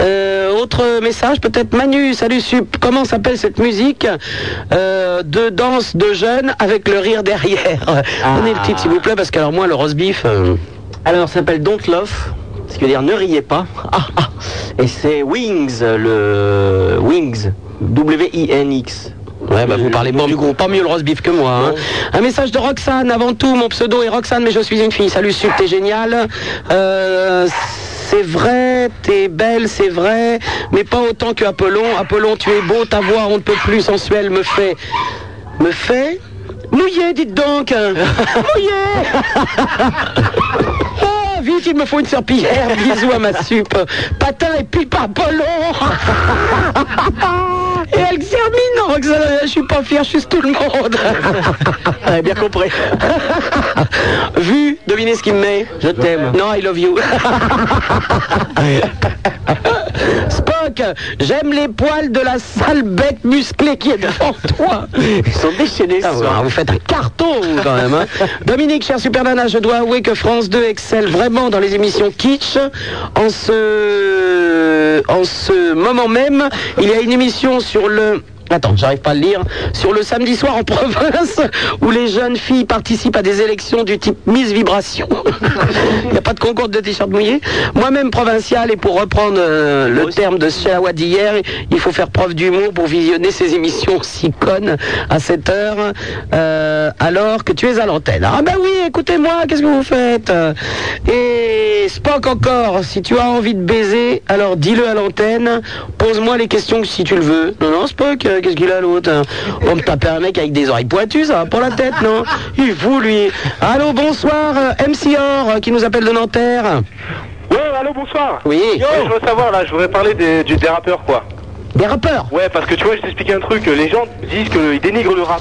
Euh, autre message, peut-être Manu, salut Sup. Comment s'appelle cette musique euh, de danse de jeunes avec le rire derrière Donnez le titre s'il vous plaît parce que alors moi le roast beef. euh, Ah. Alors, ça s'appelle Don't Love, ce qui veut dire ne riez pas. Ah, ah. Et c'est Wings, le Wings, W-I-N-X. Ouais, bah vous parlez pas, mieux- pas mieux le roast beef que moi. hein. Un message de Roxane avant tout. Mon pseudo est Roxane, mais je suis une fille. Salut Sup, t'es génial. Euh, c'est vrai, t'es belle, c'est vrai, mais pas autant que Apollon. Apollon, tu es beau, ta voix, on ne peut plus sensuelle, me fait, me fait mouiller, dites donc. hein. mouiller. Ah, Vite, il me faut une serpillière. Bisous à ma sup. Patin et pipe à Apollon. et elle termine. Roxane, je suis pas fier, je suis tout le monde. Elle bien compris. Vu, devinez ce qu'il me met. Je t'aime. Non, I love you. Spock, j'aime les poils de la sale bête musclée qui est devant toi. Ils sont déchaînés. Ah, vous faites un carton vous, quand même. hein. Dominique, cher Super Nana, je dois avouer que France 2 excelle vraiment dans les émissions kitsch. En ce, en ce moment même, il y a une émission sur le... Attends, j'arrive pas à le lire. Sur le samedi soir en province, où les jeunes filles participent à des élections du type Miss Vibration. Il n'y a pas de concours de t-shirt mouillé. Moi-même provincial, et pour reprendre euh, le terme de Shelawa d'hier, il faut faire preuve d'humour pour visionner ces émissions si connes à cette heure, euh, alors que tu es à l'antenne. Ah ben oui, écoutez-moi, qu'est-ce que vous faites Et Spock encore, si tu as envie de baiser, alors dis-le à l'antenne, pose-moi les questions si tu le veux. Non, non, Spock, euh, qu'est-ce qu'il a l'autre On me taper un mec avec des oreilles pointues, ça va pour la tête, non Il est fou, lui. Allô, bonsoir, euh, MC Or, euh, qui nous appelle de Nanterre. Ouais, allô, bonsoir. Oui. Ouais, je veux savoir, là, je voudrais parler des, du, des rappeurs, quoi. Des rappeurs Ouais, parce que tu vois, je t'explique un truc. Les gens disent qu'ils dénigrent le rap.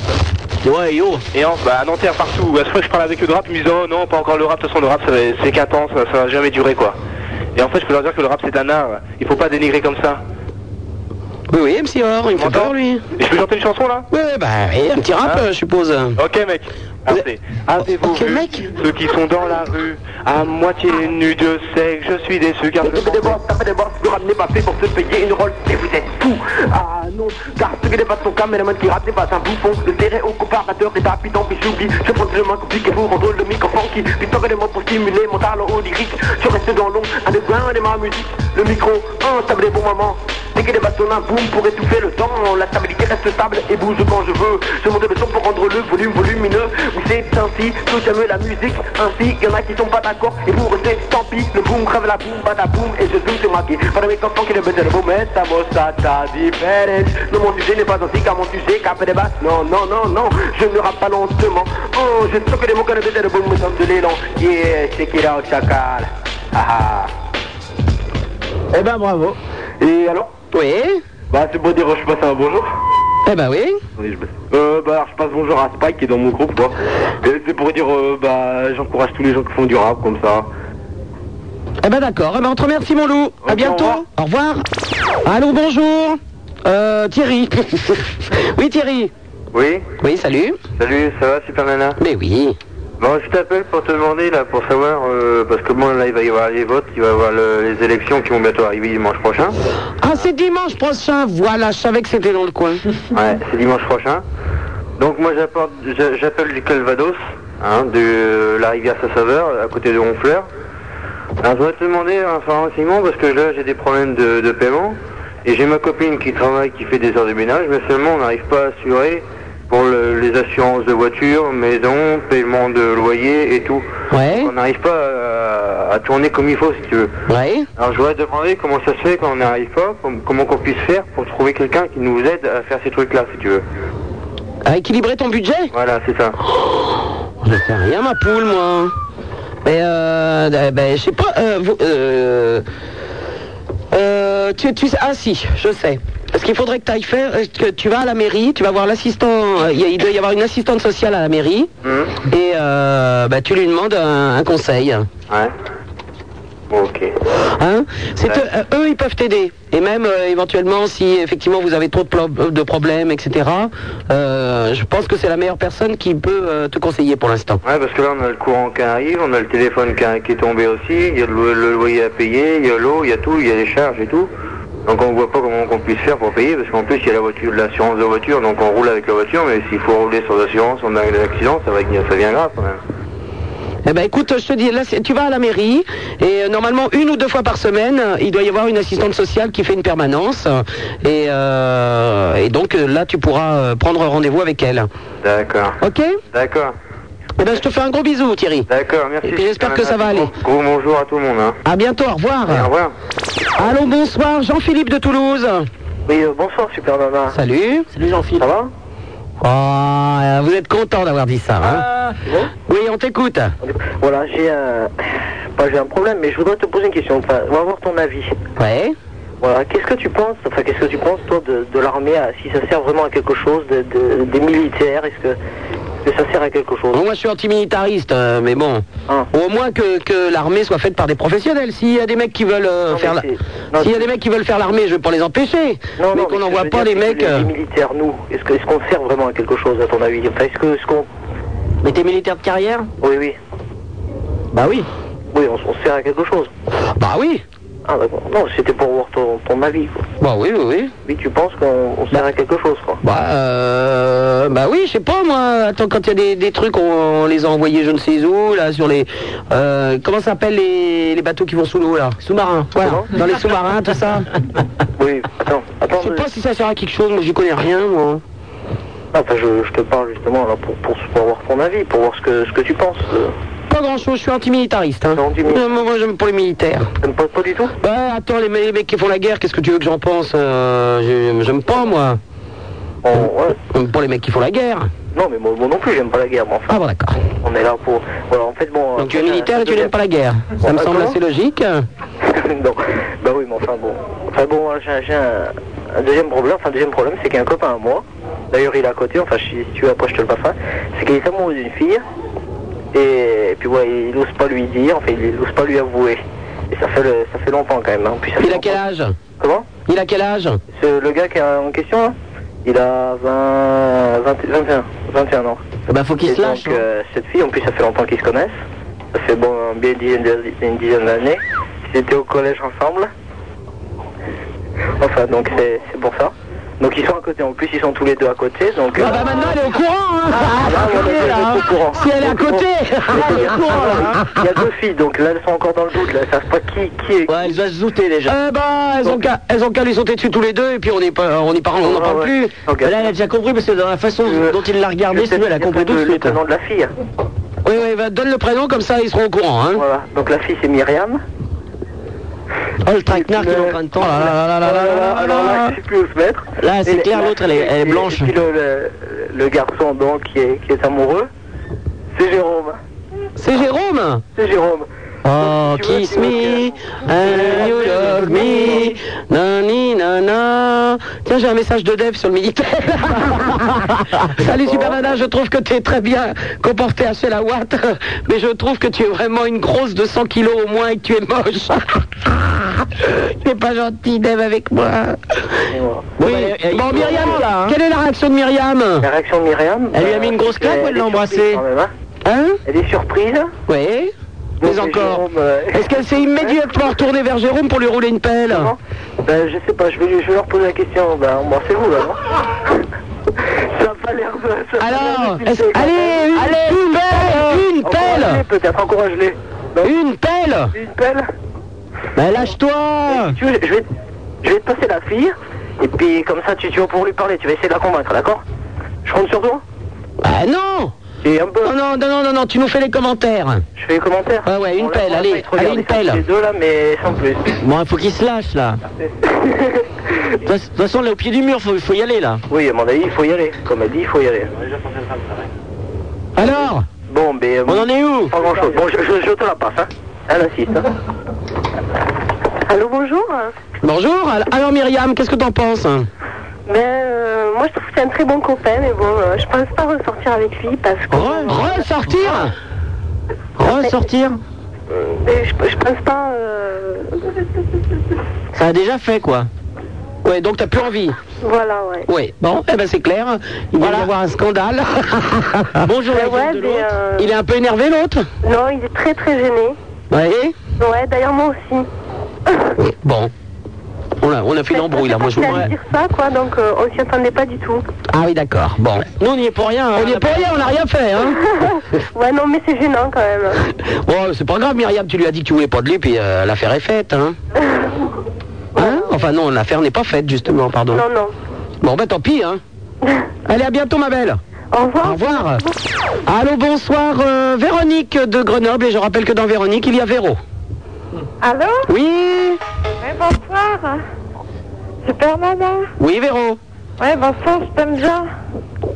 Ouais, yo. Et en, bah, à Nanterre, partout. À chaque fois que je parle avec eux de rap, ils me disent, oh non, pas encore le rap. De toute façon, le rap, ça va- c'est 4 ans, ça, ça va jamais durer, quoi. Et en fait, je peux leur dire que le rap, c'est un art. Il faut pas dénigrer comme ça. Oui, oui, MC Or, il me fait peur, lui. Et je peux chanter une chanson, là Ouais, ouais, bah, et un petit rap, Hein euh, je suppose. Ok, mec. Avez- Avez-vous vu ceux qui sont dans la rue à moitié nus de sexe Je suis déçu car je Le rap n'est pas fait pour se payer une rôle, mais vous êtes fous Ah non, car ce que n'est pas son caméraman qui rappe n'est pas un bouffon Le serré au comparateur est habitant puis j'oublie Je prends le main compliqué pour rendre le micro funky Victor et les mots pour stimuler mon talent onirique Je reste dans l'ombre, un des points de ma musique Le micro, un table des bons moments Dès que des bâtons un boom pour étouffer le temps La stabilité reste stable et bouge quand je veux Je monte le son pour rendre le volume volumineux Oui c'est ainsi que j'aime la musique Ainsi y'en a qui sont pas d'accord Et pour rester tant pis Le boom crève la boum bada boum Et je zoom c'est maqué Pas de mes enfants qui ne baissent le moment Estamos à ta différence Non mon sujet n'est pas ainsi qu'à mon sujet Capé des basses Non non non non Je ne rappe pas lentement Oh je sens que les mots que ne baissent le boom Me semblent de l'élan Yeah check it out chacal Ah ah Eh ben bravo Et alors Oui Bah c'est bon dire je passe un bonjour Eh bah oui Oui, je baisse. Euh, bah, alors, je passe bonjour à Spike qui est dans mon groupe, quoi. Et c'est pour dire, euh, bah, j'encourage tous les gens qui font du rap comme ça. Eh ben d'accord, eh ben on te remercie mon loup. à bientôt. Au revoir. Allô, bonjour. Euh, Thierry. oui Thierry. Oui Oui, salut. Salut, ça va, Super Nana Mais oui. Bon, je t'appelle pour te demander, là, pour savoir, euh, parce que bon, là, il va y avoir les votes, il va y avoir le- les élections qui vont bientôt arriver dimanche prochain. Ah, c'est dimanche prochain. Voilà, je savais que c'était dans le coin. Ouais, c'est dimanche prochain. Donc moi j'apporte, j'a- j'appelle du Calvados, hein, de euh, la rivière sa saveur, à côté de Honfleur. Alors je voudrais te demander un renseignement parce que là j'ai des problèmes de, de paiement et j'ai ma copine qui travaille, qui fait des heures de ménage, mais seulement on n'arrive pas à assurer pour le- les assurances de voiture, maison, paiement de loyer et tout. On n'arrive pas à, à tourner comme il faut, si tu veux. Alors je voudrais te demander comment ça se fait quand on n'arrive pas, com- comment qu'on puisse faire pour trouver quelqu'un qui nous aide à faire ces trucs-là, si tu veux. À équilibrer ton budget Voilà, c'est ça. Je sais rien, ma poule, moi. Mais, euh, euh, ben, je sais pas, euh, vous- euh, euh, tu, tu sais, ah si, je sais. Ce qu'il faudrait que tu ailles faire, euh, que tu vas à la mairie, tu vas voir l'assistant, euh, il y a- il doit y avoir une assistante sociale à la mairie, Hmm. et euh, ben, tu lui demandes un, un conseil. Ouais. Bon, ok. Hein C'est eux- euh, eux, ils peuvent t'aider. Et même euh, éventuellement, si effectivement vous avez trop de, plo- de problèmes, etc. euh, je pense que c'est la meilleure personne qui peut euh, te conseiller pour l'instant. Ouais, parce que là, on a le courant qui arrive, on a le téléphone qui, a- qui est tombé aussi, il y a le, lo- le loyer à payer, il y a l'eau, il y a tout, il y a les charges et tout. Donc on voit pas comment on puisse faire pour payer, parce qu'en plus, il y a la voiture, l'assurance de voiture, donc on roule avec la voiture, mais s'il faut rouler sans assurance, on a un accident, ça va être- ça vient grave quand même. Eh ben écoute, je te dis, là, c'est- tu vas à la mairie et euh, normalement une ou deux fois par semaine, euh, il doit y avoir une assistante sociale qui fait une permanence et, euh, et donc euh, là tu pourras euh, prendre rendez-vous avec elle. D'accord. Ok D'accord. Eh ben je te fais un gros bisou, Thierry. D'accord, merci. Et puis j'espère que ça va aller. Gros bonjour à tout le monde. Hein. À bientôt, au revoir. Au revoir. Allô, bonsoir, Jean-Philippe de Toulouse. Oui, euh, bonsoir, Super Nana. Salut. Salut, Jean-Philippe. Ça va Ah, vous êtes content d'avoir dit ça. hein Ah. oui, on t'écoute. Euh, Voilà, j'ai un... Pas j'ai un problème, mais je voudrais te poser une question. Enfin, on va avoir ton avis. Ouais. Voilà, qu'est-ce que tu penses, enfin, qu'est-ce que tu penses, toi, de, de l'armée, à- si ça sert vraiment à quelque chose, de- de- des militaires, est-ce que, est-ce que ça sert à quelque chose Ah. Bon, moi, je suis antimilitariste, euh, mais bon. Au moins que, que l'armée soit faite par des professionnels. S'il y a des mecs qui veulent euh, faire la- s'il y a des mecs qui veulent faire l'armée, je vais pas les empêcher. mais qu'on n'envoie pas les mecs. euh, Les militaires, nous, est-ce que- est-ce qu'on sert vraiment à quelque chose, à ton avis Enfin, est-ce que, est-ce qu'on... Mais t'es militaire de carrière Oui, oui. Bah oui. Oui, on, on sert à quelque chose. Bah oui. Ah, d'accord. Non, c'était pour voir ton, ton avis, quoi. Bah oui, oui, oui. Oui, tu penses qu'on on sert à quelque chose, quoi. Bah, euh, bah oui, je sais pas moi. Attends, quand il y a des, des trucs, on, on les a envoyés je ne sais où, là, sur les. euh, comment ça s'appelle les, les bateaux qui vont sous l'eau, là Sous-marins. Voilà. Dans les sous-marins, tout ça. Oui, attends, attends. Je sais pas si ça sert à quelque chose, moi j'y connais rien, moi. Ah, Enfin, je, je te parle justement là pour, pour, pour avoir ton avis, pour voir ce que, ce que tu penses. euh. Pas grand chose, je suis antimilitariste. Hein. Euh, moi, moi j'aime pas les militaires. T'aimes pas, du tout Bah attends, les, me- les mecs qui font la guerre, qu'est-ce que tu veux que j'en pense Euh, j'ai- J'aime pas moi. J'aime pas les mecs qui font la guerre. Oh, Non, mais moi, moi non plus, j'aime pas la guerre, mais enfin. Ah bon, d'accord. On est là pour. Voilà, en fait, bon. euh, Donc tu es militaire et tu n'aimes pas la guerre. Ça me Ah, semble assez logique. non, bah oui, mais enfin bon. Enfin bon, moi, j'ai j'ai un, un deuxième problème, enfin, deuxième problème, c'est qu'un copain à moi, d'ailleurs, il est à côté, enfin, si si tu veux, après, je te le passerai, c'est qu'il est amoureux d'une fille, et, puis voilà, il n'ose pas lui dire, enfin, il n'ose pas lui avouer. Et ça fait, le- ça fait longtemps quand même, hein. Puis ça fait Il a quel âge Comment Il a quel âge Ce- le gars qui est en question, là, il a 20, 20 21, 21 ans. Eh ben, Bah faut qu'il Et se lâche. Donc, euh, cette fille, en plus, ça fait longtemps qu'ils se connaissent. Ça fait bon, bien une dizaine de- une dizaine d'années. Ils étaient au collège ensemble. Enfin, donc, c'est c'est pour ça. Donc, ils sont à côté. En plus, ils sont tous les deux à côté. Donc, euh, Ah, Maintenant elle est au courant, Ah, hein Si elle est à côté Elle est au courant, là il y a deux filles, donc là, elles sont encore dans le doute. Là, elles savent pas qui, qui est. Ouais, elles doivent se douter déjà. Eh ben, elles ont qu'à elles ont qu'à lui sauter dessus tous les deux et puis on n'est pas, on n'y parle, on n'en parle plus. Là, elle a déjà compris parce que dans la façon dont il l'a regardé, sinon elle a compris tout de suite. Le nom de la fille. Oui, oui, bah, donne le prénom comme ça ils seront au courant. Hein. Voilà, donc la fille c'est Myriam. Oh le traquenard qui est en train de temps là, là, là, là, là, là, là, là, Alors là, je sais plus où se mettre. Là, c'est Et clair, la- l'autre, elle est- elle est et- blanche. Et puis le, le- le garçon donc qui est, qui est amoureux, c'est Jérôme. C'est Jérôme C'est Jérôme. Oh, kiss me, and you love me, nani nana. Tiens, j'ai un message de Dev sur le militaire. Salut Super Nana, je trouve que tu es très bien comporté à chez la Watt, mais je trouve que tu es vraiment une grosse de 100 kilos au moins et que tu es moche. T'es pas gentil, Dev, avec moi. Oui, bah, bon, Myriam, là, quelle est la réaction de Myriam hein. La réaction de Myriam bah, Elle lui a mis une grosse claque ou elle l'a embrassée Hein Elle est surprise. euh, Oui. Mais encore. Est-ce qu'elle Hein s'est immédiatement retournée vers Jérôme pour lui rouler une pelle Ben, je sais pas, je vais, lui- je vais leur poser la question. Ben, embrassez-vous là, non Ça a pas l'air de. ça a pas l'air Alors, difficile, est-ce- quand allez, même. une- une pelle, une pelle Encourage-les, Peut-être, encourage-les. Une pelle Une pelle Ben, lâche-toi je, vais, je vais te passer la fille, et puis comme ça, tu, tu vas pouvoir lui parler, tu vas essayer de la convaincre, d'accord Je compte sur toi Bah non et un peu. Non, non, non, non, non, non, tu nous fais les commentaires. Je fais les commentaires Ouais, ouais, une Bon, là, pelle, on va allez, être allez, regardé une comme pelle. Les deux là, mais sans plus. Bon, il faut qu'il se lâche, là. De toute fa- de toute façon, là, au pied du mur, faut, faut y aller, là. Oui, à mon avis, il faut y aller. Comme elle dit, il faut y aller. Alors Bon, mais. euh, On en est où Pas grand chose. Bon, je, je, je te la passe, hein. Elle assiste, hein. Allô, bonjour. Bonjour, al- alors Myriam, qu'est-ce que t'en penses hein Ben, euh, moi je trouve que c'est un très bon copain, mais bon, euh, je pense pas ressortir avec lui parce que. ressortir Ressortir je, je pense pas. euh, Ça a déjà fait, quoi. Ouais, donc t'as plus envie Voilà, ouais. Ouais, bon, eh ben c'est clair, il va y avoir un scandale. Bonjour, la Ben ouais, gueule de mais, l'autre. euh, Il est un peu énervé, l'autre Non, il est très très gêné. Ouais, et Ouais, d'ailleurs moi aussi. Bon. On a, on a fait l'embrouille, là, moi je C'est à vois. dire ça, quoi, donc euh, on s'y attendait pas du tout. Ah oui, d'accord, bon. Nous, on n'y est pour rien. hein. On n'y est pour rien, on n'a rien fait, hein ouais, non, mais c'est gênant quand même. Bon, c'est pas grave, Myriam, tu lui as dit que tu voulais pas de lui, puis euh, l'affaire est faite, hein Hein Enfin non, l'affaire n'est pas faite, justement, pardon. Non, non. Bon, ben tant pis, hein Allez, à bientôt, ma belle Au revoir. Au revoir. Allô, bonsoir, euh, Véronique de Grenoble, et je rappelle que dans Véronique, il y a Véro. Allô Oui Ouais, bonsoir. Super Nana. Oui, Véro Ouais, bonsoir, je t'aime bien.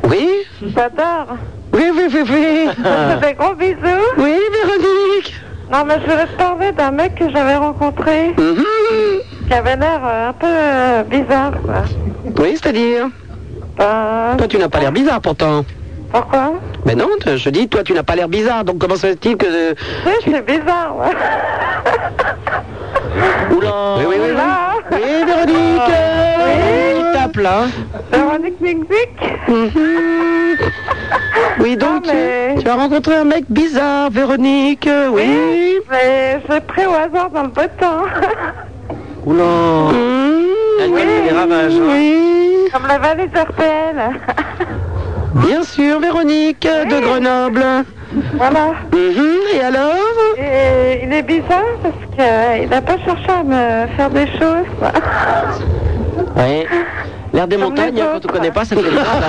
Oui Je t'adore. Oui, oui, oui, oui. Je te fais des gros bisous. Oui, Véronique. Non, mais je voulais te parler d'un mec que j'avais rencontré. Mhm. Qui avait l'air euh, un peu euh, bizarre, quoi. Oui, c'est-à-dire Euh, Toi, tu n'as pas l'air bizarre, pourtant. Pourquoi Mais non, te- je dis, toi, tu n'as pas l'air bizarre, donc comment se fait-il que... euh, Tu sais, c'est bizarre, ouais. Oula Oui, oui, oui, oui. Oui, Véronique euh, Il tape, là. Mhm. Véronique Nick Oui, donc, tu- tu as rencontré un mec bizarre, Véronique, euh, oui. Mais j'ai pris au hasard dans le beau temps. Oula oui, ravages, hein. Comme la vallée d'RPL. Bien sûr, Véronique euh, de Grenoble. Mhm, Voilà. et alors Il est bizarre parce qu'il n'a pas cherché à me faire des choses. quoi. Oui. L'air des montagnes, quand on ne connaît pas, ça fait hein.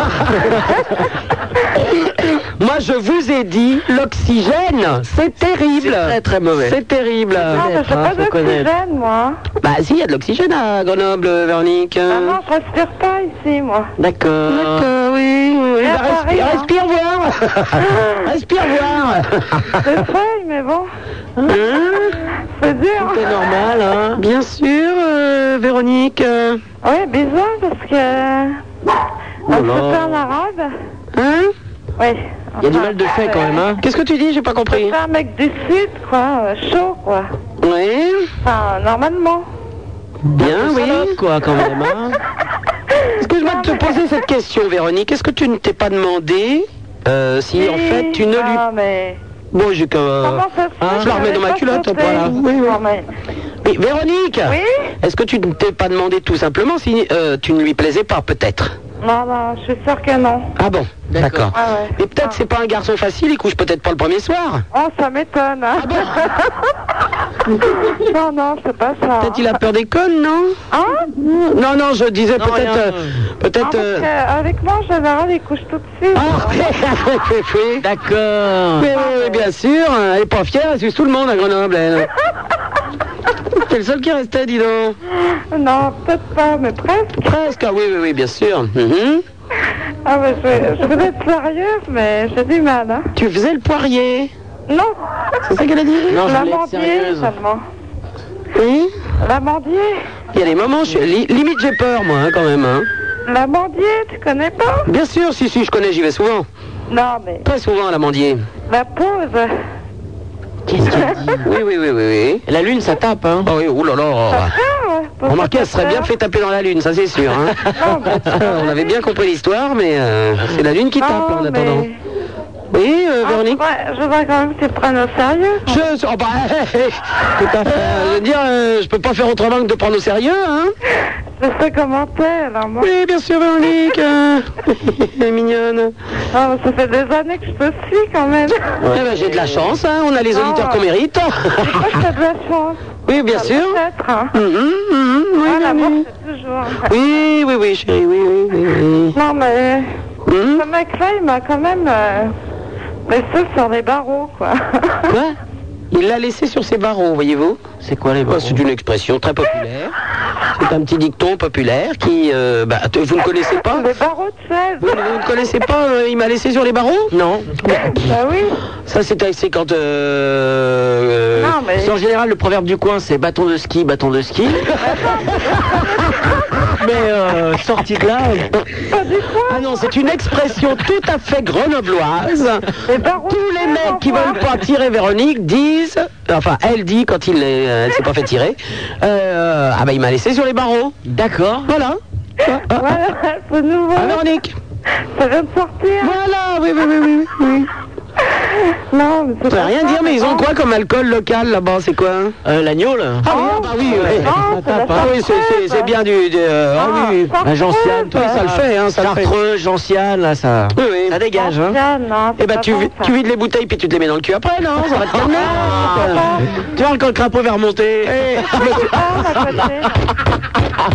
Moi, je vous ai dit, l'oxygène, c'est terrible. C'est très, très mauvais. hein, C'est terrible. Non, Ah, mais bah, j'ai pas d'oxygène, moi. Bah, si, il y a de l'oxygène à Grenoble, Véronique. Ah non, je respire pas ici, moi. D'accord. D'accord, oui. oui. Et à Bah, respi- Paris, hein. respire, voir. respire, voir. J'essaye, mais bon. C'est dur. Hein C'est normal, hein. Bien sûr, euh, Véronique. euh. Oui, bizarre parce que. Oh On se là. fait un arabe. Hein Oui. Il y a du mal de fait, quand même, hein. Qu'est-ce que tu dis J'ai pas compris. C'est euh, un mec du sud, quoi, euh, chaud, quoi. Oui. Enfin, normalement. Bien, Hein, oui. quoi, quand même. hein. Excuse-moi de te poser cette question, Véronique. Est-ce que tu ne t'es pas demandé euh, si, en fait, tu ne lui... Ah, Non, mais. Bon, j'ai que... euh, Comment ça se hein, fait je la remets dans ma J'avais pas culotte, sauté. voilà. Oui, Non, mais- Oui, Véronique Oui Est-ce que tu ne t'es pas demandé tout simplement si euh, tu ne lui plaisais pas, peut-être Non, non, je suis sûre que non. Ah bon D'accord. Ah ouais. Et peut-être c'est pas un garçon facile, il couche peut-être pas le premier soir Oh, ça m'étonne. Ah hein. non, non, c'est pas ça. Peut-être il a peur des connes, non Hein Non, non, je disais peut-être... euh, Ah, peut-être... parce euh, Ah. que avec moi, en général, ils couchent tout de suite. D'accord. Mais oui, oui, bien sûr, hein, elle est pas fière, elle suce tout le monde à Grenoble, elle. C'est le seul qui restait, dis donc. Non, peut-être pas, mais presque. Presque, ah oui, oui, oui, bien sûr. Mhm. Ah, mais je, je voulais être sérieuse, mais j'ai du mal. Hein. Tu faisais le poirier Non. C'est ça qu'elle a dit Non, je voulais être L'amandier sérieuse. seulement. Oui L'amandier. Il y a des moments, je suis- li- limite j'ai peur, moi, hein, quand même. hein. L'amandier, tu connais pas Bien sûr, si, si, je connais, j'y vais souvent. Non, mais Très souvent à l'amandier. la pause. Qu'est-ce qu'elle dit Oui, oui, oui, oui, oui. La lune, ça tape, hein Ah oui, oulala. Ah, ouais, pause Remarquez, elle de serait peur. bien fait taper dans la lune, ça c'est sûr. hein. on avait bien compris l'histoire, mais euh, c'est la lune qui tape là, en attendant. Oui, euh, Véronique Ah, Je voudrais quand même que tu te prennes au sérieux. Je, oh, bah, tout à fait. Euh, Je veux dire, euh, je peux pas faire autrement que de prendre au sérieux, hein Je sais comment t'es, là, moi. Oui, bien sûr, Véronique. euh, Elle est mignonne. Ah, mais ça fait des années que je te suis, quand même. Eh ben, j'ai de la chance, hein, on a les auditeurs qu'on mérite. Moi, je t'ai de la chance. hein. oui, bien sûr. Mhm, mhm, oui, Ah, oui, l'amour, oui. c'est toujours. oui, Hum, oui, oui, chérie, oui, oui, oui, oui. Non, mais... Oui, Ce mec-là, il m'a quand même euh, laissé sur les barreaux, quoi. Quoi Il l'a laissé sur ses barreaux, voyez-vous C'est quoi les barreaux C'est une expression très populaire. C'est un petit dicton populaire qui... euh, bah, t- vous ne connaissez pas Les barreaux de chaise Vous, vous ne connaissez pas euh, Il m'a laissé sur les barreaux Non. Bah oui Ça, c'est c'est quand... euh, Non, mais- c'est en général le proverbe du coin, c'est bâton de ski, bâton de ski. Mais euh, sorti de là. euh, Ah non, c'est une expression tout à fait grenobloise. Tous les mecs qui veulent pas tirer Véronique disent, enfin elle dit quand il est- euh, elle s'est pas fait tirer, euh, ah bah il m'a laissé sur les barreaux. D'accord. Voilà. Voilà, c'est nouveau. Véronique Ça vient de sortir. Voilà, oui, oui, oui, oui. oui. Non, mais Ça veut rien dire, mais ils ont quoi comme alcool local là-bas C'est quoi L'agneau là Ah oui, ah bah oui, Oh, ouais. Ah oui, c'est- c'est- c'est bien du. du- euh, ah oui, Un gentiane, oui, ça le fait, hein, ça le fait. Chartreux, gentiane, là, ça. Oui, oui. Ça dégage, hein Eh ben, tu, vi- tu vides les bouteilles puis tu te les mets dans le cul après, non Ça va te Ah, calmer Tu vois, quand le crapaud va remonter. Ah,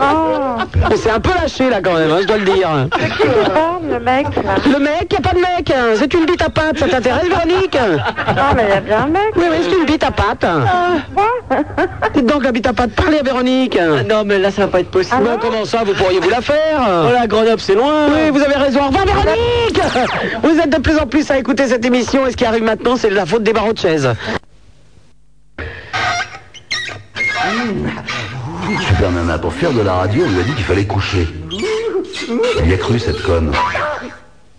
Ah, On s'est un peu lâché là quand même, hein, je dois le dire. le mec là Le mec, y a pas de mec, hein. c'est une bite à pâte, ça t'intéresse Véronique Non mais y a bien un mec Oui, oui, c'est une bite à pâte. Dites donc la bite à pâte, parlez à Véronique Ah Non mais là ça va pas être possible. Ah, comment ça, vous pourriez vous la faire Oh la Grenoble c'est loin Oui, vous avez raison, au revoir Véronique Vous êtes de plus en plus à écouter cette émission et ce qui arrive maintenant c'est la faute des barreaux de chaise. Super Nana, pour faire de la radio, on lui a dit qu'il fallait coucher. Il y a cru cette conne.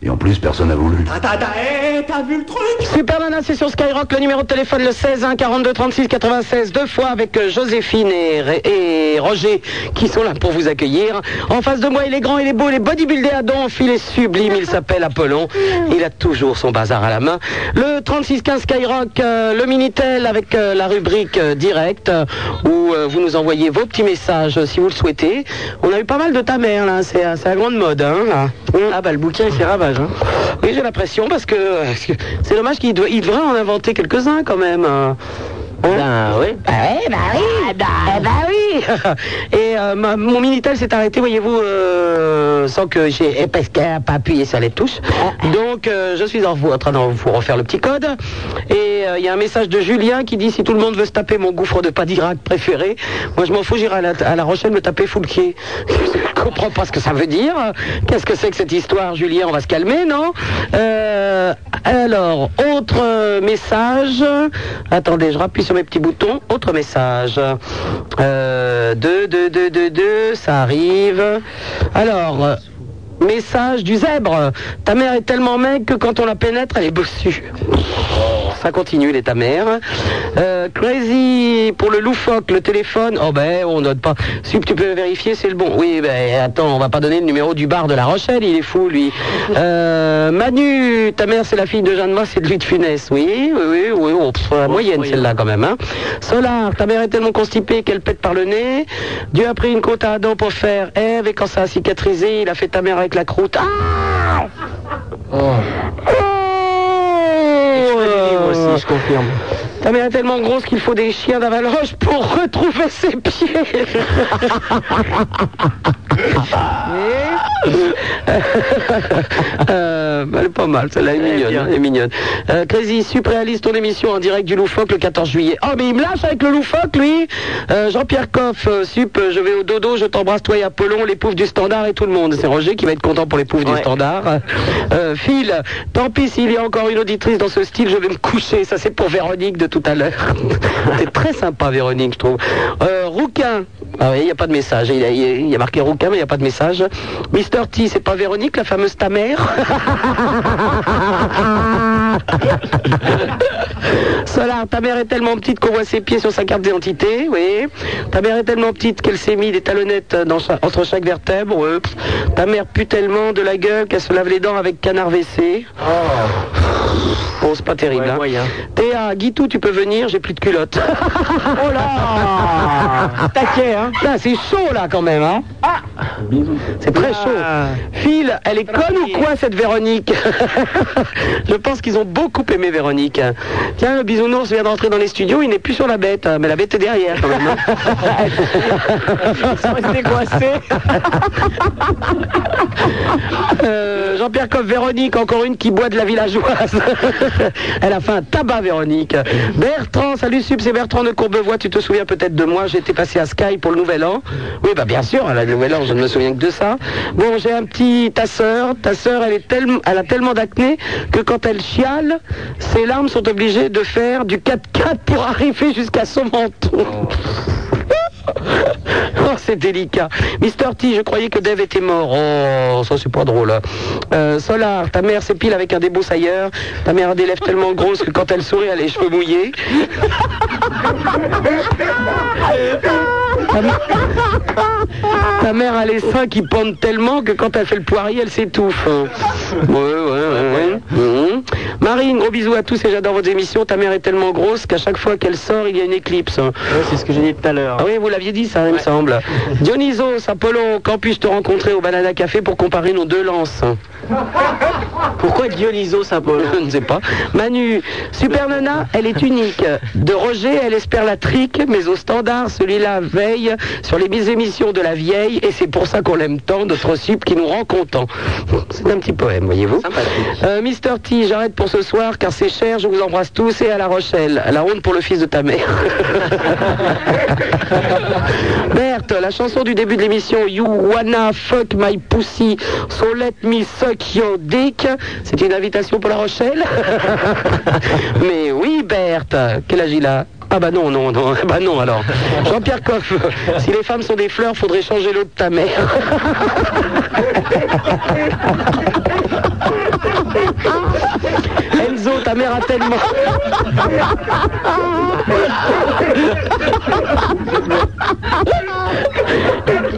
Et en plus, personne n'a voulu. Attends, attends, t'as vu le truc Super Nana, hein, c'est sur Skyrock, le numéro de téléphone le 16 1 42 36 96, deux fois avec euh, Joséphine et, Ré- et Roger qui sont là pour vous accueillir. En face de moi, il est grand, il est beau, il est bodybuildé à dents, il est sublime, il s'appelle Apollon, il a toujours son bazar à la main. Le 36 15 Skyrock, euh, le Minitel avec euh, la rubrique euh, direct euh, où euh, vous nous envoyez vos petits messages euh, si vous le souhaitez. On a eu pas mal de ta mère là, c'est euh, c'est la grande mode hein, là. Ah bah le bouquin il fait ravage hein. Oui j'ai l'impression parce que euh, parce que c'est dommage qu'il doit- il devrait en inventer quelques-uns quand même. hein. Hein oui. Bah oui, bah oui, bah, oui. Et euh, ma- mon Minitel s'est arrêté, voyez-vous, euh, sans que j'ai, et parce qu'elle n'a pas appuyé sur les touches. Donc euh, je suis en, vous, en train de vous refaire le petit code. Et euh, il y a un message de Julien qui dit si tout le monde veut se taper mon gouffre de Padirac préféré, moi je m'en fous, j'irai à la, à la Rochelle me taper Foulquier. je comprends pas ce que ça veut dire. Qu'est-ce que c'est que cette histoire, Julien On va se calmer, non Euh, Alors, autre euh, message. Attendez, je rappuie sur mes petits boutons. Autre message. Euh, deux, deux, deux, deux, deux, ça arrive. Alors. euh, Message du zèbre. Ta mère est tellement maigre que quand on la pénètre, elle est bossue. Oh, Ça continue, il est ta mère. Euh, crazy pour le loufoque, le téléphone. Oh ben, on note pas. Si tu peux vérifier, c'est le bon. Oui, ben attends, on va pas donner le numéro du bar de La Rochelle, il est fou lui. Euh, Manu, ta mère c'est la fille de Jeanne Moss et de Louis de Funès. Oui, oui, oui, oui. oh, pff, la moyenne celle-là quand même. Hein. Solar, ta mère est tellement constipée qu'elle pète par le nez. Dieu a pris une côte à Adam pour faire Ève et quand ça a cicatrisé, il a fait ta mère avec la croûte. Ah aussi, je confirme. Ta mère est Euh, tellement grosse qu'il faut des chiens d'avaloche pour retrouver ses pieds. Euh, elle est pas mal, celle-là elle est mignonne. hein, Elle est mignonne. Euh, Crazy, sup réalise ton émission en direct du Loufoque le 14 juillet. Oh, mais il me lâche avec le Loufoque, lui Euh, Jean-Pierre Coff, euh, sup, euh, je vais au dodo, je t'embrasse, toi et Apollon, les poufs du standard et tout le monde. C'est Roger qui va être content pour les poufs du standard. Euh, Phil, tant pis s'il y a encore une auditrice dans ce style, je vais me coucher. Ça, c'est pour Véronique de tout à l'heure. c'est très sympa, Véronique, je trouve. Euh, Rouquin, ah oui, il n'y a pas de message. Il y a, il y a- il y a marqué Rouquin, mais il n'y a pas de message. Mister T, c'est pas Véronique, la fameuse ta mère Solar, ta mère est tellement petite qu'on voit ses pieds sur sa carte d'identité, oui. Ta mère est tellement petite qu'elle s'est mis des talonnettes dans sa- entre chaque vertèbre. ouais. Ta mère pue tellement de la gueule qu'elle se lave les dents avec canard WC. Bon, c'est pas terrible. hein. Théa, Guitou, tu peux venir, j'ai plus de culotte. oh là Taquet, hein Là, c'est chaud, là, quand même, hein C'est très chaud. Phil, elle est conne ou quoi cette Véronique Je pense qu'ils ont beaucoup aimé Véronique. Tiens, le bisounours vient d'entrer dans les studios, il n'est plus sur la bête, mais la bête est derrière quand même. hein. Euh, Jean-Pierre Coff, Véronique, encore une qui boit de la villageoise. Elle a fait un tabac, Véronique. Bertrand, salut Sub, c'est Bertrand de Courbevoie. Tu te souviens peut-être de moi J'étais passé à Sky pour le Nouvel An. Oui, bah bien sûr, à la Nouvel An, je ne me souviens que de ça. Bon, j'ai un petit. Ta sœur, ta sœur, elle, est tellement, elle a tellement d'acné que quand elle chiale, ses larmes sont obligées de faire du 4x4 pour arriver jusqu'à son menton. Oh, c'est délicat. Mister T, je croyais que Dave était mort. Oh, ça c'est pas drôle. Euh, Solar, ta mère s'épile avec un débroussailleur. Ta mère a des lèvres tellement grosses que quand elle sourit, elle a les cheveux mouillés. Ta, mère- ta mère a les seins qui pendent tellement que quand elle fait le poirier, elle s'étouffe. Ouais, ouais, ouais, ouais. Mhm. Marine, gros bisous à tous et j'adore votre émission. Ta mère est tellement grosse qu'à chaque fois qu'elle sort, il y a une éclipse. c'est ce que j'ai dit tout à l'heure. Ah oui, vous l'aviez dit ça, il me semble. Dionysos, Apollon, quand puis-je te rencontrer au Banana Café pour comparer nos deux lances pourquoi Dionysos Apollon Je ne sais pas. Manu, Super Nana, elle est unique. De Roger, elle espère la trique, mais au standard, celui-là veille sur les mises émissions de la vieille, et c'est pour ça qu'on l'aime tant, notre sup qui nous rend content. C'est un petit poème, voyez-vous. Euh, Mister T, j'arrête pour ce soir, car c'est cher, je vous embrasse tous, et à La Rochelle. La honte pour le fils de ta mère. Berthe, la chanson du début de l'émission You Wanna Fuck My Pussy So Let Me Suck Your Dick C'est une invitation pour La Rochelle Mais oui Berthe, quel âge il a ah bah non, non, non, bah non alors. Jean-Pierre Coff, si les femmes sont des fleurs, faudrait changer l'eau de ta mère. Enzo, ta mère a tellement...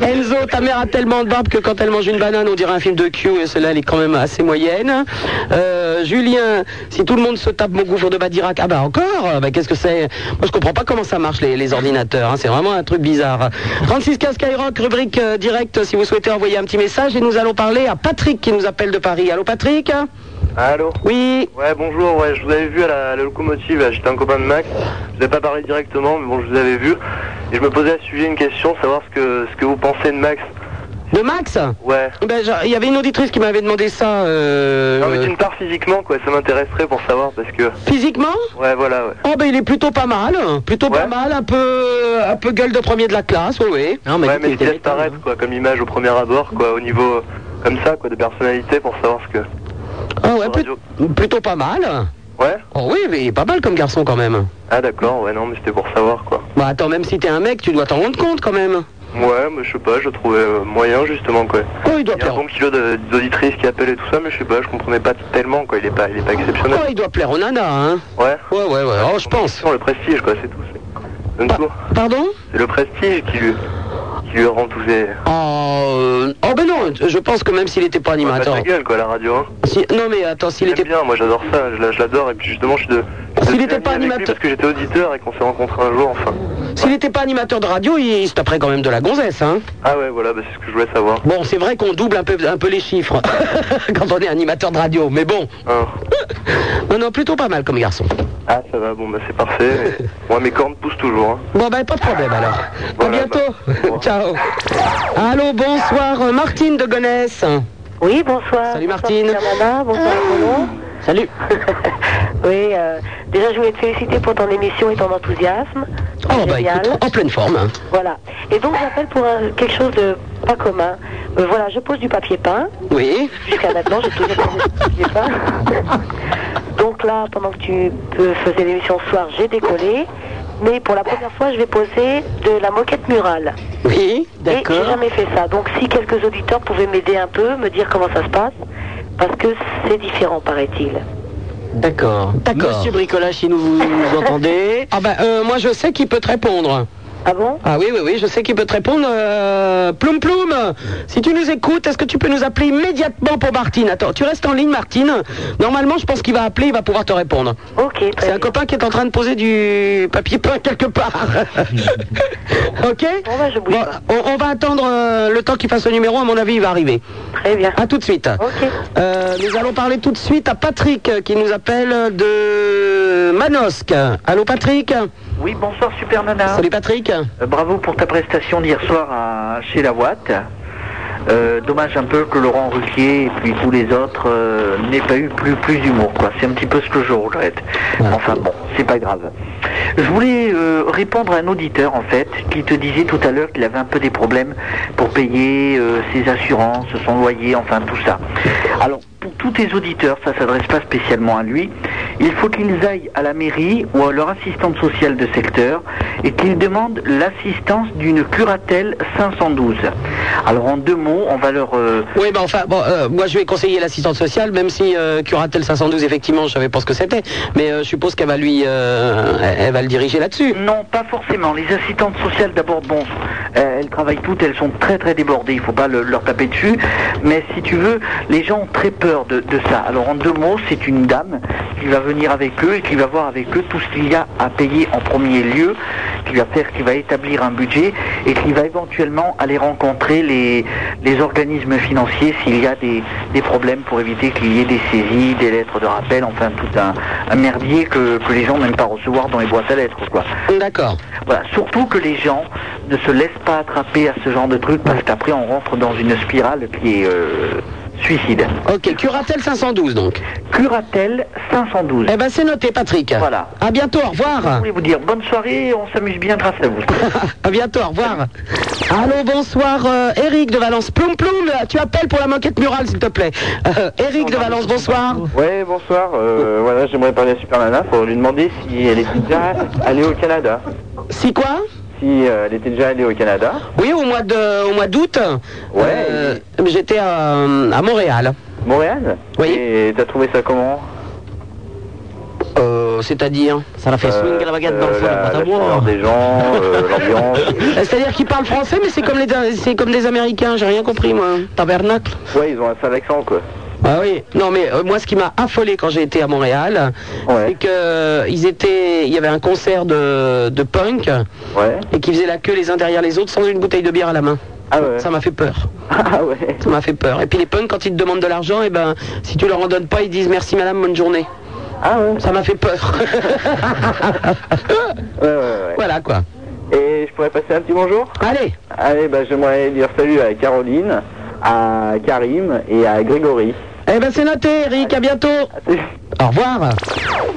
Enzo, ta mère a tellement de barbe que quand elle mange une banane, on dirait un film de Q et celle-là, elle est quand même assez moyenne. Euh, Julien, si tout le monde se tape mon gouffre de Badirac, ah bah encore Bah qu'est-ce que c'est Moi je comprends pas comment ça marche les, les ordinateurs, hein, c'est vraiment un truc bizarre. 3615 Skyrock, rubrique euh, directe si vous souhaitez envoyer un petit message et nous allons parler à Patrick qui nous appelle de Paris. Allô Patrick Allô Oui Ouais, bonjour, ouais, je vous avais vu à la, à la locomotive, là, j'étais un copain de Max. Je vous ai pas parlé directement, mais bon, je vous avais vu. Et je me posais à ce sujet une question, savoir ce que, ce que vous pensez de Max. De Max Ouais. Ben, j'a- Il y avait une auditrice qui m'avait demandé ça. euh, Non, mais d'une part physiquement, quoi, ça m'intéresserait pour savoir, parce que... Physiquement Ouais, voilà, ouais. Oh ben il est plutôt pas mal, hein. plutôt pas mal, un peu un peu gueule de premier de la classe, oui oui. ouais, mais il laisse hein. paraître, quoi, comme image au premier abord, quoi, au niveau... euh, Comme ça, quoi, de personnalité, pour savoir ce que... Ah ouais, plut- plutôt pas mal. Ouais Oh oui, mais il est pas mal comme garçon quand même. Ah d'accord, ouais, non, mais c'était pour savoir, quoi. Bah attends, même si t'es un mec, tu dois t'en rendre compte quand même. Ouais, mais je sais pas, je trouvais euh, moyen, justement, quoi. il doit y a un bon kilo de- d'auditrices qui appellent et tout ça, mais je sais pas, je comprenais pas tellement, quoi, il est pas, il est pas Oh, exceptionnel. il doit plaire aux nanas, hein. Ouais. Ouais, ouais, ouais. Oh, je pense. le prestige, quoi, c'est tout. c'est- Donne tout. Pardon C'est le prestige qui lui, qui lui rend tous ses. Oh, euh, oh ben non, je pense que même s'il était pas Pas animateur. ta gueule, quoi, la radio. Hein. Si- non mais attends, s'il était bien, moi j'adore ça, je la- je l'adore, et puis justement, je suis de. S'il était pas animateur. Parce que j'étais auditeur et qu'on s'est rencontrés un jour, enfin. S'il était pas animateur de radio, il, il se taperait quand même de la gonzesse, hein. Ah ouais, voilà, bah, c'est ce que je voulais savoir. Bon, c'est vrai qu'on double un peu, un peu les chiffres quand on est animateur de radio, mais bon. Oh. Non, non, plutôt pas mal comme garçon. Ah, ça va, bon, bah c'est parfait. mais- Moi, mes cornes poussent toujours, hein. Bon, ben, pas de problème alors. à bientôt. Ciao. Allô, bonsoir, euh, Martine de Gonesse. Oui, bonsoir. Salut Martine. Amanda, bonsoir Apollo. Salut. oui, euh, déjà je voulais te féliciter pour ton émission et ton enthousiasme. Oh, bah Génial. écoute, en pleine forme. hein. Voilà. Et donc j'appelle pour un- quelque chose de pas commun. Euh, voilà, je pose du papier peint. Oui. Jusqu'à maintenant, j'ai toujours posé du papier peint. donc là, pendant que tu euh, faisais l'émission ce soir, j'ai décollé. Mais pour la première fois, je vais poser de la moquette murale. Oui, d'accord. J'ai jamais fait ça. Donc si quelques auditeurs pouvaient m'aider un peu, me dire comment ça se passe, parce que c'est différent, paraît-il. D'accord. D'accord. Monsieur ben, Bricolage, si nous vous, entendez. Ah bah, euh, moi je sais qui peut te répondre. Ah bon Ah oui, oui, oui, je sais qu'il peut te répondre. euh, ploum Ploum, si tu nous écoutes, est-ce que tu peux nous appeler immédiatement pour Martine Attends, tu restes en ligne, Martine. Normalement, je pense qu'il va appeler, il va pouvoir te répondre. Ok. C'est un copain qui est en train de poser du papier peint quelque part. ok bah, Bon, Euh, on, on va attendre euh, le temps qu'il fasse le numéro, à mon avis, il va arriver. Très bien. À tout de suite. Euh, nous allons parler tout de suite à Patrick euh, qui nous appelle euh, de Manosque. Allô, Patrick Oui, bonsoir Super Nana. Salut, Patrick. Euh, bravo pour ta prestation d'hier soir à- chez la Watt. Euh, dommage un peu que Laurent Ruquier et puis tous les autres euh, n'aient pas eu plus, plus d'humour. quoi. C'est un petit peu ce que je regrette. Enfin bon, c'est pas grave. Je voulais euh, répondre à un auditeur en fait qui te disait tout à l'heure qu'il avait un peu des problèmes pour payer euh, ses assurances, son loyer, enfin tout ça. Alors pour tous tes auditeurs, ça s'adresse pas spécialement à lui, il faut qu'ils aillent à la mairie ou à leur assistante sociale de secteur et qu'ils demandent l'assistance d'une curatelle 512. Alors en deux mots, on va leur... euh, Oui, ben enfin, bon, euh, moi je vais conseiller l'assistante sociale, même si euh, Curatel 512, effectivement, je savais pas ce que c'était, mais euh, je suppose qu'elle va lui, euh, elle- elle va le diriger là-dessus. Non, pas forcément. Les assistantes sociales, d'abord, bon, euh, elles travaillent toutes, elles sont très très débordées, il ne faut pas le- leur taper dessus. Mais si tu veux, les gens ont très peur de, de ça. Alors en deux mots, c'est une dame qui va venir avec eux et qui va voir avec eux tout ce qu'il y a à payer en premier lieu, qui va faire, qui va établir un budget et qui va éventuellement aller rencontrer les, les organismes financiers s'il y a des, des problèmes pour éviter qu'il y ait des saisies, des lettres de rappel, enfin tout un, un merdier que, que les gens n'aiment pas recevoir dans les boîtes à lettres. quoi. D'accord. Voilà, surtout que les gens ne se laissent pas attraper à ce genre de truc parce qu'après on rentre dans une spirale qui est euh, suicide. Ok, Curatel 512 donc. Curatel 512. Eh ben c'est noté, Patrick. Voilà. À bientôt, au revoir. Je voulais vous dire bonne soirée, on s'amuse bien grâce à vous. à bientôt, au revoir. Allô, bonsoir, euh, Eric de Valence. Ploum, ploum, là, tu appelles pour la maquette murale, s'il te plaît. Euh, Eric de Valence, bonsoir. Ouais, bonsoir. euh, voilà, j'aimerais parler à Super Nana pour lui demander si elle était déjà allée au Canada. Si quoi Si euh, elle était déjà allée au Canada. Oui, au mois de, au mois d'août. euh, J'étais à, à Montréal. Montréal Oui. Et t'as trouvé ça comment Euh, c'est-à-dire Ça Euh. l'a fait swing à la baguette dans le fond, la, pas la chaleur des gens, euh, l'ambiance. C'est-à-dire qu'ils parlent français, mais c'est comme les, c'est comme des Américains. J'ai rien compris, moi. Tabernacle. Ouais, ils ont un sale accent, quoi. Ah oui, non mais euh, moi ce qui m'a affolé quand j'ai été à Montréal, c'est que euh, ils étaient, il y avait un concert de, de punk et qui faisaient la queue les uns derrière les autres sans une bouteille de bière à la main. Ah Ça m'a fait peur. Ça m'a fait peur. Et puis les punks quand ils te demandent de l'argent, et ben si tu leur en donnes pas, ils disent merci madame, bonne journée. Ça m'a fait peur. Ah Ouais, ouais, ouais. Voilà, quoi. Et je pourrais passer un petit bonjour Allez Allez, bah, j'aimerais dire salut à Caroline, à Karim et à Grégory. Eh ben c'est noté, Eric, à bientôt. Au revoir.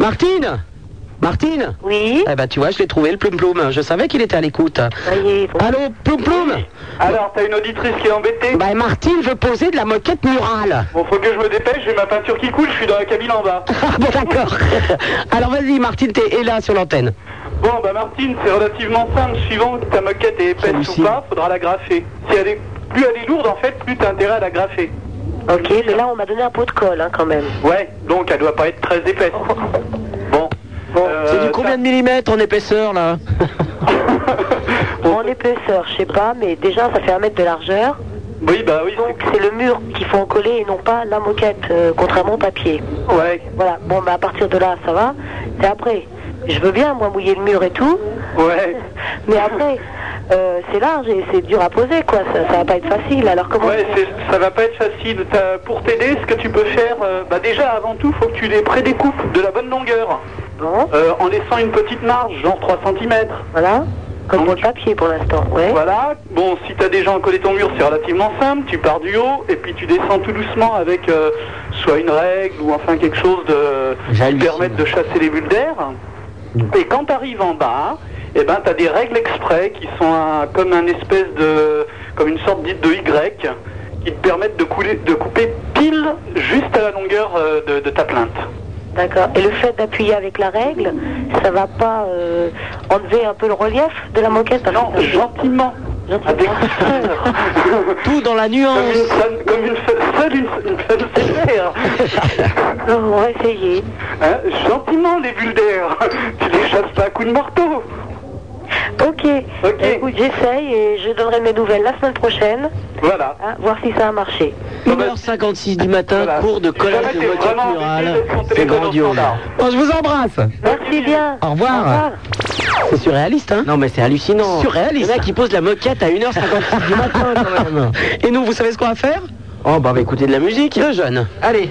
Martine Martine Oui Eh ben tu vois, je l'ai trouvé le ploum ploum. Je savais qu'il était à l'écoute. Allô, ploum ploum Alors, t'as une auditrice qui est embêtée Bah Martine veut poser de la moquette murale. Bon, faut que je me dépêche, j'ai ma peinture qui coule, je suis dans la cabine en bas. Ah bon d'accord. Alors vas-y Martine, t'es est là sur l'antenne. Bon, bah Martine, c'est relativement simple. Suivant que ta moquette est épaisse ou pas, faudra la graffer. Si elle est... Plus elle est lourde, en fait, plus t'as intérêt à la graffer. Ok, mais là on m'a donné un pot de colle hein, quand même. Ouais, donc elle doit pas être très épaisse. Bon. Euh, C'est du combien de millimètres en épaisseur là En épaisseur, je sais pas, mais déjà ça fait un mètre de largeur. Oui, bah oui. Donc c'est le mur qu'il faut encoller et non pas la moquette, euh, contrairement au papier. Ouais. Voilà, bon, bah à partir de là, ça va. C'est après. Je veux bien, moi, mouiller le mur et tout. Ouais. Mais après, euh, c'est large et c'est dur à poser, quoi. Ça, ça va pas être facile. Alors comment Ouais, c'est- ça va pas être facile. T'as- Pour t'aider, ce que tu peux faire, euh, bah déjà avant tout, faut que tu les prédécoupes de la bonne longueur. Euh, en laissant une petite marge, genre 3 cm. Voilà. Comme pour le papier pour l'instant, ouais. Voilà. Bon, si t'as déjà encollé ton mur, c'est relativement simple. Tu pars du haut et puis tu descends tout doucement avec euh, soit une règle ou enfin quelque chose de qui permette de chasser les bulles d'air. Et quand t'arrives en bas, eh ben t'as des règles exprès qui sont un- comme un espèce de comme une sorte dite de Y qui te permettent de couler, de couper pile juste à la longueur euh, de- de ta plainte. D'accord. Et le fait d'appuyer avec la règle, ça va pas euh, enlever un peu le relief de la moquette parce Non, gentiment. Tout dans la nuance. Comme une seule, seule une, une seule bulle d'air. On va essayer. Hein, gentiment les bulles d'air. Tu les chasses pas à coups de morceau. Ok. Bah, écoute, j'essaye et je donnerai mes nouvelles la semaine prochaine. Voilà. Hein, voir si ça a marché. 1h56 du matin, cours de collage de voiture murale. C'est grandiose. Bon, je vous embrasse. Merci bien. Au revoir. C'est surréaliste, hein Non, mais c'est hallucinant. Surréaliste. Il y en a qui posent la moquette à 1h56 du matin, quand même. Et nous, vous savez ce qu'on va faire Oh, bah, on va écouter de la musique. Le jeune. Allez.